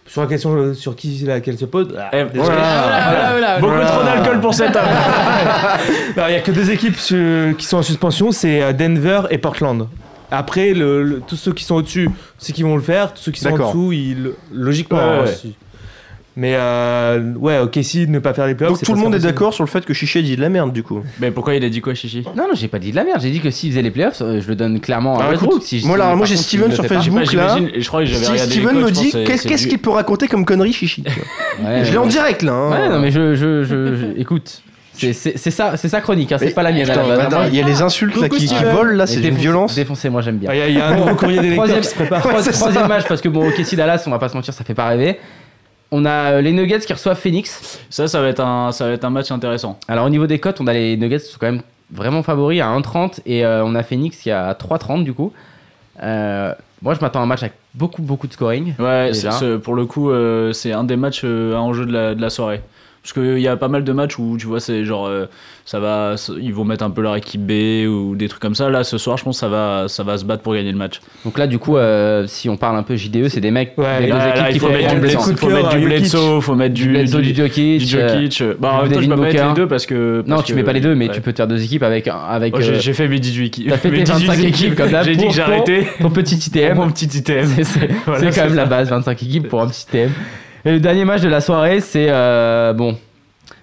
S6: sur la question euh, sur qui laquelle se pose. ah,
S9: Eh,
S6: désolé.
S5: Voilà, voilà, voilà.
S9: Beaucoup
S6: Voilà.
S9: trop d'alcool pour cette homme.
S6: Non, Il y a que deux équipes euh, qui sont en suspension, c'est euh, Denver et Portland. Après, le- le- tous ceux qui sont au-dessus, c'est qu'ils vont le faire. Tous ceux qui sont en
S4: D'accord.
S6: dessous, ils, logiquement. hein,
S4: Ouais, ouais.
S6: si. Mais euh, ouais, ok, si ne pas faire les playoffs.
S4: Donc
S6: c'est
S4: tout le
S6: pas
S4: monde est
S6: possible.
S4: d'accord sur le fait que Chiché dit de la merde du coup.
S9: Mais pourquoi il a dit quoi, Chichi
S1: Non, non, j'ai pas dit de la merde. J'ai dit que s'il faisait les playoffs, euh, je le donne clairement à
S4: Ah, écoute,
S1: Westbrook. Si-
S4: moi, là,
S1: si-
S4: moi,
S1: par
S4: j'ai
S1: contre,
S4: Steven
S1: s'il le
S4: sur
S1: fait pas.
S4: Facebook.
S9: Bah,
S4: Boucle, là.
S9: j'imagine, et je crois que j'avais
S4: Si
S9: regardé
S4: Steven
S9: les codes,
S4: me
S9: je
S4: dit
S9: pense que
S4: qu'est-ce
S9: c'est
S4: qu'est-ce
S9: du-
S4: qu'il peut raconter comme connerie Chichi. tu vois.
S1: Ouais,
S4: Je l'ai en
S1: ouais.
S4: direct là. hein.
S1: Ouais, non, mais je, je, je, je- écoute, c'est c'est- c'est ça, c'est sa chronique. hein,
S4: Mais-
S1: c'est pas la mienne. à la
S4: Putain,
S1: base.
S4: attends,
S1: Moi,
S4: Il y a les insultes là qui, qui
S1: Steven.
S4: volent là,
S1: mais
S4: c'est une
S1: défoncez-
S4: violence.
S1: Défoncez-moi, j'aime bien.
S6: Ah, Il y, a- il y a un nouveau courrier des lecteurs
S1: Troisième,
S6: qui se prépare.
S1: Trois-
S4: c'est ça.
S1: troisième match parce que bon, ok, si Dallas, on va pas se mentir, ça fait pas rêver. On a euh, les Nuggets qui reçoivent Phoenix.
S9: Ça, ça va être un, ça va être un match intéressant.
S1: Alors au niveau des cotes, on a les Nuggets qui sont quand même vraiment favoris à 1,30 et euh, on a Phoenix qui est à 3,30 du coup. Euh, moi, je m'attends à un match avec beaucoup, beaucoup de scoring.
S9: Ouais,
S1: Déjà.
S9: c'est- c'est- pour le coup, euh, c'est un des matchs euh, à enjeu de la, de la soirée. Parce qu'il y a pas mal de matchs où tu vois, c'est genre, euh, ça va, ça- ils vont mettre un peu leur équipe B ou des trucs comme ça. Là, ce soir, je pense que ça va, ça va se battre pour gagner le match.
S1: Donc là, du coup, euh, si on parle un peu JDE, c'est des mecs,
S6: Ouais,
S1: des deux
S6: là,
S9: Là,
S1: équipes
S9: là, il
S1: qui
S9: faut
S1: font
S9: mettre du
S1: prendre le
S6: Bledsoe.
S1: sang.
S9: Bledsoe,
S6: Coup de
S9: faut
S6: cœur
S9: mettre
S6: à
S9: du
S6: Jokic.
S9: Bledsoe, faut mettre
S1: Du
S9: du,
S1: Bledsoe, du Jokic,
S9: du
S1: euh,
S9: Jokic. Bah, en
S1: du
S9: même temps, je peux pas
S1: Devin
S9: mettre les
S1: Booker.
S9: deux parce que.
S1: Non,
S9: parce
S1: tu mets pas les
S9: que-
S1: deux, mais
S9: ouais.
S1: tu peux te faire deux équipes avec. avec
S9: Oh, j'ai-
S1: euh,
S9: J'ai fait mes 18 équipes.
S1: T'as fait
S9: mes
S1: tes 25 équipes, comme d'hab
S9: J'ai dit
S1: pour-
S9: que j'ai
S1: pour-
S9: arrêté.
S1: ton petit ITM.
S9: Mon petit ITM.
S1: C'est- C'est
S9: Voilà,
S1: c'est quand
S9: c'est
S1: même
S9: ça.
S1: la base, 25 équipes pour un petit TM. Et le dernier match de la soirée, c'est. euh, bon.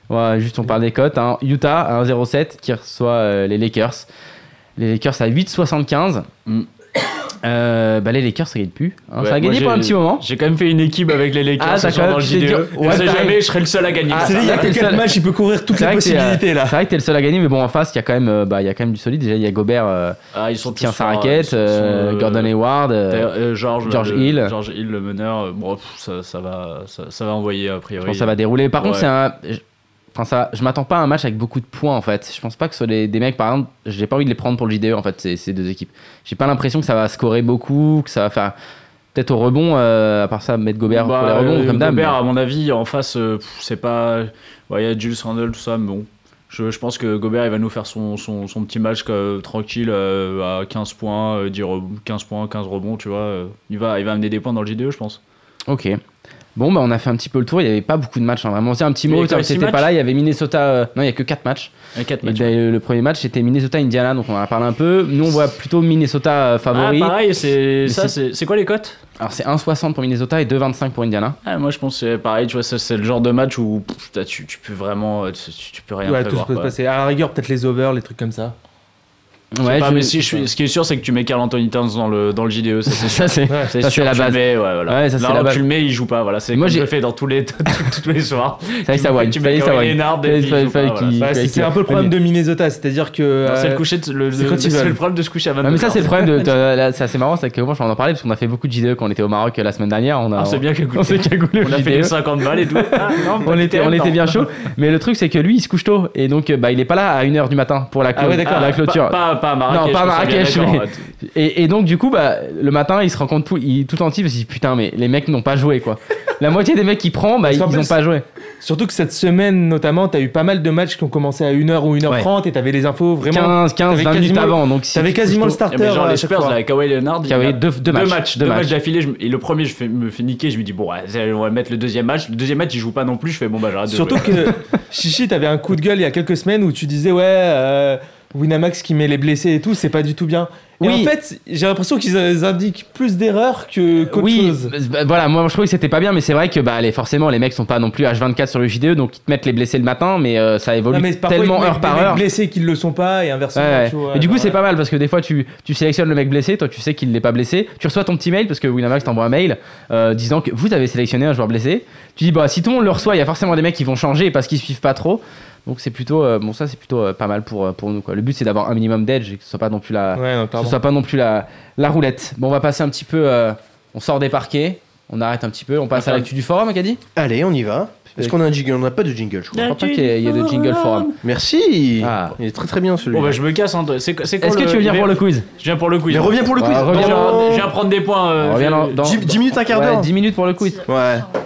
S1: Ouais, juste, on parle des cotes. hein. Utah à 1,07 qui reçoit euh, les Lakers. Les Lakers à 8,75.
S9: Mm.
S1: Euh, bah, les Lakers, ça gagne plus. hein.
S9: Ouais,
S1: ça
S9: moi,
S1: a gagné pour
S9: j'ai-
S1: un petit moment.
S9: J'ai quand même fait une équipe avec les Lakers
S1: Ah,
S9: ce
S1: t'as
S9: soir
S1: quand
S9: dans le
S1: même- tu t'es
S9: JDE.
S1: dit-
S9: On
S1: ouais,
S9: sait
S1: t'as-
S9: jamais, je serai le seul à gagner.
S1: Ah,
S9: ça.
S6: C'est dit, il y a
S1: Ouais,
S6: que
S1: t'es le
S6: quatre
S1: seul.
S6: matchs, il peut courir toutes
S1: C'est
S6: les
S1: vrai que t'es,
S6: possibilités
S9: euh,
S1: C'est
S6: là.
S1: vrai que t'es le seul à gagner, mais bon, en face, il y a quand même, euh, bah, il y a quand même du solide. Déjà, il y a Gobert euh,
S9: Ah, ils sont
S1: qui tient
S9: tous
S1: sa
S9: forts,
S1: raquette,
S9: ils sont-
S1: euh,
S9: sont, euh,
S1: Gordon Hayward. euh,
S9: d'ailleurs, euh, George,
S1: George
S9: le-
S1: Hill.
S9: George Hill, le meneur, euh, bon, pff, ça, ça va, ça, ça va envoyer a
S1: Je
S9: priori.
S1: pense que ça va dérouler. Par contre,
S9: Ouais.
S1: c'est un. je- Enfin, ça, je m'attends pas à un match avec beaucoup de points en fait. Je pense pas que ce soit des, des mecs, par exemple, j'ai pas envie de les prendre pour le JDE en fait, ces, ces deux équipes. J'ai pas l'impression que ça va scorer beaucoup, que ça va faire. Peut-être au rebond, euh, à part ça, mettre Gobert
S9: Bah,
S1: pour les rebonds,
S9: euh,
S1: comme d'hab.
S9: Gobert,
S1: mais-
S9: à mon avis, en face, euh, pff, c'est pas. ouais, Il y a Jules Randle, tout ça, mais bon. Je, je pense que Gobert, il va nous faire son, son, son petit match euh, tranquille euh, à 15 points, euh, 10 rebonds, 15 points, 15 rebonds, tu vois. euh, il, va, il va amener des points dans le JDE, je pense.
S1: Ok. Bon, bah, on a fait un petit peu le tour, il y avait pas beaucoup de matchs. hein, Vraiment, tiens, un petit
S9: Il y
S1: mot,
S9: avait quoi,
S1: tiens,
S9: six
S1: c'était pas
S9: matchs
S1: là, il y avait Minnesota. euh, Non, il y a que 4 matchs.
S9: Un 4
S1: Et
S9: matchs.
S1: ben, le, le premier match, c'était Minnesota-Indiana, donc on en a parlé un peu. Nous, on voit plutôt Minnesota euh,
S9: Ah,
S1: favori.
S9: pareil, c'est
S1: Mais
S9: ça,
S1: c'est-
S9: c'est c'est quoi les cotes
S1: Alors, c'est 1,60 pour Minnesota et 2,25 pour Indiana.
S9: Ah, Moi, je pense que c'est pareil, tu vois, ça, c'est le genre de match où pff, t'as- tu, tu peux vraiment. euh, Tu, tu peux rien
S6: Ouais, tout
S9: prévoir.
S6: peut se
S9: quoi.
S6: passer. À la rigueur, peut-être les overs, les trucs comme ça.
S9: Je sais
S1: Ouais,
S9: pas,
S1: je-
S9: mais si je suis- ce qui est sûr, c'est que tu mets Carl Anthony Towns dans le, dans le JDE, ça c'est sûr.
S1: ça, c'est
S6: Ouais.
S9: C'est
S1: Ça,
S9: sûr,
S1: c'est la
S9: tu le
S1: base.
S9: mets, ouais, voilà.
S1: Ouais, ça, c'est
S9: Là,
S1: la base.
S9: tu le mets, il joue pas. Voilà, c'est
S1: Moi,
S9: comme je
S1: j'ai-
S9: le fais dans tous les, tous les soirs.
S1: Ça y est, ça
S9: Tu-
S1: wine.
S9: tu
S1: Ça y est,
S9: mets
S1: ça
S9: Kawhi
S1: wine.
S9: Leonard
S1: Ça y est,
S9: et puis
S1: ça-
S9: il
S1: ça-
S9: joue pas,
S1: qui-
S6: Bah,
S1: qui-
S6: c'est
S1: qui-
S6: c'est un peu le problème de Minnesota, c'est-à-dire que.
S9: Non, C'est
S6: euh,
S9: le coucher de- le-
S6: c'est
S9: le-
S6: quand ils
S9: c'est
S6: veulent.
S9: le problème de se coucher à 22
S1: Ah, mais ça c'est le problème de, de- là, c'est assez marrant c'est que moi je vais en parler parce qu'on a fait beaucoup de JDE quand on était au Maroc euh, la semaine dernière on a
S9: Ah, c'est bien que
S1: on s'est cagoulé
S9: On
S1: au
S9: a fait
S1: JDE.
S9: les 50 balles et tout. Ah, non, pas
S1: E. on
S9: de
S1: était
S9: thème,
S1: on était
S9: non.
S1: bien chaud mais le truc c'est que lui il se couche tôt et donc euh, bah il est pas là à 1h du matin pour la, clo-
S6: Ah ouais, d'accord.
S9: Ah,
S1: la clôture
S9: Pas, pas, pas à Marrakech.
S1: Non, pas
S9: on
S1: à
S9: s'en vient
S1: Marrakech,
S9: d'accord,
S1: mais-
S9: ouais.
S1: et, et donc du coup bah le matin il se rend compte tout il tout entier parce qu'il dit putain mais les mecs n'ont pas joué quoi la moitié des mecs qui prend bah
S6: Parce
S1: ils
S6: qu'en
S1: ils ont
S6: plus-
S1: pas joué
S6: Surtout que cette semaine, notamment, t'as eu pas mal de matchs qui ont commencé à 1h ou 1h30 et t'avais les infos vraiment.
S1: 15 15 20 minutes
S6: quasiment-
S1: avant donc si
S6: T'avais
S1: tu te couches
S6: quasiment le
S1: tôt-
S6: starter.
S9: Eh, mais genre
S6: à
S9: les
S6: chaque
S9: Spurs
S6: fois.
S9: là, Kawhi Leonard, il
S1: Kawhi,
S9: a-
S1: deux- deux matchs, deux
S9: deux
S1: matchs.
S9: matchs d'affilée. je me- Et le premier, je fais- me fais niquer. Je me dis bon, ouais, on va mettre le deuxième match. Le deuxième match, il joue pas non plus. Je fais bon bah j'arrête de
S6: Surtout
S9: jouer.
S6: que Chichi, t'avais un coup de gueule il y a quelques semaines où tu disais ouais, euh, Winamax qui met les blessés et tout, c'est pas du tout bien. Et
S1: Oui.
S6: en fait, j'ai l'impression qu'ils euh, indiquent plus d'erreurs que qu'autre
S1: oui,
S6: chose.
S1: bah, voilà, moi je trouvais que c'était pas bien, mais c'est vrai que bah, les, forcément les mecs sont pas non plus H24 sur le JDE, donc ils te mettent les blessés le matin, mais euh, ça évolue
S6: Non, mais parfois,
S1: tellement
S6: ils mettent
S1: heure par
S6: des mecs
S1: heure.
S6: blessés qui le sont pas et
S1: Ouais,
S6: inversement.
S1: ouais.
S6: tu vois,
S1: Et du coup,
S6: genre, euh.
S1: c'est
S6: ouais.
S1: pas mal parce que des fois, tu, tu sélectionnes le mec blessé, toi tu sais qu'il n'est pas blessé. Tu reçois ton petit mail parce que Winamax t'envoie un mail euh, disant que vous avez sélectionné un joueur blessé. Tu dis, bah si tout le monde le reçoit, il y a forcément des mecs qui vont changer parce qu'ils suivent pas trop. Donc c'est plutôt, euh, bon, ça c'est plutôt euh, pas mal pour, euh, pour nous. Quoi. Le but c'est d'avoir un minimum d'edge et que ce soit pas non plus la,
S6: Ouais, non,
S1: que
S6: pardon.
S1: ce soit pas non plus la, la roulette. Bon, on va passer un petit peu. euh, on sort des parquets. On arrête un petit peu, on passe à l'actu du forum, Caddy
S4: Allez, on y va. Est-ce qu'on a un jingle On n'a pas de jingle, je
S1: Je
S4: crois.
S1: crois pas qu'il y ait- il y ait de jingle forum.
S4: Merci
S1: Ah.
S4: Il est très très bien celui-là.
S9: Bon, bah, je me casse. hein, c'est, c'est quand
S1: Est-ce que tu veux venir
S9: mais-
S1: pour le quiz
S9: Je viens pour le quiz.
S4: Mais reviens pour le
S1: Ouais,
S4: quiz.
S9: Je
S1: Bah, reviens
S9: viens,
S4: Dans-
S9: je viens prendre des points. euh,
S1: On revient
S9: je-
S1: dans, dans-
S4: 10, 10 minutes, un quart
S1: Ouais,
S4: d'heure
S1: 10 minutes pour le quiz.
S4: Ouais,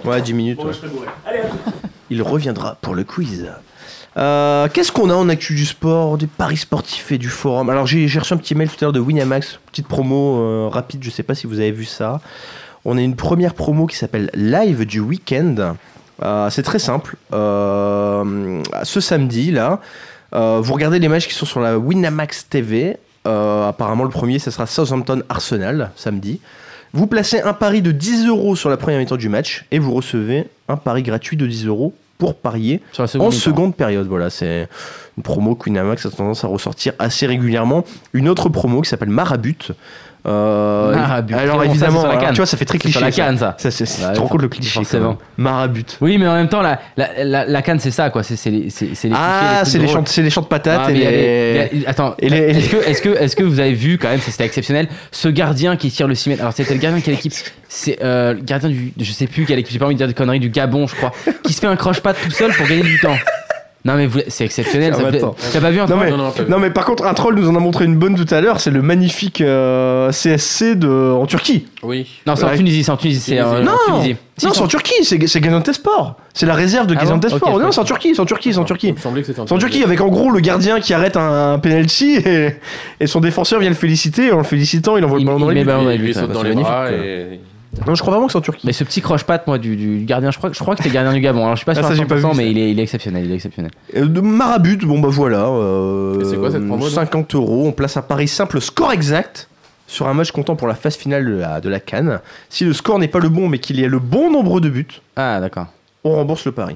S4: ouais, 10 minutes. ouais. Il reviendra pour le quiz. Euh, Qu'est-ce qu'on a en actu du sport, des paris sportifs et du forum Alors j'ai j'ai reçu un petit mail tout à l'heure de Winamax, petite promo euh, rapide, je sais pas si vous avez vu ça. On a une première promo qui s'appelle Live du week-end. Euh, C'est très simple. Euh, ce samedi là, euh, vous regardez les matchs qui sont sur la Winamax TV. Euh, apparemment le premier, ce sera Southampton Arsenal samedi. Vous placez un pari de 10 euros sur la première mi-temps du match et vous recevez un pari gratuit de 10 euros pour parier
S1: Sur la
S4: en
S1: mi-temps.
S4: seconde période. Voilà, c'est une promo que Winamax a tendance à ressortir assez régulièrement. Une autre promo qui s'appelle Marabut. Euh,
S1: Marabut.
S4: Alors
S1: Bon, ça, c'est
S4: évidemment,
S1: sur la
S4: alors,
S1: canne.
S4: tu vois, ça fait très
S1: C'est
S4: cliché.
S1: sur la
S4: ça.
S1: canne, ça.
S4: Ça, c'est- c'est-
S1: Ouais,
S4: tu te rends compte le cliché. quand
S1: forcément.
S4: même. Marabut.
S1: Oui, mais en même temps, la, la, la, la canne, c'est ça, quoi. C'est, c'est les, c'est, c'est les
S4: Ah,
S1: clichés,
S4: c'est les,
S1: trucs
S4: chants- c'est les chants de
S1: drôles.
S4: patates
S1: Ah,
S4: et
S1: mais il y a
S4: les-
S1: les- il y a- attends,
S4: et les- et les-
S1: est-ce que, est-ce que, est-ce que vous avez vu quand même, ça, c'était exceptionnel, ce gardien qui tire le 6 mètres. Alors c'était le gardien de quelle équipe C'est euh, le gardien du, je sais plus quelle équipe, j'ai pas envie de dire de conneries, du Gabon, je crois, qui se fait un croche-patte tout seul pour gagner du temps. Non mais vous- c'est exceptionnel.
S4: Ah,
S1: ça
S4: mais
S1: vous-
S4: attends.
S1: T'as pas vu un
S4: Non
S1: truc
S4: mais,
S2: Non, non, pas vu.
S4: non, mais par contre, un troll nous en a montré une bonne tout à l'heure. C'est le magnifique euh, CSC de, en Turquie.
S2: Oui.
S1: Non, c'est en
S4: Ouais.
S1: Tunisie, c'est en Tunisie, c'est euh,
S4: Non,
S1: en Tunisie. Si,
S4: non,
S1: si,
S4: c'est en Turquie, c'est c'est Gaziantepspor. C'est la réserve de
S1: Ah bon
S4: Gaziantepspor.
S1: Ok, je
S4: non,
S1: crois.
S4: c'est en Turquie, c'est en Turquie, c'est en
S2: Il
S4: Turquie.
S2: me semblait que c'était en
S4: C'est en Turquie avec en gros le gardien qui arrête un, un penalty et, et son défenseur vient le féliciter et en le félicitant il envoie le
S1: Il-
S4: ballon
S1: il
S4: dans les
S1: met
S4: buts.
S1: ballon dans
S2: Il
S1: les
S2: lui
S1: buts,
S2: saute
S4: bah,
S2: dans
S4: c'est
S2: les bras
S4: magnifique,
S2: et.
S4: Non, je crois vraiment que c'est en Turquie.
S1: Mais ce petit croche-patte, moi, du, du gardien, je crois, je crois que c'était gardien du Gabon. Alors, je suis pas
S4: Ah,
S1: sûr
S4: ça,
S1: à
S4: j'ai pas vu,
S1: 100%,
S4: ça.
S1: mais il est, il est exceptionnel, il est exceptionnel.
S4: Euh, De Marabut, bon bah voilà. euh,
S2: Et c'est quoi cette promo, donc
S4: 50 euros, on place un pari simple, score exact sur un match comptant pour la phase finale de la, de la Cannes. Si le score n'est pas le bon mais qu'il y ait le bon nombre de buts,
S1: Ah, d'accord.
S4: on rembourse le pari.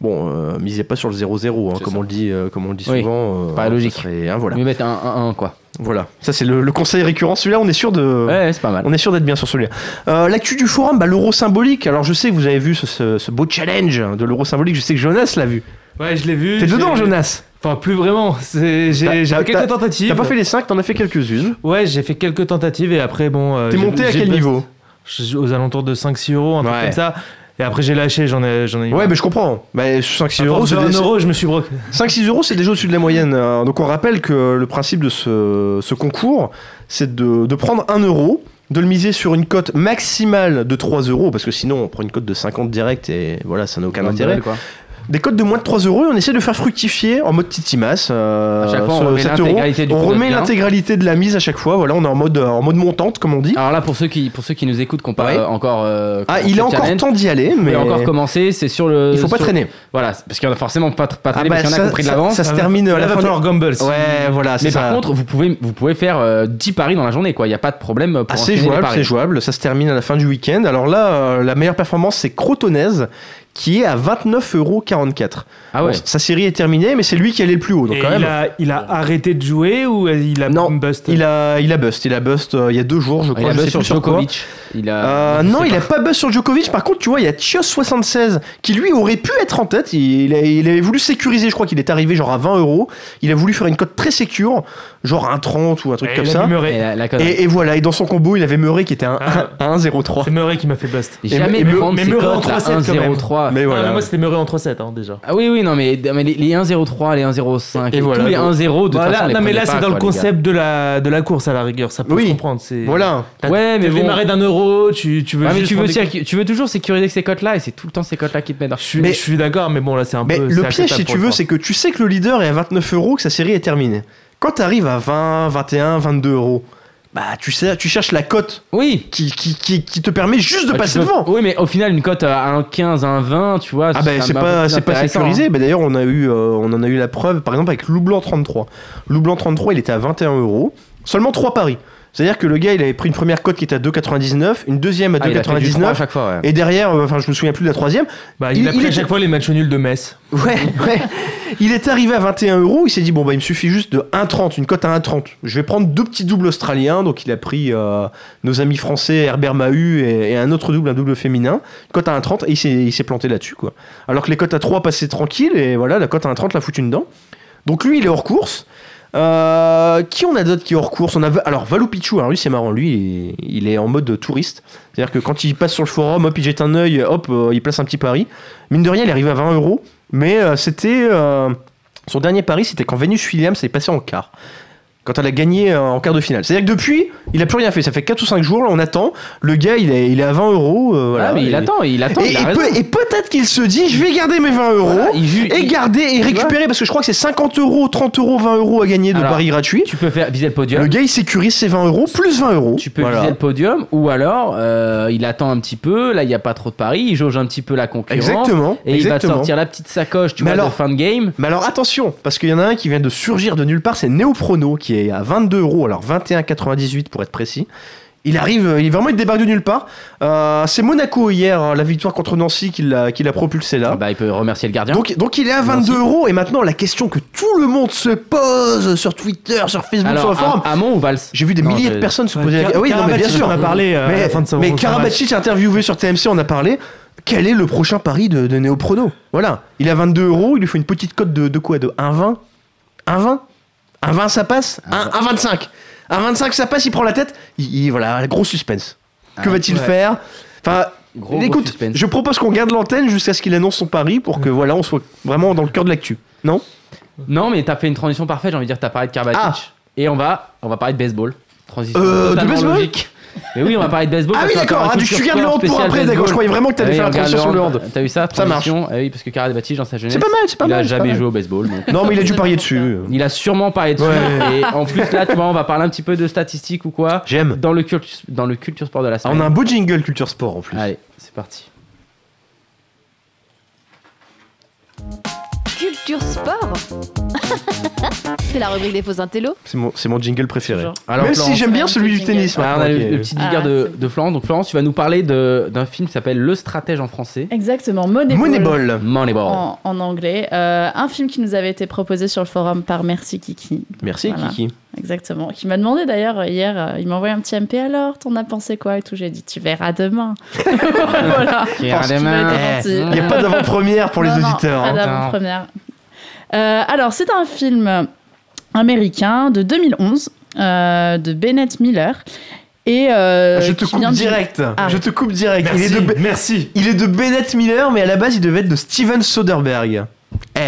S4: Bon, euh, misez pas sur le 0-0, hein,
S2: C'est
S4: comme,
S2: ça.
S4: on le dit, euh, comme on le dit
S1: Oui.
S4: souvent. euh,
S1: Pas
S4: ça
S1: logique.
S4: serait- hein, voilà.
S1: Mieux mettre un, un, un, quoi.
S4: voilà. Ça, c'est le, le conseil récurrent. Celui-là, on est sûr de.
S1: Ouais, c'est pas mal.
S4: On est sûr d'être bien sur celui-là. Euh, L'actu du forum, bah, l'euro symbolique. Alors je sais que vous avez vu ce, ce- ce beau challenge de l'euro symbolique. Je sais que Jonas l'a vu.
S6: Ouais, je l'ai vu.
S4: T'es
S6: j'ai-
S4: dedans, Jonas
S6: Enfin, plus vraiment. C'est-
S4: T'as-
S6: J'ai j'ai
S4: t'as-
S6: fait quelques tentatives.
S4: T'as pas fait les 5, t'en as fait quelques-unes.
S6: Ouais, j'ai fait quelques tentatives et après, bon. euh,
S4: T'es
S6: j'ai-
S4: monté à
S6: j'ai
S4: quel
S6: pas-
S4: niveau
S6: Je suis Aux alentours de 5-6 euros, un truc
S4: Ouais.
S6: comme ça. Et après, j'ai lâché, j'en ai, j'en ai eu
S4: Ouais,
S6: marre.
S4: mais je comprends. Bah, 5-6
S6: À
S4: euros,
S6: force
S4: c'est
S6: de 1
S4: des-
S6: euro, je me suis broqué.
S4: 5-6 euros, c'est déjà au-dessus de la moyenne. hein. Donc on rappelle que le principe de ce, ce concours, c'est de, de prendre 1 euro, de le miser sur une cote maximale de 3 euros, parce que sinon on prend une cote de 50 direct et voilà, ça n'a
S6: Bah,
S4: aucun intérêt.
S1: quoi.
S4: Des cotes de moins de 3 euros, et on essaie de faire fructifier en mode titimas. euh,
S1: À chaque fois, on
S4: ce-
S1: remet
S4: 7 euros.
S1: l'intégralité du
S4: On
S1: coup de
S4: remet
S1: gain.
S4: l'intégralité de la mise à chaque fois. Voilà, on est en mode, euh, en mode montante, comme on dit.
S1: Alors là, pour ceux qui, pour ceux qui nous écoutent, qui n'ont pas
S4: Ouais.
S1: euh, encore. euh,
S4: Ah,
S1: commencé
S4: il est
S1: le
S4: encore
S1: challenge,
S4: temps d'y aller,
S1: vous
S4: mais
S1: pouvez encore commencer, c'est sur le.
S4: il faut pas
S1: sur-
S4: traîner.
S1: Voilà, c'est- parce qu'il y en a forcément pas, tr- pas
S4: Ah
S1: traîner,
S4: bah,
S1: parce qu'il y en a qui ont pris de l'avance.
S4: ça se termine à
S6: Là,
S4: la
S6: va
S4: fin.
S6: falloir
S4: du-
S6: Gumble. si-
S4: Ouais, voilà, c'est
S1: Mais par
S4: ça.
S1: contre, vous pouvez, vous pouvez faire euh, 10 paris dans la journée, quoi. Il n'y a pas de problème euh, pour
S4: Ah, c'est
S1: enchaîner les
S4: jouable,
S1: paris.
S4: c'est jouable. Ça se termine à la fin du week-end. Alors là, euh, la meilleure performance, c'est Crotonaise, qui est à 29,44€.
S1: Ah ouais.
S4: Bon, sa série est terminée, mais c'est lui qui allait le plus haut. Donc
S6: Et
S4: quand
S6: il,
S4: même,
S6: a, il a arrêté de jouer ou il a
S4: Non,
S6: bust
S4: il a, il a bust. Il a bust euh, il y a deux jours, je
S1: Ah, Il
S4: crois.
S1: a
S4: je
S1: joué
S4: sais
S1: sur
S4: plus sur quoi.
S1: Djokovic. Il a.
S4: Euh,
S1: je
S4: non,
S1: sais
S4: il
S1: pas.
S4: a pas buzz sur Djokovic. Par contre, tu vois, il y a Chios76 qui lui aurait pu être en tête. Il, il a- il avait voulu sécuriser. Je crois qu'il est arrivé genre à 20 euros. Il a voulu faire une cote très sécure, genre un 30 ou un truc
S6: Et
S4: comme
S6: il a
S4: ça.
S6: mis Murray.
S1: Et la- la connerie.
S4: Et, et voilà. Et dans son combo, il avait Murray qui était à
S6: Ah.
S4: 1,03.
S6: C'est Murray qui m'a fait bust.
S1: Jamais
S4: et me-
S1: prendre
S6: mais
S1: ces
S6: me rend
S1: cotes à
S6: 3-7 quand même.
S1: 1,03.
S4: Mais
S6: Ah,
S4: voilà.
S6: mais moi, c'était Murray en 3-7 hein, déjà.
S1: Ah oui, oui, non, mais, mais les, les 1-0-3, les 1-0-5,
S4: Et
S1: et
S4: voilà,
S1: tous les
S4: donc-
S1: 1-0, de toute
S6: Voilà,
S1: façon, les
S6: non, mais
S1: prenez
S6: là,
S1: pas,
S6: c'est dans
S1: quoi, les
S6: le
S1: gars.
S6: concept de la, de la course à la rigueur. Ça peut
S4: Oui.
S6: se comprendre. c'est-
S4: Voilà.
S6: T'as-
S1: Ouais, mais
S6: t'as
S1: bon.
S6: démarré d'un euro, tu, tu veux
S1: Ouais, mais
S6: juste
S1: tu veux,
S6: prendre des-
S1: sécu- tu veux toujours sécuriser que ces cotes-là, et c'est tout le temps ces cotes-là qui te mettent dans
S6: Je suis,
S4: Mais-
S6: je suis d'accord, mais bon, là, c'est un
S4: Mais
S6: peu.
S4: le
S6: c'est
S4: piège, si
S6: acceptable
S4: tu
S6: pour
S4: veux,
S6: le
S4: c'est que tu sais que le leader est à 29 euros, que sa série est terminée. Quand tu arrives à 20, 21, 22 euros, bah tu, sais, tu cherches la cote
S1: Oui
S4: qui, qui, qui, qui te permet juste de
S1: Bah, tu
S4: passer
S1: peux-
S4: devant.
S1: Oui, mais au final, une cote à 1,15, 1,20, tu vois.
S4: Ah bah
S1: ça
S4: c'est
S1: m'a
S4: pas
S1: beaucoup
S4: c'est pas
S1: intéressant,
S4: sécurisé.
S1: hein.
S4: Bah, d'ailleurs on a eu euh, on en a eu la preuve par exemple avec Loublanc 33. Loublanc 33 il était à 21 euros. Seulement 3 paris. C'est-à-dire que le gars il avait pris une première cote qui était à 2,99, une deuxième à
S1: Ah, il a fait du 3 à
S4: 2,99
S1: chaque fois, ouais.
S4: et derrière euh, enfin je me souviens plus de la troisième.
S6: Bah, il,
S4: Il-
S6: a
S4: il
S6: pris à
S4: est-
S6: chaque fois les matchs nuls de Metz.
S4: Ouais, ouais. Il est arrivé à 21 euros. Il s'est dit bon bah il me suffit juste de 1,30, une cote à 1,30. Je vais prendre deux petits doubles australiens. Donc il a pris euh, nos amis français Herbert Mahu et, et un autre double, un double féminin. Une cote à 1,30 et il s'est, il s'est planté là-dessus quoi. Alors que les cotes à 3 passaient tranquille et voilà la cote à 1,30 l'a foutu une dent. Donc lui il est hors course. Euh, qui on a d'autres qui est hors course on a, Va- Alors, Valoupichou, alors lui, c'est marrant, lui, il, il est en mode touriste. C'est-à-dire que quand il passe sur le forum, hop, il jette un œil, hop, euh, il place un petit pari. Mine de rien, il arrive à 20 euros, mais euh, c'était. euh, son dernier pari, c'était quand Venus Williams est passée en quart. Quand elle a gagné euh, en quart de finale. C'est-à-dire que depuis, il a plus rien fait. Ça fait 4 ou 5 jours, là, on attend. Le gars, il est, il est à 20 euros. euh, voilà.
S1: Ah, mais il
S4: Et-
S1: attend, il attend,
S4: et,
S1: il
S4: et
S1: a raison.
S4: peut- et peut-être qu'il se dit, je vais garder mes 20 euros
S1: Voilà, il ju-
S4: et
S1: il-
S4: garder et récupérer parce que je crois que c'est 50 euros, 30 euros, 20 euros à gagner de
S1: Alors,
S4: paris gratuits.
S1: Tu peux faire viser le podium.
S4: Le gars il sécurise ses 20 euros plus 20 euros.
S1: Tu peux
S4: Voilà.
S1: viser le podium ou alors euh, il attend un petit peu, là il n'y a pas trop de paris, il jauge un petit peu la concurrence
S4: Exactement.
S1: et il va te
S4: exactement.
S1: sortir la petite sacoche, tu
S4: Mais
S1: vois, de
S4: alors-
S1: fin de game.
S4: Mais alors attention, parce qu'il y en a un qui vient de surgir de nulle part, c'est Néoprono qui est à 22 euros, alors 21,98 pour être précis. Il arrive, euh, il vraiment il débarque de nulle part. Euh, c'est Monaco hier, hein, la victoire contre Nancy qui l'a qui l'a propulsé là.
S1: Bah, il peut remercier le
S6: Hein
S1: gardien.
S4: Ah. Donc, donc il est à
S1: Merci.
S4: 22 euros et maintenant la question que tout le monde se pose sur Twitter, sur Facebook, sur le forum,
S1: alors, à, Amon ou Valls
S4: J'ai vu des milliers de personnes se poser la question. Oui, non, mais bien sûr.
S6: On a parlé euh, à
S4: mais
S6: la fin de sa
S4: mais
S6: de sa match.
S4: Karabatic, interviewé sur TMC, on a parlé. Quel est le prochain pari de, de Néoprono Voilà. Il a 22 euros, il lui faut une petite cote de, de quoi De 1,20 1,20 1,20 ça passe 1,25 1,25 ça passe, il prend la tête. Il, il- voilà, gros suspense. Que
S6: Ah,
S4: va-t-il faire Enfin.
S1: Gros, gros
S4: écoute,
S1: suspense.
S4: je propose qu'on garde l'antenne jusqu'à ce qu'il annonce son pari pour que voilà, on soit vraiment dans le cœur de l'actu. Non
S1: Non, mais t'as fait une transition parfaite, j'ai envie de dire, t'as parlé de Karbatic.
S4: Ah.
S1: Et on va, on va parler de baseball. Transition
S4: Euh, de
S1: totalement
S4: baseball
S1: logique. Mais oui, on va parler de baseball.
S4: Ah
S1: parce
S4: oui,
S1: qu'on va
S4: d'accord,
S1: faire un
S4: ah,
S1: culture
S4: tu gardes le
S1: sport
S4: hand pour
S1: spécial
S4: après, d'accord.
S1: baseball.
S4: Je croyais vraiment que t'allais
S1: Oui,
S4: faire
S1: on
S4: la
S1: garde
S4: transition sur le hand.
S1: T'as vu ça
S4: Ça marche.
S1: transition Ah oui, parce que Karbatic, dans sa jeunesse,
S4: C'est pas mal, c'est pas
S1: il
S4: mal.
S1: a
S4: c'est pas
S1: jamais
S4: mal.
S1: joué au baseball. donc.
S4: Non, mais il a dû parier dessus.
S1: Il a sûrement parlé dessus.
S4: Ouais.
S1: Et en plus, là, tu vois, on va parler un petit peu de statistiques ou quoi.
S4: J'aime.
S1: Dans le, culture, dans le culture sport de la
S4: Ah,
S1: semaine.
S4: on a un beau jingle culture sport en plus.
S1: Allez, c'est parti.
S3: Culture sport C'est la rubrique des faux intellos.
S4: C'est mon, c'est mon jingle préféré.
S5: Genre.
S1: Alors,
S4: Même si
S1: Florence,
S4: j'aime bien celui du
S5: Jingle.
S4: tennis.
S1: voilà, Ah, on a
S4: maintenant,
S1: le,
S4: qui
S1: le
S4: est-
S1: petit digueur
S5: Ah,
S1: de,
S5: c'est-
S1: de Florence. Donc, Florence, tu vas nous parler de- d'un film qui s'appelle Le stratège en français.
S5: Exactement, Moneyball.
S4: Moneyball.
S1: Moneyball.
S5: Eh, En, en anglais, Euh, un film qui nous avait été proposé sur le forum par Merci Kiki,
S4: Merci
S5: Voilà.
S4: Kiki.
S5: exactement, qui m'a demandé d'ailleurs euh, hier, euh, il m'a envoyé un petit MP alors, t'en as pensé quoi et tout, j'ai dit tu verras demain. voilà.
S4: Parce qu'il
S5: m'a été gentil.
S4: Il n'y a pas
S1: Euh,
S4: d'avant-première pour les
S5: Non, non,
S4: auditeurs.
S5: pas
S4: hein.
S5: d'avant-première. Euh, alors, c'est un film américain de 2011 euh, de Bennett Miller. Et, euh,
S4: Ah, Je te
S5: qui vient
S4: coupe
S5: de-
S4: direct.
S5: Ah.
S4: Je te coupe direct. Il est,
S6: Merci,
S4: de, Be-
S6: merci.
S4: il est de Bennett Miller, mais à la base, il devait être de Steven Soderbergh. Eh.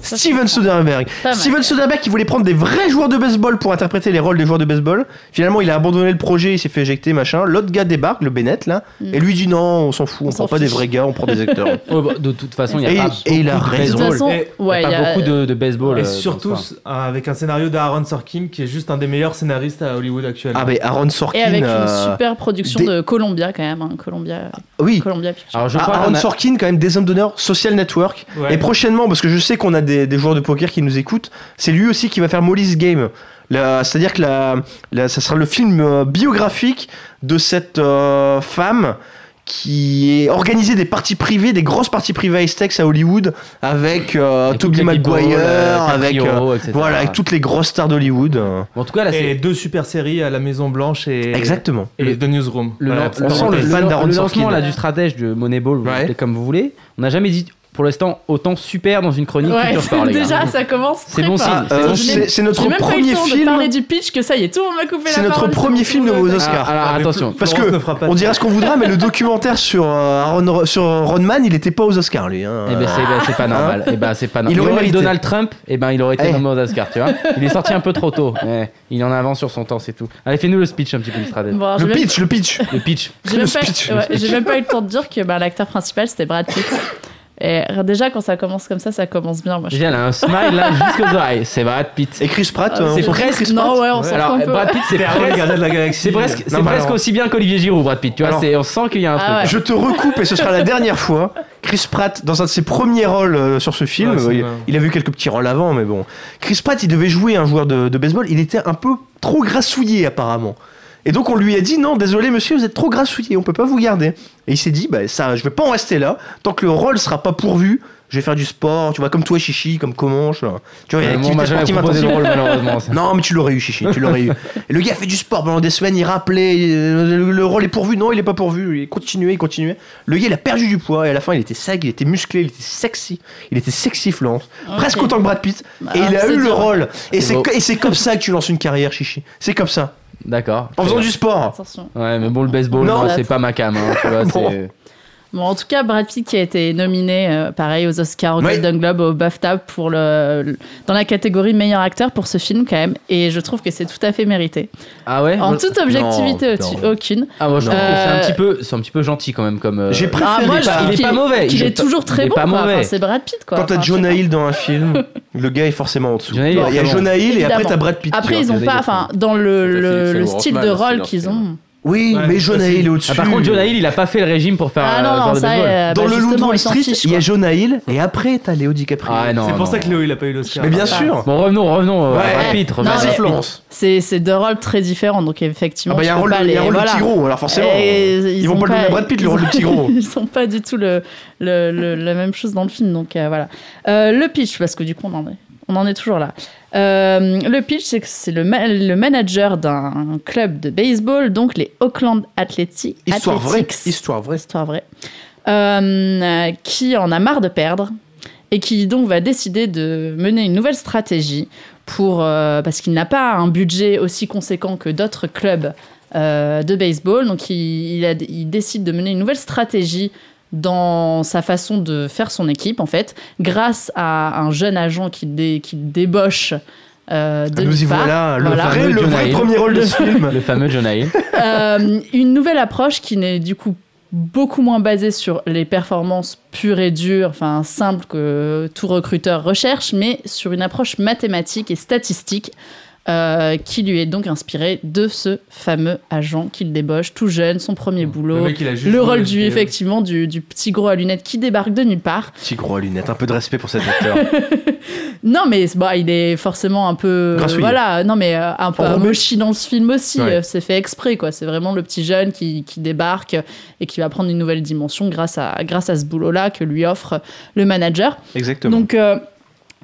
S5: Ça, je
S4: Steven
S5: comprends.
S4: Soderbergh.
S5: Pas mal.
S4: Steven Soderbergh qui voulait prendre des vrais joueurs de baseball pour interpréter les rôles des joueurs de baseball. Finalement, il a abandonné le projet, il s'est fait éjecter, machin. L'autre gars débarque, le Bennett, là,
S5: Mm.
S4: et lui dit non, on s'en fout, on,
S5: s'en
S4: prend pas des
S5: fiche.
S4: vrais gars, on prend des acteurs.
S1: Oh, bah, de toute façon, il
S4: et,
S1: n'y a pas
S4: et il a
S1: beaucoup de
S4: raison.
S5: De toute façon,
S4: Eh,
S6: Et-
S1: Il y a
S5: ouais,
S1: pas
S5: il y a-
S1: beaucoup de, de baseball.
S6: Et
S1: euh,
S6: surtout
S1: dans ce film.
S6: euh, avec un scénario d'Aaron Sorkin qui est juste un des meilleurs scénaristes à Hollywood actuellement.
S4: Ah, mais Aaron Sorkin.
S5: Et avec
S4: euh,
S5: une super production
S4: des-
S5: de Columbia quand même, hein, Columbia,
S4: Oui,
S5: Columbia Pictures.
S1: Alors, je
S4: Ah,
S1: crois qu'on
S4: Aaron
S1: a-
S4: Sorkin, quand même, des hommes d'honneur, Social Network.
S6: Ouais.
S4: Et prochainement, parce que je sais qu'on a des, des joueurs de poker qui nous écoutent, c'est lui aussi qui va faire Molly's Game. La- C'est-à-dire que la, la- ça sera le film euh, biographique de cette euh, femme qui est organisée des parties privées, des grosses parties privées à Estex à Hollywood, avec euh,
S1: avec toute
S4: Tobey
S1: l'équipe
S4: Maguire,
S1: Ball, euh,
S4: avec, euh,
S1: Caprio, etc.
S4: voilà, avec toutes les grosses stars d'Hollywood. euh.
S1: En tout cas, là,
S6: Et
S1: c'est.
S6: deux super séries à la Maison Blanche et,
S4: Exactement.
S6: et The Newsroom.
S1: Le,
S6: Voilà,
S1: lan-
S6: petite
S4: on sent le
S6: parenthèse.
S4: fan
S1: lan-
S4: d'Aaron
S1: le
S4: Sorkin.
S1: lancement là, du stratège de Moneyball, vous
S4: Ouais.
S1: l'appelez comme vous voulez, on n'a jamais dit pour l'instant autant super dans une chronique
S5: Ouais,
S1: culture sport, les gars.
S4: hein.
S5: déjà, ça commence
S1: C'est
S5: très
S1: bon
S5: fort.
S1: signe.
S4: Euh,
S1: bon signe.
S4: c'est c'est notre
S5: J'ai même pas eu
S4: premier
S5: le temps de
S4: film.
S5: parler du pitch que ça y est, tout le monde m'a coupé la
S4: C'est notre
S5: parole,
S4: premier
S5: bon,
S4: film
S5: tout
S4: de
S5: le monde
S4: vos
S5: me-
S4: Oscars.
S1: Ah, alors
S6: Ah, mais
S1: attention,
S4: Parce
S6: Florence
S4: que
S6: ne fera pas
S4: on
S6: ça.
S4: dirait ce qu'on voudra, mais le documentaire sur, euh, Aaron- sur Rodman, il était pas aux Oscars, lui. hein.
S1: Eh ben, c'est ben, c'est pas normal. Eh ben, c'est pas normal.
S4: Il aurait
S1: eu
S4: mérité.
S1: Donald Trump, eh ben, il aurait été
S4: Eh.
S1: nommé aux Oscars, tu vois. Il est sorti un peu trop tôt. Eh, il en a avant sur son temps, c'est tout. Allez, fais-nous le speech un petit peu du stratège.
S5: Bon, j'ai
S4: le
S5: même-
S4: pitch, le pitch.
S1: Le pitch.
S5: J'ai même,
S4: Le
S5: pas,
S4: speech,
S5: ouais, j'ai même pas eu le temps de dire que bah, l'acteur principal c'était Brad Pitt. Et déjà quand ça commence comme ça, ça commence bien. Moi, je-
S1: Déjà, elle a un smile là jusqu'aux oreilles. C'est Brad Pitt.
S4: Et Chris Pratt,
S5: Ah,
S4: euh,
S1: C'est
S4: on s'en fout de
S1: presque-
S4: Chris Pratt.
S5: Non, ouais, on s'en fout
S1: Alors,
S5: un peu.
S1: Brad Pitt, c'est
S6: T'es arrêt,
S1: presque.
S6: Gardien de la Galaxie.
S1: C'est presque, c'est
S4: mais
S1: presque
S4: alors-
S1: aussi bien qu'Olivier Giroud, Brad Pitt. Tu vois,
S4: Alors-
S1: c'est- on sent qu'il y a un
S5: Ah
S1: truc.
S5: ouais.
S4: Je te recoupe et ce sera la dernière fois. Chris Pratt, dans un de ses premiers rôles euh, sur ce film,
S6: Ouais, c'est
S4: euh, il,
S6: vrai.
S4: il avait eu quelques petits rôles avant, mais bon. Chris Pratt, il devait jouer un joueur de, de baseball, il était un peu trop grassouillé apparemment. Et donc on lui a dit non, désolé monsieur, vous êtes trop grassouillé, on peut pas vous garder. Et il s'est dit, bah ça, je vais pas en rester là, tant que le rôle sera pas pourvu, je vais faire du sport, tu vois, comme toi, Chichi, comme Comanche. Tu vois, il y a
S1: Euh, Mon
S4: une activité
S1: majeur a
S4: sportive
S1: proposé
S4: intensive.
S1: le rôle, malheureusement. ça.
S4: Non, mais tu l'aurais eu, Chichi, tu l'aurais eu. Et le gars a fait du sport pendant des semaines, il rappelait, euh, le, le rôle est pourvu, non, il est pas pourvu, il continuait, il continuait. Le gars, il a perdu du poids, et à la fin, il était sag, il était musclé, il était sexy, il était sexy Florence, presque autant que Brad Pitt, et il a
S5: Bah, c'est
S4: eu le
S5: dur.
S4: rôle. Et
S1: C'est
S4: c'est
S1: beau.
S4: co- et c'est comme ça que tu lances une carrière, Chichi. C'est comme ça,
S1: D'accord.
S4: en faisant du sport.
S5: Attention.
S1: Ouais, mais bon, le baseball,
S4: Non.
S1: non, c'est pas ma cam. hein, tu vois,
S4: Bon.
S1: c'est-
S5: Bon, en tout cas, Brad Pitt qui a été nominé, euh, pareil, aux Oscars, aux
S4: Oui.
S5: Golden Globes, aux BAFTA pour le, le- dans la catégorie meilleur acteur pour ce film quand même. Et je trouve que c'est tout à fait mérité.
S1: Ah ouais
S5: En
S1: moi-
S5: toute objectivité,
S1: Non,
S5: au-dessus-
S1: non.
S5: aucune.
S1: Ah, moi, je trouve que c'est un
S5: Euh,
S1: petit peu- c'est un petit peu gentil quand même comme. euh,
S4: J'ai préféré.
S5: Ah, moi, je
S4: par-
S5: trouve
S1: il est
S5: qu'il
S1: pas mauvais,
S5: qu'il
S1: il
S5: est,
S1: est pas-
S5: toujours
S1: il
S5: très
S1: est
S5: bon.
S1: pas
S5: quoi.
S1: mauvais.
S5: Enfin, c'est Brad Pitt, quoi.
S4: Quand t'as
S5: Enfin, je sais
S4: Jonah
S5: pas.
S4: Hill dans un film, le gars est forcément en dessous.
S1: Jonah Hill est
S4: Alors, Il y a
S1: vraiment-
S4: Jonah Hill et après
S5: Évidemment.
S4: t'as Brad Pitt.
S5: Après,
S4: tu vois.
S5: ils ont
S2: des
S5: pas,
S2: gars
S5: enfin, dans le,
S2: Ça, c'est
S5: le-
S2: Phil
S5: le style
S2: Rothman,
S5: de
S2: c'est
S5: rôle
S2: leur
S5: qu'ils
S2: film.
S5: ont.
S4: Oui,
S6: Ouais,
S4: mais
S6: ça,
S4: Jonah
S6: c'est-
S4: Hill est au-dessus.
S1: Ah, par contre, Jonah Hill, il a pas fait le régime pour faire
S5: Ah
S1: euh,
S5: non,
S1: genre
S5: non,
S1: de
S5: ça,
S1: baseball.
S5: euh,
S4: Dans
S5: bah,
S4: le Loup de
S5: justement,
S4: Wall
S5: ils s'en
S4: Street,
S5: fichent,
S4: il y a
S5: quoi.
S4: Jonah Hill et après t'as Léo DiCaprio.
S1: Ah non.
S6: C'est pour
S1: non,
S6: ça que
S1: non.
S6: Léo, il a pas eu l'Oscar.
S4: Mais bien
S5: Ah.
S4: sûr.
S1: Bon, revenons, revenons euh,
S4: Ouais.
S1: à Brad Pitt. revenons à
S5: Non,
S1: Brad
S4: Vas-y
S5: mais-
S1: Pitt.
S4: Florence.
S5: C'est c'est deux rôles très différents, donc
S4: Ah
S5: effectivement.
S4: bah il y a un
S5: tu peux
S4: rôle,
S5: pas
S4: il y a un
S5: les-
S4: rôle
S5: voilà.
S4: du petit gros, alors forcément.
S5: Et
S4: Ils vont
S5: ont
S4: pas le donner à Brad Pitt, le
S5: ils
S4: rôle
S5: ont-
S4: du petit gros.
S5: ils sont pas du tout le, le- le- la même chose dans le film, donc euh, voilà. Euh, le pitch, parce que du coup, on en est, on en est toujours là. Euh, le pitch, c'est que c'est le, ma- le manager d'un club de baseball, donc les Oakland Athletics.
S4: Histoire vraie.
S5: Athletics.
S4: Histoire vraie.
S5: Histoire vraie. Euh, euh, qui en a marre de perdre et qui donc va décider de mener une nouvelle stratégie pour, euh, parce qu'il n'a pas un budget aussi conséquent que d'autres clubs euh, de baseball. Donc il, il a- il décide de mener une nouvelle stratégie dans sa façon de faire son équipe, en fait, grâce à un jeune agent qu'il dé- qu'il débauche. euh, de
S4: Ah, Nous y
S5: nulle part.
S4: voilà, le
S5: Voilà.
S4: vrai, le
S1: Jonah
S4: vrai
S1: Hill.
S4: premier rôle de ce film.
S1: Le fameux Jonah Hill.
S5: Euh, une nouvelle approche qui n'est du coup beaucoup moins basée sur les performances pures et dures, enfin simples que tout recruteur recherche, mais sur une approche mathématique et statistique euh, qui lui est donc inspirée de ce fameux agent qu'il débauche tout jeune, son premier boulot.
S6: mec, il a juste
S5: Le
S6: joué
S5: rôle
S6: au
S5: du,
S6: SPL.
S5: effectivement, du, du petit gros à lunettes qui débarque de nulle part.
S4: Petit gros à lunettes, un peu de respect pour cet acteur.
S5: Non, mais c'est- bah, il est forcément un peu. euh,
S4: Grassouillet.
S5: Voilà, non, mais euh, un peu
S4: Enrobé.
S5: mochi dans ce film aussi.
S4: Ouais.
S5: euh, C'est fait exprès, quoi. C'est vraiment le petit jeune qui, qui débarque et qui va prendre une nouvelle dimension grâce à, grâce à ce boulot-là que lui offre le manager.
S4: Exactement.
S5: Donc, euh,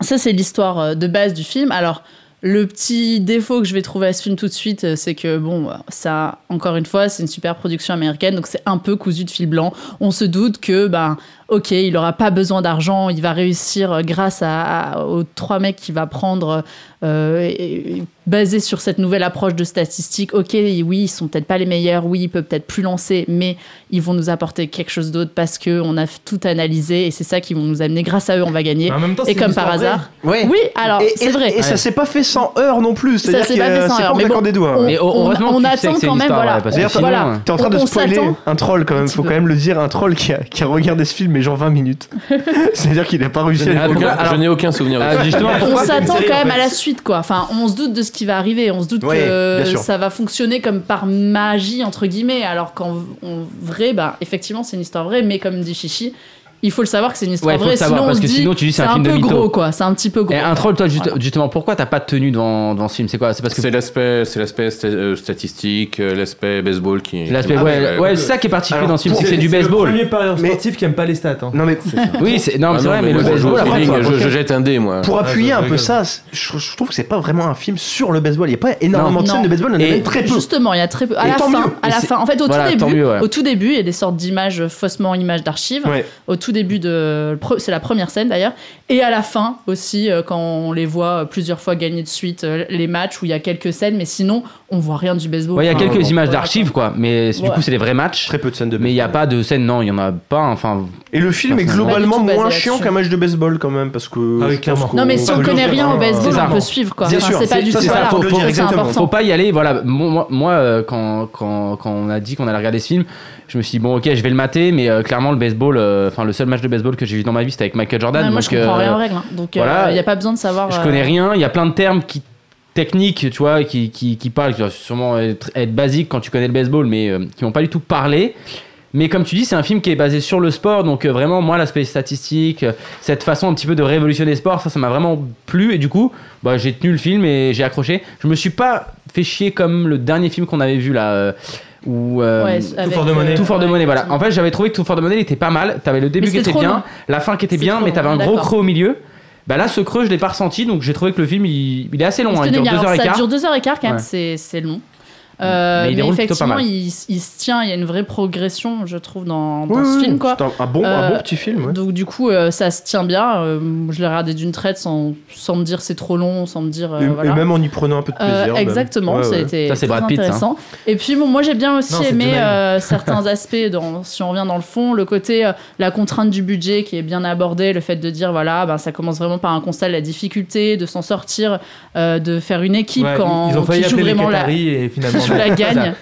S5: ça, c'est l'histoire euh, de base du film. Alors, le petit défaut que je vais trouver à ce film tout de suite, euh, c'est que, bon, euh, ça, encore une fois, c'est une super production américaine, donc c'est un peu cousu de fil blanc. On se doute que, ben, ok, il aura pas besoin d'argent, il va réussir euh, grâce à, à- aux trois mecs qu'il va prendre, euh, et- et- basé sur cette nouvelle approche de statistique. Ok, oui, ils sont peut-être pas les meilleurs, oui, il peut peut-être plus lancer, mais ils vont nous apporter quelque chose d'autre parce que on a tout analysé et c'est ça qui vont nous amener. Grâce à eux, on va gagner.
S1: Ah,
S6: Mais en même temps,
S5: Et
S6: c'est
S5: comme
S6: une
S5: par
S6: histoire vraie.
S4: Ouais.
S5: hasard. Oui, alors,
S4: Et-
S5: c'est
S4: et-
S5: vrai.
S4: Et ça
S1: Ouais.
S4: s'est pas fait sans heure non plus. C'est-à-dire
S5: s'est
S4: que
S5: pas fait
S4: euh,
S5: sans
S4: c'est pas
S5: heure,
S4: en
S5: mais
S4: claquant
S5: bon,
S4: des doigts.
S1: Mais
S5: on-
S1: heureusement
S5: on
S1: que tu sais
S5: attend
S1: que c'est
S5: quand
S1: une
S5: même,
S1: histoire,
S5: voilà.
S1: ouais, parce que
S4: D'ailleurs,
S1: sinon,
S5: voilà.
S1: hein.
S4: T'es en train
S5: On-
S4: de
S5: on
S4: spoiler
S5: s'attend.
S4: un troll quand
S5: Un
S4: même,
S5: petit
S4: faut
S5: peu.
S4: quand même le dire, un troll qui a, qui a regardé ce film mais genre 20 minutes. C'est-à-dire qu'il n'a pas réussi à
S1: Ah,
S4: le
S2: Aucun-
S1: alors-
S2: je n'ai aucun souvenir de
S1: Ah,
S2: ça.
S1: justement,
S5: on
S1: pourquoi
S5: s'attend quand même à la suite, quoi. Enfin, on se doute de ce qui va arriver. On se doute
S4: Ouais,
S5: que
S4: bien sûr.
S5: ça va fonctionner comme par magie, entre guillemets. Alors qu'en v- en vrai, bah, effectivement, c'est une histoire vraie. Mais comme dit Chichi, il faut le savoir que c'est une histoire
S1: Ouais, faut le
S5: vraie.
S1: savoir,
S5: sinon,
S1: parce
S5: on se
S1: que
S5: dit,
S1: sinon, tu dis, c'est
S5: c'est
S1: un
S5: un,
S1: film de
S5: peu
S1: mytho.
S5: gros, quoi. C'est un petit peu gros.
S1: Et un troll, toi, juste- justement, pourquoi t'as pas de tenue devant, devant ce film C'est quoi C'est parce que
S2: C'est l'aspect, c'est l'aspect sta- euh, statistique, euh, l'aspect baseball qui.
S1: l'aspect.
S2: qui-
S1: ouais,
S2: euh,
S1: ouais, c'est ça qui est particulier
S4: Alors,
S1: dans ce film, c'est que c'est du
S6: Le
S1: baseball.
S6: premier parieur sportif qui aime pas les stats. hein.
S4: Non mais
S1: Oui, c'est non, mais
S2: Ah
S1: c'est
S2: non,
S1: vrai, mais le
S2: moi, je joue au
S1: baseball. après,
S2: feeling,
S4: faut
S2: je,
S4: approcher.
S2: je jette un dé, moi.
S4: pour appuyer
S6: je
S4: un peu
S6: rigole.
S4: ça, je, je trouve que c'est pas vraiment un film sur le baseball. Il n'y a pas énormément de
S5: Non.
S4: scènes de baseball, il y en a
S1: Et-
S4: même très peu.
S5: Justement, il y a très peu. À
S4: Et
S5: la
S4: tant
S5: fin,
S4: mieux.
S5: à la
S1: Et
S5: fin. En fait, au
S1: voilà,
S5: tout
S1: tant
S5: début,
S1: mieux, ouais.
S5: au tout début, il y a des sortes d'images euh, faussement images d'archives.
S4: Ouais.
S5: Au tout début de, le pre- c'est la première scène d'ailleurs, et à la fin aussi euh, quand on les voit euh, plusieurs fois gagner de suite euh, les matchs où il y a quelques scènes, mais sinon on voit rien du baseball.
S1: Ouais, il y a
S5: Enfin,
S1: quelques
S5: voilà,
S1: images
S5: quoi.
S1: d'archives, quoi. Mais du
S5: Ouais.
S1: coup, c'est des vrais matchs.
S4: Très peu de scènes de
S1: Mais il n'y a
S4: baseball.
S1: pas de scène, non, il y en a pas. Enfin,
S4: Et le film est
S1: Personnellement.
S4: globalement
S5: Pas du tout basé
S4: moins
S5: là-dessus.
S4: chiant qu'un match de baseball quand même parce que.
S6: Ah oui,
S4: je pense
S6: clairement.
S4: qu'on-
S5: Non mais si on
S4: peut
S5: connaît
S4: le
S5: rien
S4: dire,
S5: au
S4: hein.
S5: baseball,
S1: ça.
S5: on peut suivre quoi.
S4: Bien
S5: Enfin,
S4: sûr,
S5: c'est pas
S4: c'est-
S5: du
S4: ça,
S5: tout
S4: c'est
S5: voilà.
S4: ça, faut le dire,
S5: C'est
S4: exactement.
S5: important.
S1: faut pas y aller. Voilà, Mon- moi, moi, euh, quand, quand, quand on a dit qu'on allait regarder ce film, je me suis dit, bon, ok, je vais le mater, mais euh, clairement, le baseball, euh, enfin, le seul match de baseball que j'ai vu dans ma vie, c'était avec Michael Jordan.
S5: Ouais, moi
S1: donc,
S5: je comprends
S1: euh,
S5: rien aux règles, hein. donc il
S1: voilà.
S5: n'y a pas besoin de savoir.
S1: Je
S5: euh,
S1: connais rien, il y a plein de termes qui techniques, tu vois, qui, qui, qui parlent, qui doivent sûrement être, être basiques quand tu connais le baseball, mais euh, qui n'ont pas du tout parlé. Mais comme tu dis, c'est un film qui est basé sur le sport, donc euh, vraiment, moi, l'aspect statistique, euh, cette façon un petit peu de révolutionner le sport, ça, ça m'a vraiment plu, et du coup, bah, j'ai tenu le film et j'ai accroché. Je me suis pas fait chier comme le dernier film qu'on avait vu, là, euh, ou euh,
S5: Ouais, avec,
S6: fort de monnaie.
S1: Tout fort de monnaie, voilà. En fait, j'avais trouvé que Tout fort de monnaie il était pas mal. T'avais le début
S5: Mais
S1: qui
S5: c'était
S1: était
S5: trop
S1: bien,
S5: long.
S1: la fin qui était
S5: C'est
S1: bien,
S5: trop
S1: mais t'avais un
S5: long,
S1: gros
S5: d'accord.
S1: creux au milieu. Bah là, ce creux, je l'ai pas ressenti, donc j'ai trouvé que le film, il, il est assez
S5: Il
S1: long.
S5: se
S1: hein, il
S5: tenait
S1: dure
S5: bien.
S1: 2
S5: Alors,
S1: heures et
S5: ça
S1: quart.
S5: dure deux heures et quart quand même,
S1: Ouais.
S5: c'est c'est long. Euh,
S1: Mais il
S5: mais
S1: déroule plutôt pas
S5: effectivement,
S1: mal.
S5: il, il se tient. Il y a une vraie progression, je trouve, dans, dans
S4: Oui,
S5: ce
S4: oui,
S5: film, quoi.
S4: C'est un, un bon, un
S5: Euh,
S4: bon petit film, hein. ouais.
S5: Donc du coup, euh, ça se tient bien. Euh, je l'ai regardé d'une traite sans, sans me dire c'est trop long, sans me dire euh,
S4: Et- et,
S5: voilà.
S4: même en y prenant un peu de
S5: Euh,
S4: plaisir. même.
S5: exactement,
S4: Ouais,
S5: ça a
S4: ouais.
S5: été
S1: Ça, c'est
S5: très
S1: Brad Pitt, ça, hein.
S5: intéressant. Et puis bon, moi j'ai bien aussi
S6: Non, c'est
S5: aimé
S6: John Wayne.
S5: euh, certains aspects, dans, si on revient dans le fond, le côté euh, la contrainte du budget qui est bien abordée, le fait de dire voilà, ben, ça commence vraiment par un constat de la difficulté de s'en sortir, euh, de faire une équipe
S6: Ouais,
S5: quand
S6: ils ont failli
S5: qui joue
S6: appeler les
S5: vraiment la,
S6: Qataris et finalement.
S5: je la
S6: non.
S5: gagne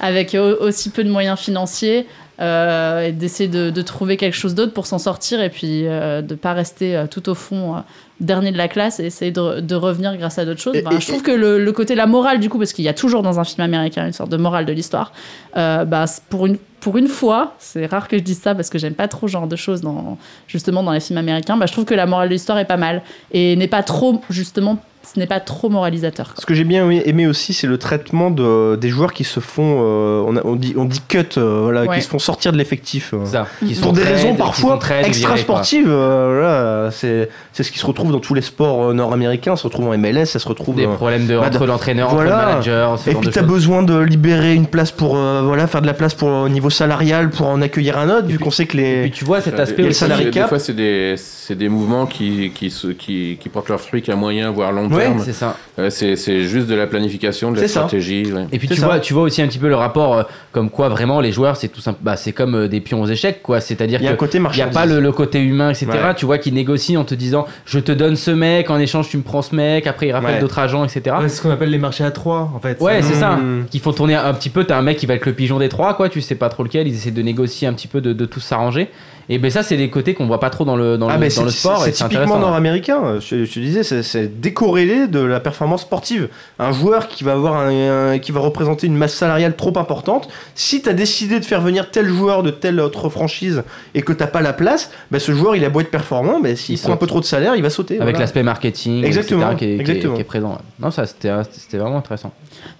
S5: avec au- aussi peu de moyens financiers euh, et d'essayer de, de trouver quelque chose d'autre pour s'en sortir et puis euh, de pas rester euh, tout au fond euh, dernier de la classe et essayer de, re- de revenir grâce à d'autres choses.
S4: Et-
S5: Ben,
S4: et-
S5: je trouve que le, le côté la morale du coup parce qu'il y a toujours dans un film américain une sorte de morale de l'histoire. euh, ben, c'est pour une pour une fois, c'est rare que je dise ça parce que j'aime pas trop ce genre de choses dans justement dans les films américains. Ben, je trouve que la morale de l'histoire est pas mal et n'est pas trop justement ce n'est pas trop moralisateur. quoi.
S4: Ce que j'ai bien aimé aussi, c'est le traitement de, des joueurs qui se font, euh, on, a- on dit, on dit cut, euh, voilà,
S5: Ouais.
S4: qui se font sortir de l'effectif. euh.
S1: Ça, qui
S4: Pour des
S1: s'entraident,
S4: raisons
S1: qui
S4: parfois
S1: s'entraident,
S4: extra
S1: virés, quoi.
S4: sportives, euh, voilà, c'est c'est ce qui se retrouve dans tous les sports euh, nord-américains, ça se retrouve en MLS, ça se retrouve
S1: Des
S4: euh,
S1: problèmes de,
S4: Bah,
S1: entre
S4: de-
S1: l'entraîneur, entre
S4: voilà.
S1: le manager, ce
S4: Et
S1: genre
S4: puis
S1: de
S4: t'as
S1: choses.
S4: besoin de libérer une place pour euh, voilà faire de la place pour au niveau salarial pour en accueillir un autre vu qu'on sait que
S1: Et puis
S4: les
S1: tu vois cet
S2: Enfin,
S1: aspect
S2: des-
S4: le
S1: aussi-
S4: salarié
S2: des- Des
S4: cap.
S2: fois, Euh, c'est des, c'est des mouvements qui, qui, se- qui, qui portent leurs fruits qu'à moyen, voire long
S4: Ouais,
S2: terme.
S1: C'est ça.
S2: Euh, C'est c'est juste de la planification, de
S4: C'est
S2: la
S4: ça.
S2: stratégie. ouais.
S1: Et puis
S4: C'est
S1: tu
S4: ça.
S1: vois, tu vois aussi un petit peu le rapport euh, comme quoi vraiment les joueurs c'est tout simple, bah, c'est comme euh, des pions aux échecs quoi, c'est-à-dire
S4: il y a un
S1: que
S4: côté
S1: il n'y
S4: marché
S1: a pas le, le côté humain, etc.
S4: Ouais.
S1: Tu vois qu'ils négocient en te disant je te donne ce mec, en échange tu me prends ce mec, après ils rappellent
S4: Ouais.
S1: d'autres agents, etc.
S6: Ouais, c'est ce qu'on appelle les marchés à trois, en fait.
S1: Ouais,
S6: Ça-
S1: c'est ça.
S4: Mmh.
S1: Qui font tourner un petit peu. T'as un mec qui va être le pigeon des trois, quoi. Tu sais pas trop lequel. Ils essaient de négocier un petit peu, de, de tous s'arranger. Et ben ça, c'est des côtés qu'on voit pas trop dans le dans,
S4: ah,
S1: le,
S4: mais
S1: dans
S4: c'est
S1: le sport.
S4: c'est
S1: et c'est
S4: typiquement
S1: intéressant.
S4: nord-américain. Je, je te disais, c'est- c'est décorrélé de la performance sportive. Un joueur qui va avoir un, un- qui va représenter une masse salariale trop importante. Si t'as décidé de faire venir tel joueur de telle autre franchise et que t'as pas la place, bah, ce joueur il a beau être performant, mais s'il
S1: Il
S4: prend un
S1: saute.
S4: peu trop de salaire, il va sauter.
S1: Avec
S4: voilà.
S1: l'aspect marketing,
S4: Exactement,
S1: etc., qui, est, qui est-
S4: exactement.
S1: qui est présent. ouais. Non, ça c'était euh, c'était vraiment intéressant.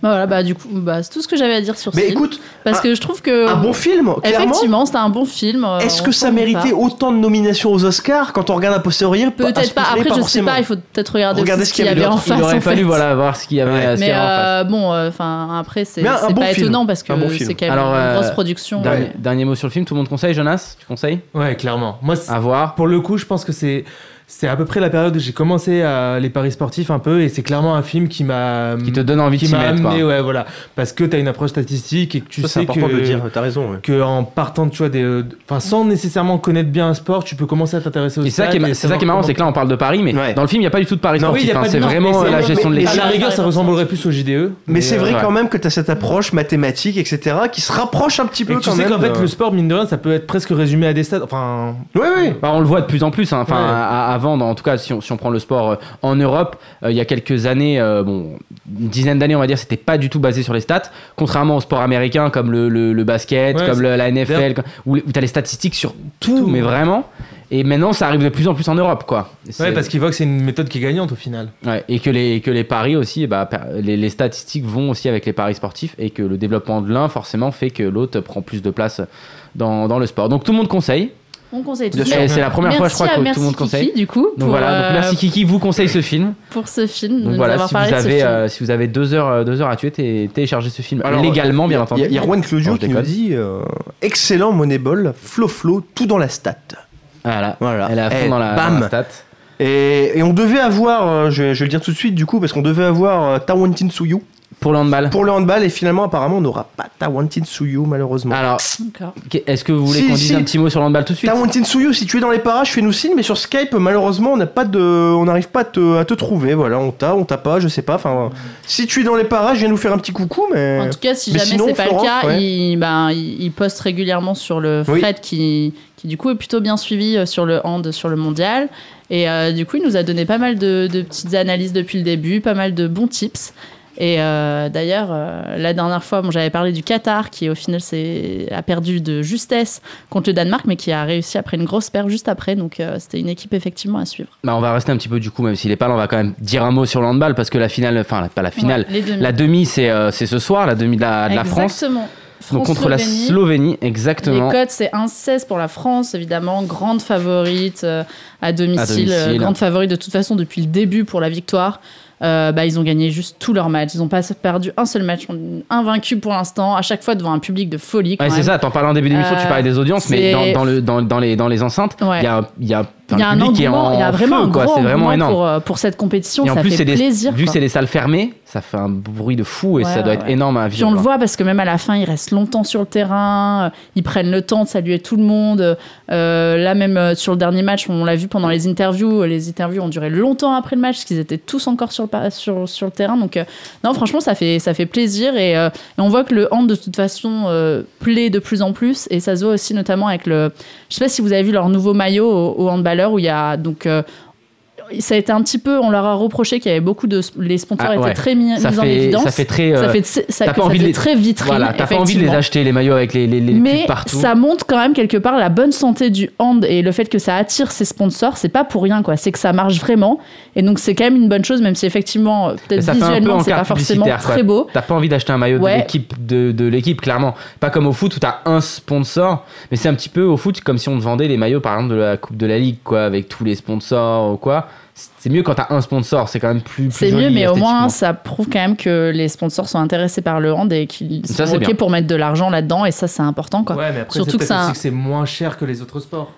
S5: Bah voilà, bah du coup, bah, c'est tout ce que j'avais à dire sur ce
S4: Mais
S5: film.
S4: écoute,
S5: parce
S4: un-
S5: que je trouve que
S4: un bon film, clairement.
S5: effectivement, c'était un bon film. euh,
S4: Est-ce
S5: on
S4: que
S5: s'en
S4: ça
S5: doute
S4: méritait
S5: pas.
S4: autant de nominations aux Oscars quand on regarde à posteriori à
S5: Peut-être pas.
S4: posteriori,
S5: Après, je sais
S4: forcément.
S5: pas. Il faut peut-être regarder
S4: Regardez
S5: aussi ce qu'il y avait en
S4: d'autre.
S5: face.
S1: Il aurait
S5: en
S1: fallu
S5: fait.
S1: voilà voir ce qu'il y avait.
S4: Ouais.
S1: à- ce qu'il y
S5: Mais
S1: avait en face.
S5: euh, bon, enfin après, c'est
S4: Mais un- un
S5: c'est
S4: bon
S5: pas
S4: film.
S5: étonnant parce que
S4: Un bon film.
S5: c'est quand même
S1: Alors,
S5: une
S1: euh,
S5: grosse production.
S1: Dernier,
S5: mais-
S1: dernier mot sur le film. Tout le monde conseille, Jonas. Tu conseilles
S6: Ouais, clairement. Moi, c'est-
S1: À voir.
S6: Ah. pour le coup, je pense que c'est. C'est à peu près la période où j'ai commencé à les paris sportifs un peu et c'est clairement un film qui m'a
S1: Qui
S4: Mm.
S1: te donne envie de
S6: qui
S1: s'y
S6: m'a
S1: mettre. quoi.
S6: amené ouais voilà parce que t'as une approche statistique et que tu
S4: Ça, c'est
S6: sais
S4: important
S6: que
S4: de le dire, t'as raison. ouais.
S6: que en partant tu vois des euh, enfin sans nécessairement connaître bien un sport tu peux commencer à t'intéresser au
S1: Et c'est ça qui est, ma- c'est ça qui est marrant, c'est que là on parle de Paris, mais
S4: Ouais.
S1: dans le film il n'y a pas du tout de Paris
S4: Non,
S1: sportif.
S6: oui, il y a
S1: hein,
S6: pas de-
S1: c'est
S6: non,
S1: vraiment
S6: mais
S1: euh, la
S4: c'est-
S1: gestion de
S4: mais-
S6: à
S1: l'équipe.
S6: la rigueur ça ressemblerait plus au JDE
S4: Mais, c'est
S6: euh,
S4: vrai
S1: ouais.
S4: quand même que t'as cette approche mathématique, etc., qui se rapproche un petit
S6: et
S4: peu
S6: que euh tu
S4: quand
S6: sais
S4: même. euh,
S6: qu'en fait
S4: de-
S6: le sport mine de rien ça peut être presque résumé à des stades enfin
S4: Oui, oui.
S1: Bah, on le voit de plus en plus. hein. Enfin,
S6: Ouais.
S1: à- à- avant, dans- en tout cas, si on, si on prend le sport euh, en Europe, euh, il y a quelques années, euh, bon, une dizaine d'années, on va dire, c'était pas du tout basé sur les stats. Contrairement au sport américain, comme le, le- le basket,
S6: Ouais,
S1: comme
S6: c'est-
S1: le- la NFL, comme- où, où t'as les statistiques sur tout,
S6: Tout.
S1: mais vraiment. Et maintenant, ça arrive de plus en plus en Europe, quoi.
S6: ouais
S1: C'est-
S6: parce qu'ils voient que c'est une méthode qui est gagnante au final
S1: Ouais, et que les, et que les paris aussi, bah, per- les, les statistiques vont aussi avec les paris sportifs et que le développement de l'un forcément fait que l'autre prend plus de place dans, dans le sport. Donc tout le monde conseille.
S5: On conseille tout
S1: Et
S5: ça.
S1: C'est la première
S5: Merci
S1: fois, je crois,
S5: à
S1: que
S5: Merci
S1: tout le monde
S5: Kiki,
S1: conseille.
S5: Du coup,
S1: Donc
S5: pour,
S1: voilà, donc
S5: euh,
S1: merci Kiki, vous conseille ce film.
S5: pour ce film. de
S1: Donc
S5: nous
S1: voilà,
S5: avoir
S1: si vous,
S5: parlé de ce
S1: avez,
S5: film.
S1: euh, si vous avez deux heures, euh, deux heures à tuer, t'es- téléchargez ce film
S4: Alors,
S6: Oh,
S1: légalement, bien
S4: Il y
S1: entendu.
S4: a- il y a Juan Claudio
S1: Non, je
S4: qui nous
S1: déconne.
S4: dit euh, excellent Moneyball, flo flo, tout dans la stat.
S1: Voilà.
S4: Voilà.
S1: Elle est à fond
S4: Eh,
S1: dans, la,
S4: bam.
S1: dans la stat.
S4: Et, et on devait avoir, euh, je, vais- je vais le dire tout de suite du coup, parce qu'on devait avoir euh, Tawantin Suyu
S1: Pour le handball.
S4: pour le handball, et finalement, apparemment, on n'aura pas Tawantin Suyu malheureusement.
S1: Alors,
S5: D'accord.
S1: qu- est-ce que vous voulez
S4: Si,
S1: qu'on dise
S4: si.
S1: un petit mot sur le handball tout de suite
S4: Tawantin Suyu, si tu es dans les parages, fais-nous signe, mais sur Skype, malheureusement, on n'a pas de, on n'arrive pas à te, à te trouver. Voilà, on t'a, on t'a pas, je sais pas. Enfin, si tu es dans les parages, viens nous faire un petit coucou, mais.
S5: En tout cas, si
S4: Euh, Mais
S5: jamais
S4: sinon,
S5: c'est pas le
S4: Florence,
S5: cas,
S4: ouais.
S5: il, ben, il, il poste régulièrement sur le
S4: Oui.
S5: Fred qui, qui du coup est plutôt bien suivi euh, sur le hand, sur le mondial. Et euh, du coup, il nous a donné pas mal de, de petites analyses depuis le début, pas mal de bons tips. Et euh, d'ailleurs, euh, la dernière fois, bon, j'avais parlé du Qatar qui au final s'est- a perdu de justesse contre le Danemark, mais qui a réussi après une grosse perte juste après. Donc euh, c'était une équipe effectivement à suivre.
S1: Bah, On va rester un petit peu du coup, même s'il est pas là, on va quand même dire un mot sur le handball parce que la finale, enfin, la- pas la finale,
S5: Ouais, les demi.
S1: La demi, c'est euh, c'est ce soir, la demi de la, de la France.
S5: Mm. Exactement.
S1: Donc contre la
S5: France-Slovénie.
S1: Slovénie, exactement.
S5: Les codes, c'est 1-16 pour la France, évidemment. Grande favorite euh, à domicile.
S1: À domicile.
S5: euh, grande favorite de toute façon depuis le début pour la victoire. Euh, bah, ils ont gagné juste tous leurs matchs. Ils n'ont pas perdu un seul match. Invaincus pour l'instant, à chaque fois devant un public de folie. quand
S1: Ouais, c'est
S5: même.
S1: ça, t'en parlais en début d'émission,
S5: Euh,
S1: tu parlais des audiences, mais dans,
S5: c'est-
S1: dans le, dans, dans les, dans les enceintes, il
S5: Ouais.
S1: y a, il y a, enfin,
S5: Il y
S1: le
S5: a un
S1: public qui est
S5: engouement,
S1: en
S5: il y a vraiment
S1: feu,
S5: un
S1: quoi,
S5: gros
S1: c'est vraiment
S5: engouement
S1: énorme.
S5: Pour, euh, pour cette compétition.
S1: et en
S5: ça
S1: plus,
S5: fait
S1: c'est des,
S5: plaisir.
S1: vu que
S5: quoi.
S1: c'est des salles fermées, ça fait un bruit de fou et
S5: Ouais,
S1: ça doit être
S5: ouais.
S1: énorme à
S5: Puis
S1: vivre.
S5: on le voit parce que même à la fin, ils restent longtemps sur le terrain, euh, ils prennent le temps de saluer tout le monde. Euh, là même euh, sur le dernier match, on l'a vu pendant les interviews, euh, les interviews ont duré longtemps après le match parce qu'ils étaient tous encore sur le, pa- sur, sur le terrain. Donc euh, non, franchement, ça fait, ça fait plaisir et, euh, et on voit que le hand de toute façon euh, plaît de plus en plus et ça se voit aussi notamment avec le... Je sais pas si vous avez vu leur nouveau maillot au, au handballeur où il y a donc... euh, ça a été un petit peu, on leur a reproché qu'il y avait beaucoup de. Les sponsors
S1: Ah, ouais.
S5: étaient très mis,
S1: Ça
S5: mis en
S1: fait,
S5: évidence
S1: ça fait très. euh,
S5: ça fait, ça,
S1: t'as
S5: que
S1: pas
S5: ça
S1: envie de
S5: fait
S1: les-
S5: très vitrine.
S1: voilà, t'as pas envie de les
S5: effectivement.
S1: acheter, les maillots avec les, les, les pubs
S5: Mais
S1: partout.
S5: ça montre quand même quelque part la bonne santé du hand et le fait que ça attire ses sponsors, c'est pas pour rien quoi. C'est que ça marche vraiment et donc c'est quand même une bonne chose, même si effectivement euh,
S1: Mais
S5: peut-être
S1: ça fait un peu
S5: visuellement c'est
S1: encart
S5: pas forcément
S1: publicitaire, quoi.
S5: très beau.
S1: T'as pas envie d'acheter un maillot
S5: Ouais.
S1: de l'équipe, de, de l'équipe, clairement. Pas comme au foot où t'as un sponsor, mais c'est un petit peu au foot comme si on te vendait les maillots par exemple de la Coupe de la Ligue, quoi, avec tous les sponsors ou quoi. C'est mieux quand t'as un sponsor, c'est quand même plus. plus
S5: C'est
S1: joli
S5: mieux, mais au
S1: esthétiquement.
S5: moins ça prouve quand même que les sponsors sont intéressés par le hand et qu'ils
S1: Ça,
S5: sont
S1: c'est
S5: ok
S1: bien.
S5: pour mettre de l'argent là-dedans et ça c'est important quoi.
S6: Ouais, mais après,
S5: Surtout
S6: c'est
S5: que
S6: peut-être
S5: ça-
S6: aussi que c'est moins cher que les autres sports.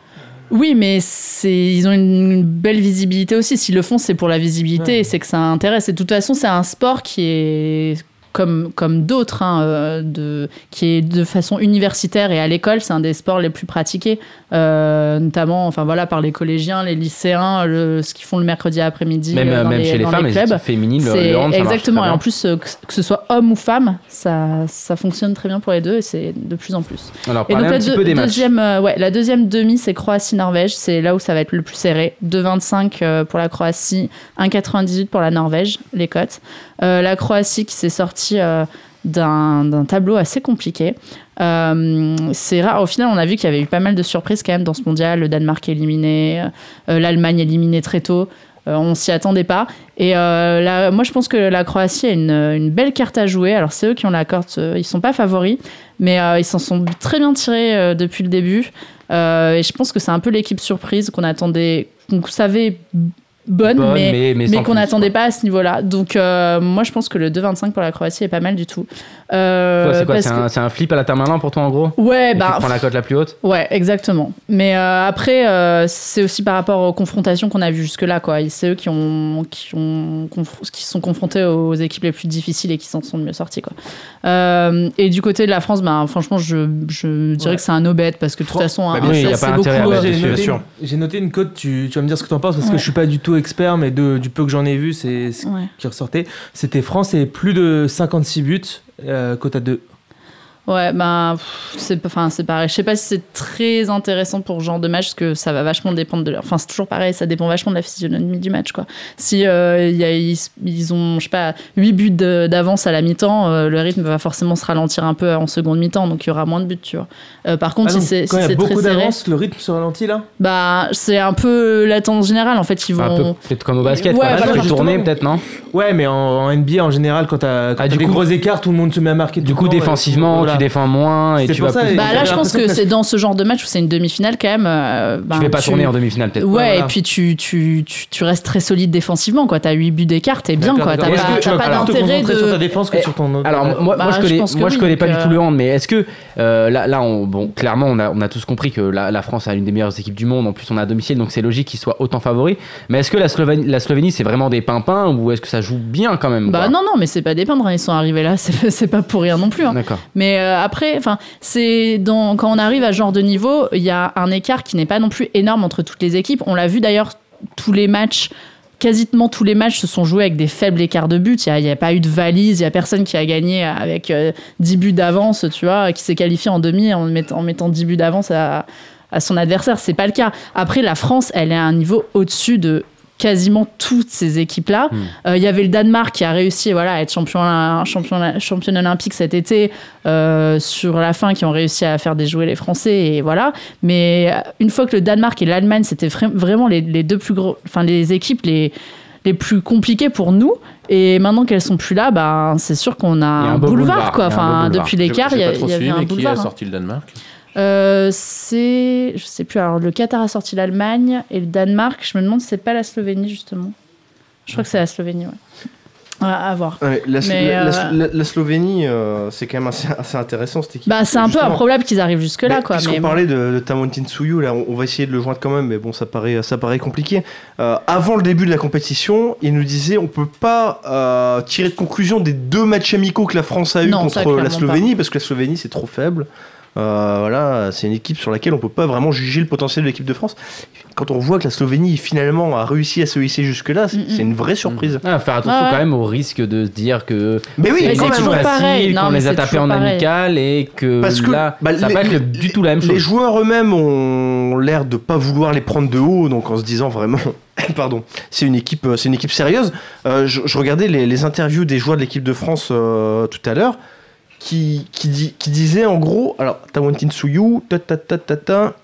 S5: Oui, mais c'est ils ont une, une belle visibilité aussi. S'ils le font, c'est pour la visibilité
S6: Ouais.
S5: et c'est que ça intéresse. Et de toute façon, c'est un sport qui est comme, comme d'autres, hein, euh, de, qui est de façon universitaire et à l'école, c'est un des sports les plus pratiqués, euh, notamment enfin, voilà, par les collégiens, les lycéens, le- ce qu'ils font le mercredi après-midi.
S1: Même,
S5: euh,
S1: euh,
S5: dans
S1: même
S5: les-
S1: chez les
S5: dans
S1: femmes,
S5: les
S1: les
S5: clubs.
S1: équipes féminines, le,
S5: C'est
S1: le hand, ça marche
S5: exactement.
S1: très
S5: Et
S1: bien.
S5: en plus, euh, que, que ce soit homme ou femme, ça, ça fonctionne très bien pour les deux et c'est de plus en plus.
S1: Alors,
S5: Et
S1: parlez
S5: donc
S1: un
S5: la,
S1: petit
S5: deux-
S1: peu des matchs.
S5: deuxième, euh, ouais, la deuxième demi, c'est Croatie-Norvège. C'est là où ça va être le plus serré. 2,25 euh, pour la Croatie, 1,98 pour la Norvège, les cotes. Euh, la Croatie qui s'est sortie euh, d'un d'un tableau assez compliqué. Euh, c'est rare. Au final, on a vu qu'il y avait eu pas mal de surprises quand même dans ce mondial. Le Danemark éliminé, euh, l'Allemagne éliminée très tôt. Euh, on s'y attendait pas. Et euh, là, moi, je pense que la Croatie a une, euh, une belle carte à jouer. Alors, c'est eux qui ont la carte. euh, Ils sont pas favoris, mais euh, ils s'en sont très bien tirés euh, depuis le début. Euh, et je pense que c'est un peu l'équipe surprise qu'on attendait, qu'on savait bonne,
S1: Bonne, mais,
S5: mais,
S1: mais,
S5: mais
S1: sans
S5: qu'on
S1: plus,
S5: n'attendait
S1: quoi.
S5: pas à ce niveau-là. Donc, euh, moi, je pense que le 2,25 pour la Croatie est pas mal du tout. Euh,
S1: Toi, c'est quoi
S5: parce
S1: C'est
S5: que-
S1: un, c'est un flip à la permanent pour toi en gros
S5: Ouais,
S1: Et
S5: bah.
S1: Tu prends la cote la plus haute
S5: Ouais, exactement. Mais euh, après, euh, c'est aussi par rapport aux confrontations qu'on a vues jusque-là, quoi. Et C'est eux qui ont, qui ont, conf- qui sont confrontés aux équipes les plus difficiles et qui s'en sont le mieux sortis, quoi. Euh, et du côté de la France, bah, franchement, je, je dirais
S6: Ouais.
S5: que c'est un no bet parce que de toute
S6: Fran-
S5: façon, hein,
S1: Bah,
S5: un-
S1: bien sûr,
S5: ça,
S1: y a
S5: c'est
S1: pas
S5: beaucoup.
S1: intérêt à
S5: euh,
S1: baser.
S6: J'ai
S1: bien
S6: noté,
S1: sûr.
S6: une- j'ai noté une cote, tu, tu vas me dire ce que t'en penses, parce
S5: Ouais.
S6: que je suis pas du tout expert, mais de- du peu que j'en ai vu, c'est ce
S5: ouais.
S6: qui ressortait. C'était France et plus de 56 buts, euh, cote à 2.
S5: Ouais, ben, pff, c'est pas- enfin, c'est pareil. Je sais pas si c'est très intéressant pour ce genre de match, parce que ça va vachement dépendre de leur. Enfin, c'est toujours pareil, ça dépend vachement de la physionomie du match, quoi. Si euh, il y a- ils, ils ont, je sais pas, 8 buts de- d'avance à la mi-temps, euh, le rythme va forcément se ralentir un peu en seconde mi-temps, donc il y aura moins de buts, tu vois. Euh, par contre,
S6: Ah non,
S5: si c'est si
S6: quand il y a
S5: c'est très
S6: beaucoup
S5: serré,
S6: d'avance, le rythme se ralentit là
S5: bah, c'est un peu la tendance générale, en fait. Ils
S6: Ah,
S1: Enfin, un peu
S5: vont.
S1: Peut-être comme au basket,
S5: Ouais,
S1: quoi.
S5: voilà,
S1: Tu peux
S6: justement.
S1: tourner peut-être, non
S6: Ouais, mais en, en NBA en général, quand t'as quand
S1: Ah,
S6: t'as
S1: du
S6: des
S1: coup-
S6: gros écarts, tout le monde se met à marquer.
S1: Du
S6: tout
S1: coup,
S6: le temps,
S1: défensivement,
S6: et- voilà.
S1: tu défends moins et
S6: C'est
S1: tu
S6: pour
S1: vas
S6: ça,
S1: plus.
S6: et-
S5: Bah là,
S6: j'avais
S5: je pense
S6: l'impression
S5: que
S6: que
S5: c'est dans ce genre de match où c'est une demi-finale quand même. euh, ben,
S1: Tu fais pas
S5: tu-
S1: tourner en demi-finale peut-être.
S5: Ouais,
S6: voilà.
S5: et puis tu, tu, tu, tu restes très solide défensivement, quoi. T'as 8 buts d'écart, t'es bien,
S6: D'accord,
S5: quoi. T'as
S6: d'accord.
S1: Est-ce
S5: pas,
S1: que-
S5: t'as pas
S1: alors,
S6: te
S5: d'intérêt
S6: concentrer sur ta
S5: de.
S6: défense que
S1: Eh,
S6: sur ton.
S1: Alors moi,
S5: Bah,
S1: moi, je
S5: je
S1: connais,
S5: pense que
S1: moi je
S5: oui,
S1: connais pas
S5: donc,
S1: du
S5: euh,
S1: tout le hand, mais est-ce que euh, là, là, on, bon, clairement, on a, on a tous compris que la, la France a une des meilleures équipes du monde. En plus, on est à domicile, donc c'est logique qu'ils soient autant favoris. Mais est-ce que la Slovénie, la Slovénie, c'est vraiment des pimpins ou est-ce que ça joue bien quand même
S5: Bah
S1: quoi
S5: non, non, mais c'est pas dépeindre, hein. ils sont arrivés là, c'est c'est pas pour rien non plus. hein.
S1: D'accord.
S5: Mais euh, après, enfin, c'est dans quand on arrive à ce genre de niveau, il y a un écart qui n'est pas non plus énorme entre toutes les équipes. On l'a vu d'ailleurs, tous les matchs, quasiment tous les matchs se sont joués avec des faibles écarts de but. Il n'y a, il y a pas eu de valise, il n'y a personne qui a gagné avec euh, 10 buts d'avance, tu vois, qui s'est qualifié en demi en, mettant- en mettant 10 buts d'avance à, à son adversaire. C'est pas le cas. Après, la France, elle est à un niveau au-dessus de quasiment toutes ces équipes-là.
S1: Hmm.
S5: Euh, Il y avait le Danemark qui a réussi voilà, à être champion, champion, championne olympique cet été euh, sur la fin qui ont réussi à faire déjouer les Français et voilà. Mais euh, une fois que le Danemark et l'Allemagne, c'était vra- vraiment les, les deux plus gros, enfin les équipes les les plus compliquées pour nous. Et maintenant qu'elles sont plus là, ben, c'est sûr
S1: Il
S5: qu'on a,
S1: y a un
S5: un
S1: beau
S5: boulevard,
S1: boulevard,
S5: quoi.
S1: il y a un beau
S5: Enfin,
S1: boulevard.
S5: depuis l'écart,
S2: J'ai-
S5: il y,
S2: j'ai
S5: a-
S2: pas trop
S5: il y avait
S2: suivi,
S5: un
S2: mais qui a
S5: boulevard. hein.
S2: sorti le Danemark
S5: Euh, c'est, je sais plus. Alors le Qatar a sorti l'Allemagne et le Danemark. Je me demande si c'est pas la Slovénie justement. Je crois que c'est la Slovénie, ouais. Ouais, à voir.
S4: Ouais, la,
S5: Mais,
S4: la- la-
S5: euh,
S4: la- la Slovénie, euh, c'est quand même assez, assez intéressant cette équipe.
S5: Bah, c'est un peu
S4: Justement.
S5: improbable qu'ils arrivent jusque là,
S4: Bah,
S5: quoi.
S4: Puisqu'on
S5: Mais
S4: parlait de, de Tamontin Suyu, là, on, on va essayer de le joindre quand même, mais bon, ça paraît, ça paraît compliqué. Euh, avant le début de la compétition, il nous disait on peut pas euh, tirer de conclusion des deux matchs amicaux que la France a eu
S5: Non, ça,
S4: contre la
S5: clairement
S4: Slovénie, parce que la Slovénie c'est trop faible. Euh, voilà, c'est une équipe sur laquelle on peut pas vraiment juger le potentiel de l'équipe de France. Quand on voit que la Slovénie finalement a réussi à se hisser jusque là, c'est
S5: Mm, mm.
S4: c'est une vraie surprise.
S1: Ah, faire attention
S5: Ouais, ouais.
S1: quand même au risque de se dire que
S4: Mais oui,
S5: Mais
S1: c'est
S4: quand
S5: c'est
S4: même.
S5: toujours
S1: facile,
S5: pareil. Non,
S1: qu'on
S5: mais
S1: les a
S5: c'est
S1: tapés
S5: toujours
S1: en
S5: pareil.
S1: amical et que,
S4: Parce que,
S1: là,
S4: bah,
S1: ça va
S4: les-
S1: pas être le-
S4: les-
S1: du tout la même
S4: Les
S1: chose.
S4: joueurs eux-mêmes ont l'air de pas vouloir les prendre de haut, donc en se disant vraiment, pardon, c'est une équipe, euh, c'est une équipe sérieuse. Euh, je, je regardais les, les interviews des joueurs de l'équipe de France euh, tout à l'heure, qui qui, di- qui disaient en gros, alors Tawantin Suyu, ta ta ta ta ta.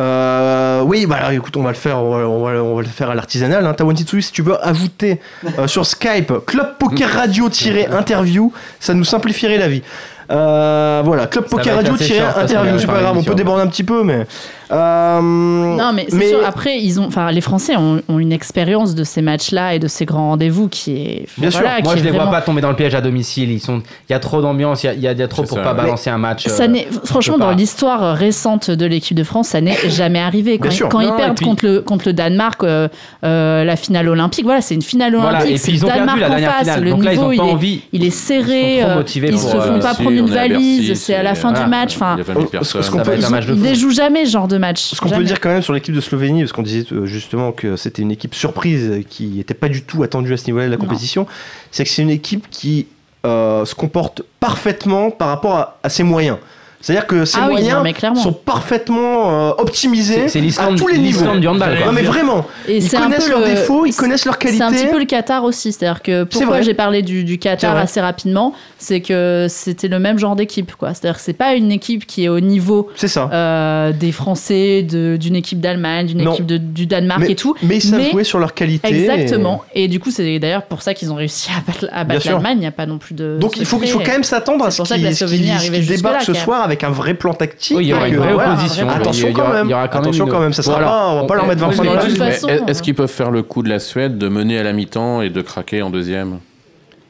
S4: euh, oui, bah alors, écoute, on va le faire, on va, on va- on va le faire à l'artisanal. Hein. Tawantin Suyu, si tu veux ajouter euh, sur Skype Club Poker Radio-interview, ça nous simplifierait la vie. Euh, voilà, Club
S1: va
S4: Poker
S1: être
S4: Radio
S1: assez short, parce qu'on
S4: interview,
S1: va
S4: c'est
S1: faire
S4: pas grave, on
S1: l'émission.
S4: peut déborder un petit peu, mais. euh,
S5: Non, mais, c'est sûr, après, ils ont, enfin, les Français ont, ont une expérience de ces matchs-là et de ces grands rendez-vous qui est.
S4: Bien sûr,
S5: voilà,
S1: Moi,
S5: qui
S1: je
S5: est
S1: les vois
S5: vraiment-
S1: pas tomber dans le piège à domicile. Ils sont, il y a trop d'ambiance, il y a- il y, a- il y a trop
S2: C'est
S1: pour
S2: ça.
S1: pas
S2: Mais
S1: balancer un match.
S5: Ça
S1: euh,
S5: n'est, franchement,
S1: peut
S5: dans
S1: pas.
S5: l'histoire récente de l'équipe de France, ça n'est jamais arrivé. Quand,
S4: Bien sûr.
S5: quand ils
S1: Non, et
S5: perdent
S1: puis-
S5: contre, le, contre le Danemark, euh, euh, la finale olympique, voilà, c'est une finale olympique.
S1: Voilà, et
S5: c'est
S1: puis ils ont
S5: le Danemark
S1: perdu la
S5: en
S1: dernière
S5: face,
S1: finale.
S5: le
S1: Donc là, ils ont
S5: niveau,
S1: pas
S5: il est-
S1: envie.
S5: Il est serré,
S1: Ils sont trop
S5: euh,
S1: motivés
S5: ils
S1: pour,
S5: se font
S1: euh,
S5: pas
S2: si,
S5: prendre une
S2: on est à Bercy,
S5: valise, c'est à la fin du
S1: voilà,
S5: match. Enfin,
S2: Il y a 20 000
S4: ce- ce
S2: personnes.
S1: Ça
S4: qu'on
S1: va
S4: peut-
S1: être un match de
S5: ils
S1: fou.
S5: ne jouent jamais ce genre de match.
S4: Ce qu'on peut
S5: Jamais.
S4: dire quand même sur l'équipe de Slovénie, parce qu'on disait euh, justement que c'était une équipe surprise euh, qui n'était pas du tout attendue à ce niveau-là de la
S5: Non.
S4: compétition, c'est que c'est une équipe qui euh, se comporte parfaitement par rapport à, à ses moyens. C'est-à-dire que ses
S5: Ah oui,
S4: moyens
S5: non, mais clairement.
S4: sont parfaitement euh, optimisés
S5: Hein
S1: C'est c'est
S4: à
S1: l'Islande
S4: tous les niveaux.
S1: l'Islande du handball. quoi.
S4: Non mais vraiment,
S5: Et
S4: ils
S5: c'est un
S4: connaissent
S5: peu
S4: leurs
S5: le-
S4: défauts, ils
S5: c'est-
S4: connaissent leurs
S5: C'est un petit
S4: qualités.
S5: peu le Qatar aussi, c'est-à-dire que
S4: C'est
S5: pourquoi
S4: vrai.
S5: j'ai parlé du, du
S4: C'est
S5: Qatar
S4: vrai.
S5: assez rapidement, c'est que c'était le même genre d'équipe, quoi. C'est-à-dire que c'est pas une équipe qui est au niveau
S4: C'est ça.
S5: euh, des Français, de- d'une équipe d'Allemagne, d'une
S4: Non.
S5: équipe de- du Danemark
S4: mais,
S5: et tout.
S4: mais ils savent
S5: mais-
S4: jouer sur leurs qualités. et-
S5: Exactement. Et du coup, c'est d'ailleurs pour ça qu'ils ont réussi à battre, à battre
S4: sûr.
S5: l'Allemagne. Il n'y a pas non plus de.
S4: Donc il faut, il faut
S5: secret.
S4: quand même s'attendre à
S5: C'est
S4: ce
S5: pour ça que
S4: qu'ils
S5: la
S4: ce
S5: Slovénie est
S4: qu'ils- ce
S5: arrivée
S4: qu'ils
S5: jusque-là,
S4: débarquent ce
S5: quand même.
S4: soir avec un vrai plan tactique.
S1: Oui, il y aura
S4: et
S1: une
S4: que,
S1: vraie
S4: voilà,
S1: opposition.
S5: vraiment.
S4: Attention
S1: Il y aura-
S4: quand même.
S1: Il y aura quand même.
S4: Attention
S1: une-
S4: quand même, ça sera
S1: Voilà.
S4: pas- on va pas leur mettre
S1: on-
S4: 25
S5: dans la
S1: on-
S5: gueule.
S2: Mais
S5: façon,
S2: est-
S5: euh,
S2: Est-ce qu'ils peuvent faire le coup de la Suède, de mener à la mi-temps et de craquer en deuxième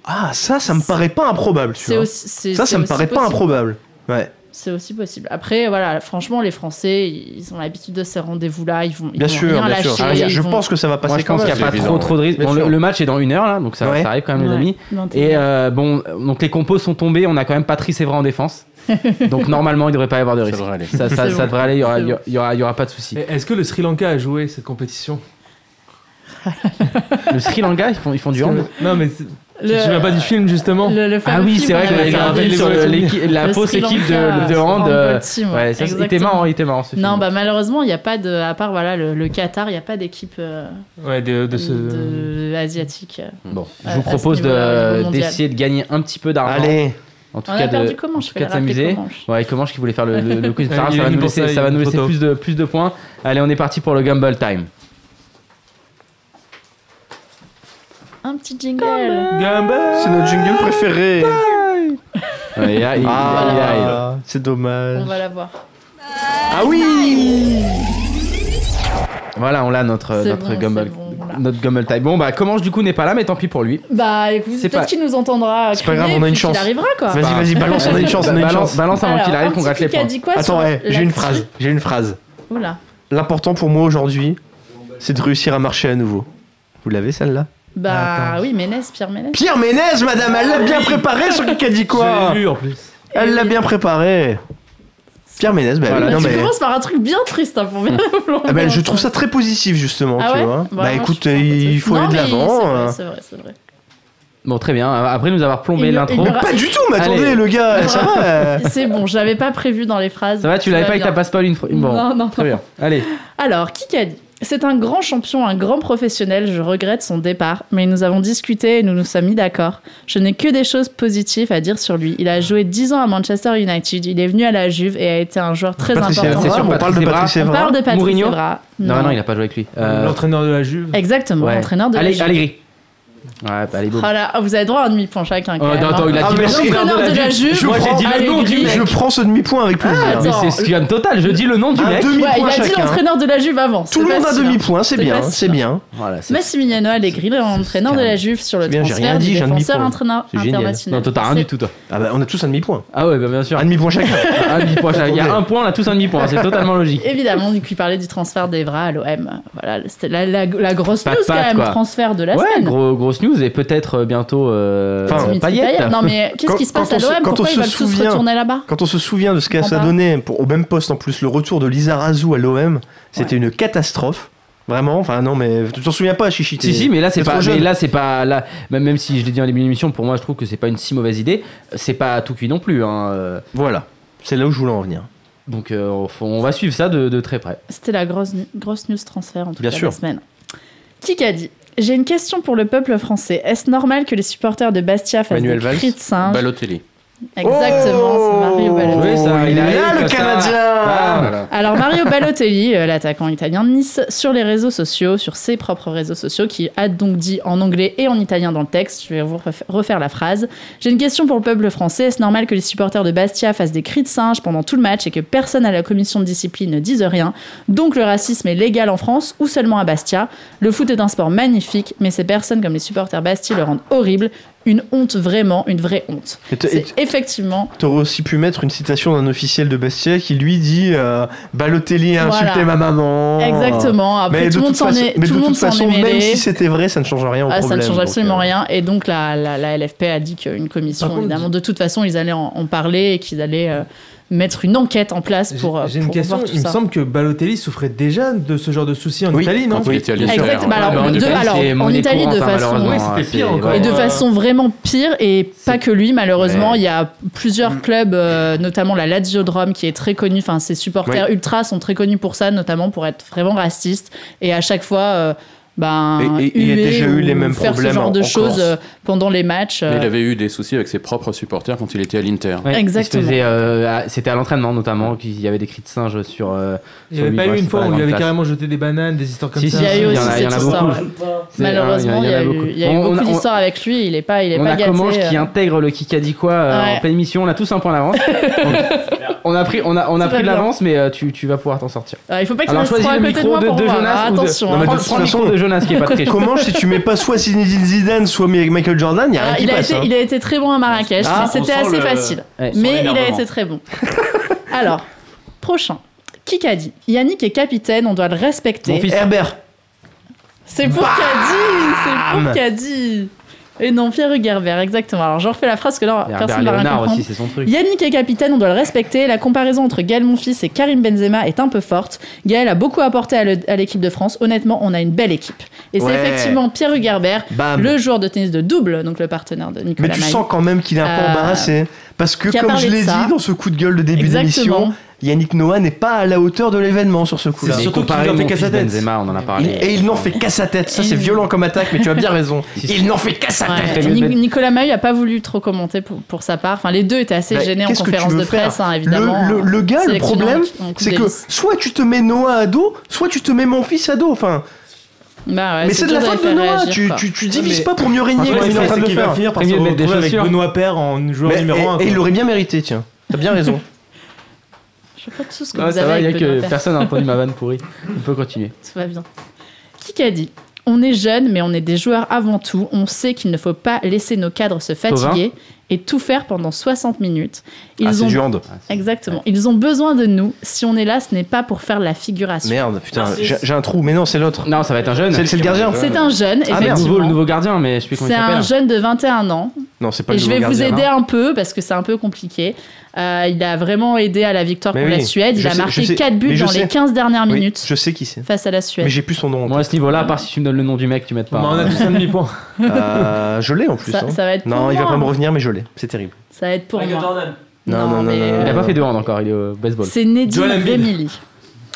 S4: Ah, ça, ça me paraît pas improbable. tu
S5: C'est
S4: vois.
S5: aussi- c'est-
S4: ça,
S5: c'est
S4: ça me
S5: aussi
S4: paraît pas
S5: possible.
S4: improbable. Ouais.
S5: C'est aussi possible. Après, voilà, franchement, les Français, ils ont l'habitude de ces rendez-vous-là. Ils vont, ils
S4: Bien
S5: vont
S4: sûr,
S5: rien
S4: bien
S5: lâcher.
S4: sûr.
S1: Ah,
S4: Je,
S5: ils
S4: je
S5: vont-
S4: pense que ça va passer
S1: Moi, je
S4: quand
S1: pense qu'il
S4: même.
S1: n'y a pas
S2: c'est
S1: trop,
S2: évident,
S1: trop de risques.
S4: Bien
S1: Bon, le,
S4: sûr.
S1: le match est dans une heure là, donc ça,
S4: Ouais.
S1: ça arrive quand même, les
S5: Ouais.
S1: amis.
S5: Non, t'es
S1: Et
S5: bien.
S1: euh, bon, donc les compos sont tombés. On a quand même Patrice Evra en défense. Donc normalement, il devrait pas y avoir de
S2: Ça
S1: risque.
S2: devrait aller.
S1: Ça, ça,
S5: C'est
S1: ça
S5: bon.
S1: devrait aller. Il y aura,
S5: C'est
S1: il y aura- il y aura, il y aura pas de souci.
S6: Et Est-ce que le Sri Lanka a joué cette compétition
S1: Le Sri Lanka, ils font, ils font du hand.
S6: Non, mais c'est- tu
S5: Le-
S6: te souviens pas du film justement
S5: Le, le
S1: Ah
S5: fameux
S1: oui,
S5: film
S1: c'est vrai
S5: qu'on
S1: qu'on avait
S5: avait
S1: fait un
S5: regardé.
S1: film sur le-
S6: Le
S1: l'équipe- la
S5: Le
S1: fausse
S5: Sri
S1: équipe
S5: Lanka,
S1: de, de hand.
S5: handball
S1: euh, ouais,
S5: team,
S1: ça, il était
S5: exactement.
S1: marrant, il était marrant. ce
S5: Non,
S1: film.
S5: bah malheureusement, il n'y a pas de. À part voilà, le, le Qatar, il n'y a pas d'équipe euh,
S6: Ouais, de, de ce.
S5: de- asiatique.
S1: Bon, je
S5: à-
S1: vous
S5: à ce
S1: propose
S5: niveau-là, au niveau
S1: de-
S5: mondial.
S1: d'essayer de gagner un petit peu d'argent.
S4: Allez,
S1: En tout
S5: On
S1: cas,
S5: a
S1: de-
S5: perdu comment
S1: en
S5: Je
S1: tout
S5: fais
S1: cas, de
S5: la rappeler
S1: s'amuser.
S5: comment, je-
S1: Ouais, comment je qui voulait faire le, le, le quiz
S6: Ouais,
S1: Sarah,
S6: il est
S1: ça va
S6: venu
S1: nous
S6: pour
S1: laisser,
S6: ça,
S1: ça va
S6: il est
S1: nous
S6: trop
S1: laisser
S6: tôt.
S1: plus de, plus de points. Allez, on est parti pour le Gumball Time.
S5: Un petit jingle.
S4: c'est notre jungle préféré.
S1: Ouais, il y a- il- il- il arrive.
S4: Ah, c'est
S5: On
S4: dommage.
S5: va la voir.
S4: Ah oui
S1: Voilà, on l'a
S4: Euh,
S1: notre,
S5: C'est
S1: notre,
S5: bon,
S1: Gumball,
S5: c'est bon, on l'a.
S1: notre Gumball Time. Bon, bah, Comanche du coup n'est pas là, mais tant pis pour lui.
S5: Bah écoute,
S1: C'est
S5: peut-être
S1: pas-
S5: qu'il nous entendra.
S4: C'est pas
S5: crier
S4: grave,
S5: et
S4: on a
S5: puis
S4: une
S5: qu'il
S4: chance.
S5: arrivera quoi.
S4: Vas-y, vas-y, balance, on a une chance, on a une
S1: balance,
S4: chance.
S1: balance avant
S5: Alors,
S1: qu'il arrive,
S5: un
S1: qu'on
S5: petit
S1: gratte les
S5: kick a
S1: points.
S5: dit quoi
S4: Attends,
S5: sur
S4: eh,
S5: la
S4: j'ai une
S5: partie
S4: phrase. J'ai une phrase.
S5: Oula.
S4: L'important pour moi aujourd'hui, c'est de réussir à marcher à nouveau. Vous l'avez celle-là
S5: Bah oui, Ménès, Pierre Ménès.
S4: Pierre Ménez, madame, elle l'a bien préparé sur qui a dit
S6: Je
S4: quoi
S6: l'ai lu en plus.
S4: Elle l'a bien préparé. Pierre Ménez, bah,
S1: Voilà,
S4: oui,
S5: Bah,
S4: non,
S5: tu
S4: mais...
S5: commences par un truc bien triste hein, pour bien
S4: Ah bah, je trouve ça très positif justement,
S5: Ah
S4: tu
S5: ouais
S4: vois.
S5: Bah,
S4: Bah
S5: moi,
S4: écoute,
S5: je suis contente.
S4: il faut
S5: Non,
S4: aller de
S5: mais c'est
S4: l'avant.
S5: vrai,
S4: euh.
S5: C'est vrai, c'est vrai.
S1: Bon, très bien. Après nous avoir plombé
S5: Il- il
S1: l'intro.
S5: aura-
S4: Pas du tout, mais
S1: Allez.
S4: attendez, le gars, ça va. euh.
S5: C'est bon, je l'avais pas prévu dans les phrases.
S1: Ça va, tu l'avais
S5: Tout
S1: pas avec
S5: bien.
S1: ta passe-paul une fois Bon,
S5: Non, non,
S1: très bien. Allez,
S5: Alors, qui a dit C'est un grand champion, un grand professionnel. Je regrette son départ, mais nous avons discuté et nous nous sommes mis d'accord. Je n'ai que des choses positives à dire sur lui. Il a joué 10 ans à Manchester United. Il est venu à la Juve et a été un joueur très
S4: Patrice
S5: important.
S4: Evra,
S1: C'est sûr,
S4: on parle de
S1: Patrice
S4: Patrice
S5: On
S4: Evra.
S5: parle de Patrice
S1: Mourinho
S5: Evra.
S1: Non, non, il a pas joué avec lui. Euh,
S6: L'entraîneur de la Juve.
S5: Exactement,
S1: ouais.
S5: entraîneur de la
S1: Allez,
S5: Juve.
S1: allez, gris. Ouais, bah, allez, boum.
S5: Voilà, ah, vous avez droit à un demi-point chacun. quand
S1: Oh,
S6: Euh,
S5: même,
S6: non, attends,
S5: hein.
S6: il a
S4: Ah,
S6: dit
S4: merci.
S5: L'entraîneur de la Juve.
S4: Je prends-
S5: Ah, les gris.
S4: Je prends ce demi-point avec plaisir.
S5: Ah, attends.
S1: Mais c'est scam total, je dis le nom du
S4: Un
S1: mec.
S5: Ouais, il
S4: demi-point
S5: a dit
S4: chacun.
S5: l'entraîneur de la Juve avant.
S4: Tout le
S5: c'est
S4: monde a
S5: facile, hein.
S4: demi-point, c'est
S5: C'est
S4: bien,
S5: facile,
S4: c'est
S5: hein.
S4: bien.
S1: Voilà, c'est-
S5: Massimiliano Allegri, l'entraîneur de la Juve sur le
S4: C'est bien, j'ai rien
S5: transfert
S4: dit,
S5: du
S4: j'ai un
S5: défenseur
S4: demi-point.
S5: entraîneur
S4: C'est génial.
S5: international.
S1: Non, toi, t'as rien
S5: C'est-
S1: du tout, toi.
S4: Ah bah on a tous un demi-point.
S1: Ah ouais, bah, bien sûr.
S4: Un demi-point chacun.
S1: Un demi-point chacun. Il y a un point, on a tous un demi-point, c'est totalement logique.
S5: Évidemment, du coup, il parlait du transfert d'Evra à l'OM. Voilà, c'était la, la- la grosse news
S1: Patate,
S5: quand même,
S1: quoi.
S5: transfert de la
S1: Ouais,
S5: semaine.
S1: gros, grosse news et peut-être euh, bientôt euh,
S4: Enfin,
S5: Dimitri
S1: Payet.
S5: Payet. Non, mais qu'est-ce
S4: Quand-
S5: qui se passe
S4: quand
S5: à
S4: on se-
S5: l'OM
S4: quand on
S5: Pourquoi
S4: se
S5: ils veulent tous
S4: souvient-
S5: retourner là-bas
S4: Quand on se souvient de ce que
S5: Prends
S4: ça
S5: pas.
S4: donnait pour, au même poste en plus, le retour de Lizarazu à l'OM, c'était une catastrophe. Vraiment, enfin non mais tu t'en souviens pas Chichi t'es-
S1: Si si mais là c'est
S4: t'es
S1: pas
S4: trop
S1: mais
S4: jeune.
S1: là c'est pas là même même si je l'ai dit en début d'émission pour moi je trouve que c'est pas une si mauvaise idée c'est pas tout cuit non plus hein, euh,
S4: Voilà, c'est là où je voulais en venir.
S1: donc euh, on- faut- on va suivre ça de, de très près
S5: C'était la grosse, nu- grosse news transfert en tout
S4: Bien
S5: cas
S4: sûr.
S5: de la semaine. Qui a dit J'ai une question pour le peuple français. Est-ce normal que les supporters de Bastia fassent
S4: Manuel
S5: des
S4: Valls Oh
S5: cris de singe
S2: Balotelli.
S5: Exactement, c'est Mario Balotelli.
S1: Oui, ça, Oh, il
S4: il est
S1: arrive,
S4: là le
S1: ça. Ah,
S4: Canadien
S5: Alors Mario Balotelli, euh, l'attaquant italien de Nice, sur les réseaux sociaux, sur ses propres réseaux sociaux, qui a donc dit en anglais et en italien dans le texte, je vais vous refa- refaire la phrase, j'ai une question pour le peuple français, est-ce normal que les supporters de Bastia fassent des cris de singe pendant tout le match et que personne à la commission de discipline ne dise rien Donc le racisme est légal en France ou seulement à Bastia Le foot est un sport magnifique, mais ces personnes comme les supporters Bastia le rendent horrible, une honte vraiment, une vraie honte.
S4: Et t- et
S5: C'est
S4: t-
S5: effectivement
S4: T'aurais aussi pu mettre une citation d'un officiel de Bastia qui lui dit euh, Balotelli a insulté
S5: Voilà.
S4: ma maman.
S5: Exactement. Après,
S4: Oh. Mais
S5: tout
S4: de
S5: le monde
S4: toute
S5: s'en
S4: façon,
S5: est,
S4: mais
S5: tout
S4: de
S5: le monde
S4: toute
S5: s'en est
S4: façon même
S5: mêlé.
S4: si c'était vrai, ça ne change rien au
S5: Ah, ça
S4: problème.
S5: ne change
S4: donc,
S5: absolument
S4: euh,
S5: rien. Et donc, la, la, la LFP a dit qu'une commission,
S6: Par contre,
S5: évidemment, de toute façon, ils allaient en, en parler et qu'ils allaient euh, mettre une enquête en place
S6: J'ai-
S5: pour, euh,
S6: J'ai une
S5: pour
S6: question.
S5: voir tout
S6: Il me
S5: ça.
S6: semble que Balotelli souffrait déjà de ce genre de soucis en
S4: Oui,
S6: Italie, non
S2: Quand il était à l'Inter.
S5: Exact. Bah, alors,
S1: Ouais, mais en
S5: de-
S1: Italie,
S5: alors,
S1: c'est
S5: en
S1: monnaie
S5: Italie,
S1: courante,
S5: de
S1: hein,
S5: façon-
S1: malheureusement,
S6: Oui,
S1: hein,
S6: c'était
S1: c'est-
S6: pire encore.
S1: ouais.
S5: Et de
S6: Euh,
S5: façon vraiment pire, et pas
S1: c'est-
S5: que lui, malheureusement.
S1: Ouais.
S5: Il y a
S4: Mm.
S5: plusieurs clubs, euh, notamment la Lazio de Rome, qui est très connue. Enfin, ses supporters ultras sont très connus pour ça, notamment pour être vraiment racistes. Et à chaque fois. euh, ben,
S4: Et- et il y a
S5: huer
S4: déjà eu les
S5: ou
S4: mêmes
S5: faire
S4: problèmes
S5: ce genre
S4: en-
S5: de
S4: en
S5: choses
S4: Corse.
S5: euh, pendant les matchs.
S2: Mais
S5: euh,
S2: il avait eu des soucis avec ses propres supporters quand il était à l'Inter.
S1: Ouais, il se
S5: Exactement.
S1: faisait, euh, à- c'était à l'entraînement notamment qu'il y avait des cris de singe sur euh,
S6: Il n'y avait
S1: Oui,
S6: pas
S1: ouais,
S6: eu
S1: c'est
S6: une fois
S1: pas
S6: où
S1: la
S6: on lui avait
S1: grande
S6: carrément jeté des bananes, des histoires comme
S1: Si,
S6: ça.
S1: si,
S5: Il y a eu
S1: en
S5: aussi
S1: il y en a
S5: cette histoire.
S1: beaucoup.
S5: ouais.
S1: c'est- hein,
S5: Malheureusement, il y a
S1: en
S5: eu, il y a eu
S1: On- on
S5: beaucoup
S1: on-
S5: d'histoires avec lui. Il est pas, il est
S1: On
S5: pas
S1: a
S5: gâté.
S1: Comanche qui
S5: euh.
S1: intègre le Kikadi quoi euh,
S5: Ouais.
S1: en pleine émission. On a tous un point d'avance. Donc, on a pris, on a, on a
S5: C'est
S1: pris de
S5: pas bien.
S1: l'avance, mais euh, tu, tu vas pouvoir t'en sortir.
S5: Ah, il faut pas qu'il
S1: Alors
S5: reste
S1: choisis
S5: trop à
S1: le
S5: côté de
S1: micro
S5: moi
S1: de,
S5: pour
S1: de
S5: voir.
S1: Jonas
S5: Ah,
S1: ou de-
S5: attention.
S4: Non,
S5: hein.
S4: mais de
S1: Prends,
S4: toute
S1: prends le micro
S4: façon-
S1: de Jonas qui est pas triche.
S4: Comment si tu mets pas soit Zinedine Zidane, soit Michael Jordan, il y a rien
S5: Ah,
S4: qui
S5: il, a
S4: passe.
S5: été,
S4: hein.
S5: il a été très bon à Marrakech,
S1: Ah,
S5: mais c'était
S9: on sent
S5: assez
S9: le-
S5: facile.
S1: Ouais.
S9: on sent
S5: Mais il a
S9: l'énervement.
S5: été très bon. Alors, prochain. Qui qu'a dit Yannick est capitaine, on doit le
S1: Mon
S5: respecter.
S1: fils.
S4: Herbert.
S5: C'est pour qu'a dit C'est pour qu'a dit Et non, Pierre Hugerbert, exactement. Alors, je refais la phrase que là,
S1: Et Herbert
S5: personne ne va rien
S1: Léonard
S5: comprendre.
S1: aussi, c'est son truc.
S5: Yannick est capitaine, on doit le respecter. La comparaison entre Gaël Monfils et Karim Benzema est un peu forte. Gaël a beaucoup apporté à le- à l'équipe de France. Honnêtement, on a une belle équipe. Et c'est
S4: Ouais.
S5: effectivement Pierre Hugerbert,
S4: Bam.
S5: le joueur de tennis de double, donc le partenaire de
S4: Mais
S5: Nicolas
S4: tu
S5: Mahut,
S4: sens quand même qu'il est un peu
S5: Euh,
S4: embarrassé. hein. Parce que,
S5: qui a
S4: comme
S5: parlé
S4: je
S5: de
S4: l'ai
S5: ça.
S4: dit dans ce coup de gueule de début d'émission,
S5: Exactement.
S4: Yannick Noah n'est pas à la hauteur de l'événement sur ce coup-là.
S6: C'est
S1: Mais
S6: surtout qu'il
S1: comparé
S6: en
S1: à
S6: fait
S1: mon
S6: qu'à
S1: fils
S6: sa tête.
S1: Benzema, on en a
S4: Il-
S1: parlé.
S4: et il n'en fait qu'à sa tête. Ça, c'est
S5: Et-
S4: violent comme attaque, mais tu as bien raison.
S1: Si, si.
S4: Il n'en fait qu'à sa
S5: Ouais,
S4: tête.
S1: Très
S5: Ni-
S1: bien.
S5: Nicolas Mahut n'a pas voulu trop commenter pour, pour sa part. Enfin, les deux étaient assez
S4: Bah,
S5: gênés en
S4: qu'est-ce que tu
S5: conférence
S4: veux
S5: de
S4: faire
S5: presse, hein, évidemment.
S4: Le, le- le gars, le
S5: Sélectionnant
S4: problème,
S5: en- en Coupe
S4: c'est que
S5: Davis.
S4: soit tu te mets Noah à dos, soit tu te mets mon fils à dos. Enfin,
S5: Bah ouais,
S4: mais c'est de la
S5: dur
S4: faute de
S5: les faire
S4: Noah.
S5: réagir,
S4: Tu,
S5: quoi.
S4: tu, tu divises
S6: Mais-
S4: pas pour mieux régner.
S6: Franchement,
S4: comme il est en train de
S6: qu'il
S4: le
S6: va
S4: faire.
S6: finir par
S1: Très
S6: se
S1: bien de mettre des
S6: retrouver avec
S1: chaussures.
S6: Benoît Père en joueur
S4: Mais-
S6: numéro
S4: et-
S6: 1.
S4: Et il l'aurait bien mérité, tiens. T'as bien raison.
S5: Je sais pas tout ce que
S1: Ouais,
S5: vous
S1: ça va,
S5: avez
S1: il y a
S5: avec Benoît
S1: que
S5: Paire.
S1: personne n'a entendu ma vanne pourrie. On peut continuer.
S5: Tout va bien. Qui qu'a dit On est jeunes, mais on est des joueurs avant tout. On sait qu'il ne faut pas laisser nos cadres se fatiguer et tout faire pendant 60 minutes.
S1: Ah,
S4: Ah,
S5: Ils ont
S4: hand.
S5: exactement. Ils ont besoin de nous. Si on est là, ce n'est pas pour faire la figuration.
S4: Merde,
S5: Ah,
S4: putain, j'ai j'ai un trou. Mais non, c'est l'autre.
S1: Non, ça va être un jeune.
S4: C'est c'est le gardien.
S5: C'est un jeune,
S4: Ah,
S1: C'est le nouveau,
S4: merde.
S1: le
S5: effectivement.
S1: nouveau gardien, mais je sais plus comment il
S5: C'est un
S1: s'appelle.
S5: jeune de 21 ans
S4: Non, c'est pas
S5: et
S4: le
S5: je
S4: nouveau
S5: vais vous
S4: gardien,
S5: aider
S4: hein.
S5: un peu parce que c'est un peu compliqué. Euh, il a vraiment aidé à la victoire
S4: Mais
S5: pour la
S4: oui,
S5: Suède. Il
S4: je
S5: a
S4: sais- je
S5: marqué
S4: sais-
S5: 4
S4: mais
S5: buts
S4: je
S5: dans
S4: sais.
S5: les 15 dernières
S4: Oui,
S5: minutes
S4: Je sais qui c'est.
S5: face à la Suède.
S4: Mais j'ai plus son nom. en
S1: Moi, à ce niveau-là, à part si tu me donnes le nom du mec, tu m'aides
S6: Bon,
S1: pas.
S6: on a
S1: hein.
S6: tous un demi-point.
S4: tête. Euh, je l'ai en plus.
S5: ça,
S4: hein.
S5: ça va être
S4: Non,
S5: pour
S4: il va
S5: moi.
S4: pas me revenir, mais je l'ai. C'est terrible.
S5: Ça va être pour moi.
S4: Non, non, non,
S5: mais,
S4: non, non,
S1: Il
S4: non.
S1: a pas fait de hand encore, il est au baseball.
S5: C'est Nedim
S6: Joel Embiid.
S5: Remili.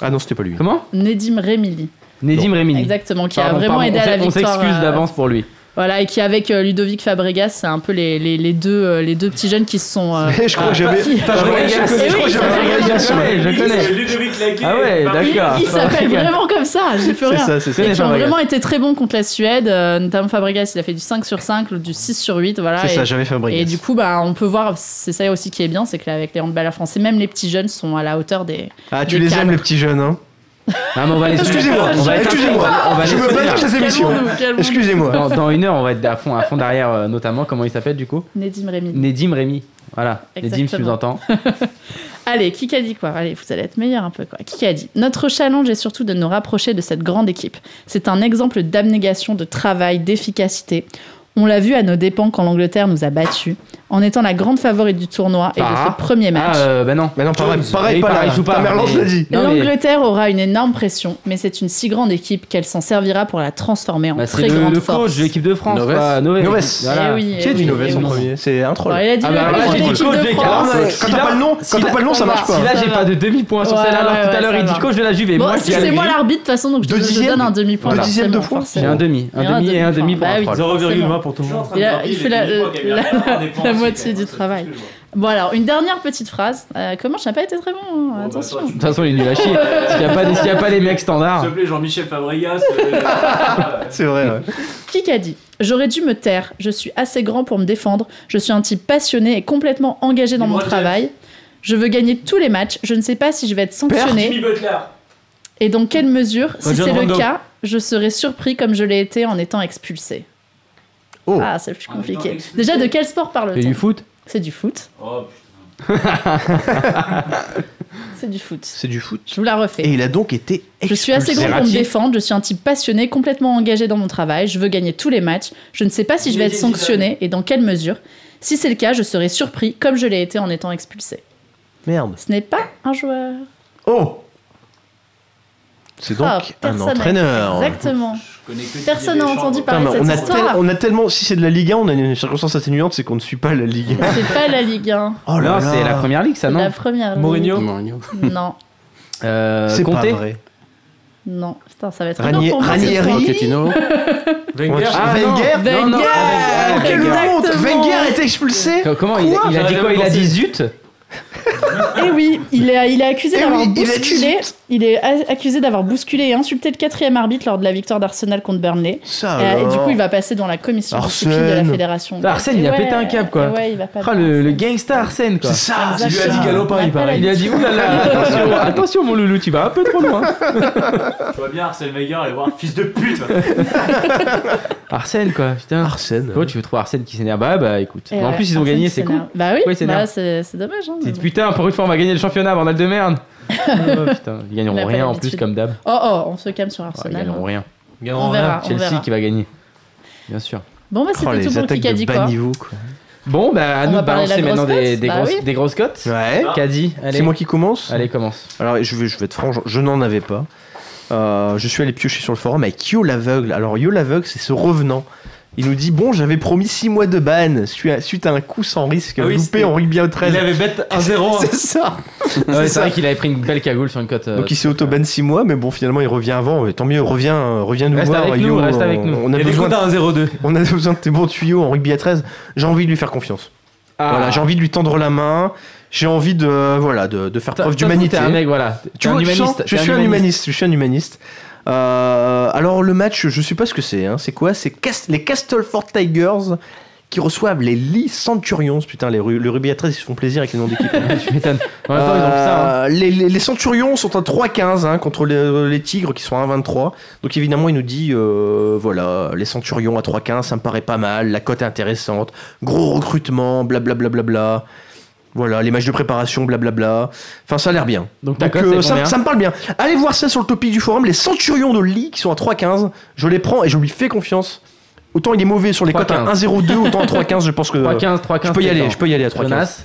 S4: Ah non, c'était pas lui.
S1: Comment
S5: Nedim Remili.
S1: Nedim Remini.
S5: Exactement, qui a
S1: Mmh. Pardon,
S5: vraiment
S1: pardon,
S5: aidé
S1: on
S5: à la
S1: s'est-
S5: victoire.
S1: On s'excuse
S5: euh,
S1: d'avance pour lui.
S5: Voilà, et qui avec euh, Ludovic Fabregas, c'est un peu les, les, les deux, euh, les deux petits jeunes qui se sont. euh,
S4: Je crois que j'avais.
S5: qui-
S4: je crois que j'avais Fabregas,
S1: Je connais, je connais. Ah ouais, d'accord.
S5: Il s'appelle vraiment comme ça, j'ai plus
S4: C'est
S5: rien.
S4: ça, c'est ça.
S5: Et qui ont
S1: Fabregas.
S5: vraiment été très bons contre la Suède, euh, notamment Fabregas, il a fait du 5 sur 5, l'autre du 6 sur 8, voilà.
S4: C'est
S5: et-
S4: ça, j'avais Fabregas.
S5: Et du coup, bah, on peut voir, c'est ça aussi qui est bien, c'est qu'avec les handballeurs français, même les petits jeunes sont à la hauteur des.
S4: Ah, tu
S5: des
S4: les aimes,
S5: cadres.
S4: les petits jeunes, hein
S1: Ah, mais on va les
S4: Excusez-moi,
S1: on va les-
S4: excusez-moi.
S1: on va les
S4: Je me bats toutes ces émissions.
S5: Calmons-nous, calmons-nous.
S4: Excusez-moi.
S1: Dans, dans une heure, on va être à fond, à fond derrière, euh, notamment, comment il s'appelle du coup
S5: Nedim Rémy.
S1: Nedim Rémi. Voilà, Nedim, si vous
S5: Exactement.
S1: entends.
S5: Allez, qui a dit quoi Allez, vous allez être meilleur un peu quoi. Qui a dit Notre challenge est surtout de nous rapprocher de cette grande équipe. C'est un exemple d'abnégation, de travail, d'efficacité. On l'a vu à nos dépens quand l'Angleterre nous a battus, en étant la grande favorite du tournoi et de
S1: Parra.
S5: ce premier match.
S1: Ah, euh, bah non.
S4: Mais non, pareil,
S1: Jones.
S4: pareil,
S1: Oui,
S4: pas
S1: pareil,
S4: là.
S1: je joue pas,
S4: Ta mère
S1: mais-
S4: l'a dit.
S1: Non, mais-
S5: L'Angleterre aura une énorme pression, mais c'est une si grande équipe qu'elle s'en servira pour la transformer en
S1: Bah, c'est
S5: très
S1: le,
S5: grande
S1: le
S5: force.
S1: coach de l'équipe de France,
S2: Noves.
S1: quoi, Noves.
S4: Noves.
S1: Voilà.
S5: Eh oui, eh
S4: Qui a dit
S5: oui,
S4: Novès
S5: eh
S4: en
S5: oui.
S4: premier C'est un troll.
S5: Alors, il a dit
S1: Ah,
S5: le
S1: bah, alors là,
S5: coach
S1: j'ai
S5: de
S1: dit
S5: l'équipe
S1: coach,
S5: de
S1: mec,
S5: France.
S1: alors,
S4: Quand t'as pas le nom, quand t'as pas le nom, ça marche pas.
S1: Si là,
S5: Ça
S1: j'ai
S5: va.
S1: pas de demi-point sur
S5: Ouais,
S1: celle-là, alors
S5: ouais,
S1: tout à
S5: ouais,
S1: l'heure,
S5: ça
S1: il dit
S5: va.
S1: coach de la Juve et
S5: Bon,
S1: moi,
S5: si
S1: j'ai
S5: c'est
S1: allé.
S5: moi l'arbitre, de toute façon, donc je,
S4: Deux
S5: je
S4: dixièmes
S5: donne un
S4: de-
S5: demi-point.
S4: deux dixièmes de
S5: forcément,
S4: points
S1: J'ai
S5: forcément.
S1: un demi,
S5: Et
S1: un demi et un demi pour
S5: Bah
S1: un
S5: oui,
S1: troll.
S6: 0,1 pour tout le monde.
S5: Il, a- il fait la, la- la moitié du travail. Bon alors, une dernière petite phrase. Euh, comment je n'ai pas été très bon, hein,
S6: bah,
S5: attention.
S1: De toute façon, il est nul à chier. S'il n'y a, pas des- s'il y a pas les mecs standards.
S9: plaît, Jean-Michel Fabregas.
S4: C'est vrai, ouais.
S5: Qui a dit J'aurais dû me taire, je suis assez grand pour me défendre, je suis un type passionné et complètement engagé dans mon travail. Je veux gagner tous les matchs, je ne sais pas si je vais être sanctionné. Et dans quelle mesure, si
S6: John
S5: c'est le
S6: Randall.
S5: cas, je serais surpris comme je l'ai été en étant expulsé.
S4: Oh.
S5: Ah, c'est plus compliqué. Déjà, de quel sport
S1: C'est
S5: parle-t-on
S1: du foot
S5: C'est du foot. C'est du foot.
S4: C'est du foot.
S5: Je vous la refais.
S4: Et il a donc été
S5: Je suis assez grand pour me défendre, je suis un type passionné, complètement engagé dans mon travail, je veux gagner tous les matchs, je ne sais pas si je vais être sanctionné et dans quelle mesure. Si c'est le cas, je serai surpris comme je l'ai été en étant expulsé.
S4: Merde.
S5: Ce n'est pas un joueur.
S4: Oh C'est donc
S5: Ah,
S4: un
S5: personne n'a-
S4: entraîneur.
S5: Exactement. Personne n'a entendu
S4: Putain,
S5: parler
S4: mais
S5: de
S4: on, a
S5: cette
S4: tel-
S5: histoire.
S4: on a tellement. Si c'est de la Ligue 1, on a une circonstance atténuante, c'est qu'on ne suit pas la Ligue 1.
S5: C'est pas la Ligue 1,
S4: Oh
S1: Non, c'est la première ligue,
S4: Ah
S1: ça,
S5: c'est
S1: non
S5: la première. Ligue.
S6: Mourinho
S2: Mourinho.
S5: Non,
S1: Euh, Ah
S4: C'est pas
S1: Conte
S4: vrai.
S5: non. Putain, ça va être
S4: Ranier-
S5: dur pour moi, cette
S4: Ranieri.
S5: fois.
S2: Pochettino.
S6: Wenger.
S1: Ah, non.
S4: Wenger
S5: Wenger
S1: Non, non, ah,
S4: Ah,
S1: Wenger,
S4: Quel
S1: Wenger.
S4: honte
S5: Exactement.
S4: Wenger est expulsé
S1: Co- Comment il a, il a dit quoi Il a dit zut
S5: Eh oui, il est, il est accusé
S4: Eh
S5: d'avoir
S4: oui, il est
S5: bousculé. Il est a- accusé d'avoir bousculé et insulté le quatrième arbitre lors de la victoire d'Arsenal contre Burnley.
S1: Ah
S4: Ça
S5: Euh, et
S4: alors.
S5: du coup, il va passer dans la commission
S4: Arsène.
S5: discipline de la fédération.
S1: Bah, Arsène, il a
S5: Et
S1: pété un câble, quoi.
S5: et Ouais, il va pas
S1: Ah, le, le gangsta Arsène, quoi.
S4: C'est ça
S6: Il lui a dit galopin, il paraît.
S1: Il a dit oulala, attention, attention, mon loulou, tu vas un peu trop loin.
S9: Je vois bien Arsène Wenger aller voir fils de pute.
S1: Arsène, quoi, putain.
S4: Arsène.
S1: Toi, tu veux trouver Arsène qui s'énerve Bah, bah écoute. en plus, ils ont gagné, c'est con.
S5: Bah oui,
S1: Ouais, c'est
S5: bah,
S1: énorme.
S5: c'est c'est dommage. hein.
S1: Tu te dis, putain, pour une fois, on va gagner le championnat, bordel de merde. Oh, putain, ils
S5: On
S1: gagneront
S5: n'a pas
S1: rien en
S5: l'habitude.
S1: plus, comme d'hab. Ouais,
S5: Oh oh, on se calme sur
S1: ils
S5: Arsenal.
S1: gagneront rien.
S5: on verra, Ah, on
S1: Chelsea
S5: verra.
S1: qui va gagner. Bien sûr.
S5: Bon, bah
S4: Oh,
S5: c'était tout
S4: les
S5: pour le
S4: attaques de
S5: Kikadi
S4: bas
S5: quoi.
S4: niveau, quoi.
S1: Bon, bah, à
S5: On
S1: nous
S5: va
S1: de
S5: parler de la
S1: balancer
S5: grosse
S1: maintenant des,
S5: cote
S1: des,
S5: Bah
S1: grosses,
S5: oui.
S1: des grosses cotes.
S4: Ouais.
S1: Caddy, allez.
S4: C'est moi qui commence
S1: Allez, commence.
S4: Alors, je vais, je vais être franc, je, je n'en avais pas. Euh, je suis allé piocher sur le forum avec Yo l'aveugle. Alors, Yo l'aveugle, c'est ce revenant. Il nous dit Bon, j'avais promis 6 mois de ban suite à, suite à un coup sans risque
S6: Ah oui,
S4: loupé
S6: c'était-
S4: en rugby au 13.
S6: Il avait bête 1-0.
S4: C'est
S1: Ah
S4: ça
S1: ouais,
S4: C'est
S1: c'est
S4: ça.
S1: vrai qu'il avait pris une belle cagoule sur une cote. euh,
S4: Donc, il s'est auto-ban 6 mois, mais bon, finalement, il revient avant. Et tant mieux, reviens, euh, reviens nous
S1: Reste
S4: voir.
S1: avec
S4: Yo,
S1: nous, reste
S4: on-
S1: avec nous.
S4: On a,
S6: Il avait
S4: besoin,
S6: compté 1-0-2.
S4: on a besoin de tes bons tuyaux en rugby à 13. J'ai envie de lui faire confiance.
S1: Ah.
S4: Voilà, j'ai envie de lui tendre la main. J'ai envie de, euh, voilà, de, de faire
S1: T'as-
S4: preuve
S1: t'as-
S4: d'humanité.
S1: T'es un mec, voilà. T'es
S4: Tu
S1: un
S4: vois, tu sens-
S1: humaniste.
S4: je
S1: t'es
S4: suis un humaniste, je suis un humaniste. Euh, alors le match, je sais pas ce que c'est. hein. C'est quoi C'est Cas- les Castleford Tigers qui reçoivent les Lee Centurions. Putain, les, ru- le rugby à 13, ils se font plaisir avec les noms d'équipe.
S1: Tu m'étonnes. En même temps, ils ont que ça. hein.
S4: les, les- les Centurions sont à 3-15 hein, contre les, les Tigres qui sont à 23. Donc évidemment, il nous dit euh, voilà, les Centurions à 3-15, ça me paraît pas mal, la cote est intéressante, gros recrutement, blablabla. Voilà, les matchs de préparation, blablabla. Enfin, ça a l'air bien.
S1: Donc ta
S4: Donc,
S1: cote,
S4: euh,
S1: c'est
S4: ça,
S1: combien
S4: ça me parle bien. Allez voir ça sur le topic du forum, les centurions de Lee qui sont à 3,15. Je les prends et je lui fais confiance. Autant il est mauvais sur les cotes à 1,02, autant à 3,15, je pense que.
S1: 3,15, 3,15.
S4: je peux y
S1: t'es
S4: aller,
S1: dedans.
S4: je peux y aller à 3,15.
S1: Jonas,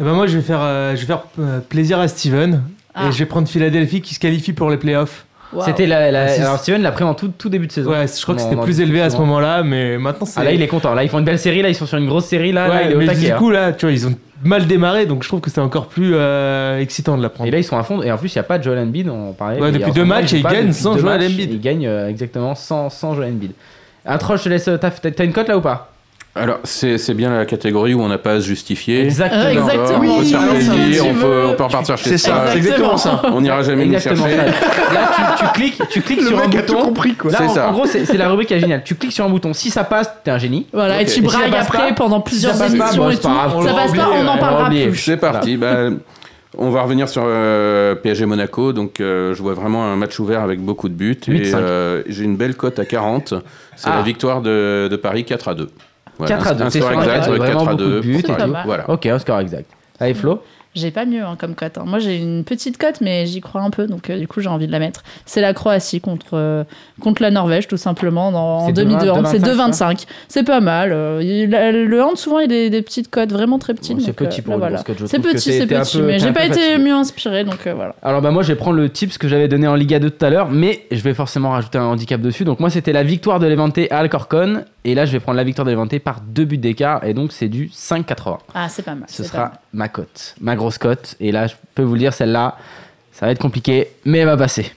S6: Eh ben moi je vais faire, euh, je vais faire euh, plaisir à Steven
S5: Ah.
S6: et je vais prendre Philadelphie qui se qualifie pour les playoffs.
S5: Waouh.
S1: c'était la, la-
S6: Ah, si.
S1: alors Steven l'a pris en tout, tout début de saison.
S6: Ouais, je crois que
S1: On
S6: c'était
S1: en
S6: plus
S1: discute
S6: élevé à ce
S1: souvent.
S6: moment-là, mais maintenant c'est.
S1: Ah là il est content, là ils font une belle série, là ils sont sur une grosse série, là, là,
S6: Ouais,
S1: il est au
S6: mais
S1: taquet.
S6: du
S1: hein.
S6: coup là, tu vois, ils ont mal démarré, donc je trouve que c'est encore plus euh, excitant de la prendre.
S1: Et là, ils sont à fond. Et en plus, il euh, n'y a pas de Joel Embiid, on parlait.
S6: Ouais,
S1: mais
S6: depuis
S1: en ce
S6: deux
S1: moment,
S6: matchs,
S1: joue
S6: ils
S1: pas
S6: gagnent
S1: depuis
S6: sans
S1: deux
S6: Joel
S1: matchs,
S6: Embiid.
S1: Ils gagnent euh, exactement sans, sans Joel Embiid. Atroche, je te laisse. euh, T'as t'as- t'as une cote là ou pas
S2: Alors, c'est c'est bien la catégorie où on n'a pas à se justifier.
S1: Euh, Exactement.
S5: Ouais, exactement.
S2: On peut
S5: Oui,
S2: se faire
S5: alors ça,
S2: plaisir,
S5: tu
S2: on peut, on peut repartir chez
S4: C'est ça, c'est exactement ça.
S2: On n'ira jamais nous
S1: Exactement.
S2: chercher.
S1: Là, tu, tu cliques, tu cliques
S4: Le
S1: sur un
S4: mec a tout
S1: bouton.
S4: compris, quoi.
S1: Là,
S2: C'est
S1: en,
S2: ça.
S1: en gros, c'est c'est la rubrique qui est géniale. Tu cliques sur un bouton. Si ça passe, t'es un génie.
S5: Voilà,
S2: Ok.
S5: et tu
S1: Et si
S5: brailles
S1: ça passe
S5: après
S1: pas,
S5: pendant
S1: Si ça
S5: plusieurs
S1: passe pas,
S5: émissions
S1: bon,
S5: et
S1: c'est
S5: tout.
S1: pas grave.
S5: Ça
S1: on
S5: passe
S1: l'a
S5: pas, on
S1: oublié,
S5: n'en
S1: on l'a
S5: parlera
S1: oublié.
S5: plus.
S2: C'est parti. Bah, on va revenir sur euh, PSG Monaco. Donc, euh, je vois vraiment un match ouvert avec beaucoup de buts. Et
S1: 8-5.
S2: euh, j'ai une belle cote à 40. C'est
S1: Ah.
S2: la victoire de, de Paris 4 à 2. Voilà,
S1: 4 à 2,
S2: un
S1: c'est
S2: score
S1: sur un
S2: exact,
S1: quatre,
S2: 4,
S1: vraiment
S2: à
S1: beaucoup de
S2: 2.
S1: buts
S2: pour
S5: et
S2: Paris.
S5: tout.
S2: Voilà.
S1: Ok, un score exact. Allez, Flo.
S5: J'ai pas mieux hein, comme cote. hein. Moi, j'ai une petite cote, mais j'y crois un peu, donc euh, du coup, j'ai envie de la mettre. C'est la Croatie contre, euh, contre la Norvège, tout simplement, dans- en
S1: C'est
S5: demi de
S1: 2,20,
S5: hand. C'est
S1: 2,25.
S5: 2,25. C'est pas mal. euh, il- la- le hand, souvent, il a des petites cotes vraiment très petites.
S1: Bon, c'est
S5: donc, euh,
S1: petit pour une
S5: voilà.
S1: grosse cote, je
S5: C'est
S1: trouve que
S5: petit,
S1: t'es-
S5: c'est
S1: t'es un
S5: petit,
S1: peu-
S5: mais
S1: t'es un
S5: j'ai pas
S1: peu
S5: été
S1: fatigué.
S5: mieux inspiré, donc euh, voilà.
S1: Alors bah moi je vais prendre le tips que j'avais donné en Liga 2 tout à l'heure, mais je vais forcément rajouter un handicap dessus. Donc moi c'était la victoire de Levante à Alcorcon, et là je vais prendre la victoire de Levante par deux buts d'écart, et donc c'est du 5,80.
S5: Ah, c'est pas mal.
S1: Ce
S5: c'est pas
S1: sera
S5: mal.
S1: ma cote, ma grosse cote, et là je peux vous le dire celle-là, ça va être compliqué, mais elle va passer.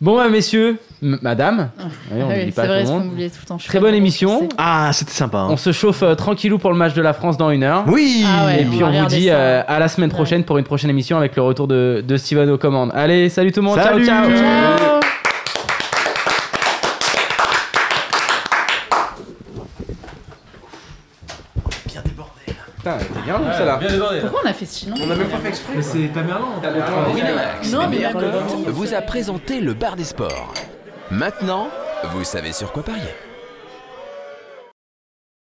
S1: bon bah messieurs, m- madame, oui, on
S5: Ah oui,
S1: n'oublie
S5: c'est
S1: pas
S5: vrai
S1: tout
S5: ce
S1: le
S5: qu'on
S1: monde.
S5: oubliait tout le temps. je suis
S1: Très
S5: pas
S1: bonne
S5: drôle,
S1: émission.
S5: je sais.
S4: Ah, c'était sympa. hein.
S1: On se chauffe euh, tranquillou pour le match de la France dans une heure.
S4: Oui
S5: Ah ouais,
S1: Et puis
S5: va
S1: on vous
S5: regarder
S1: dit
S5: ça.
S1: euh, à la semaine prochaine pour une prochaine émission avec le retour de, de Steven aux commandes. Allez, salut tout le monde,
S4: Salut.
S1: ciao ciao
S5: Ciao.
S1: Putain, t'es bien long celle-là.
S5: Pourquoi on a fait sinon
S6: Mais c'est Tamerlan. Ah,
S10: Winamax,
S5: Non,
S10: les
S5: mais
S10: meilleures
S5: d'accord.
S10: cotes, vous a présenté le bar des sports. Maintenant, vous savez sur quoi parier.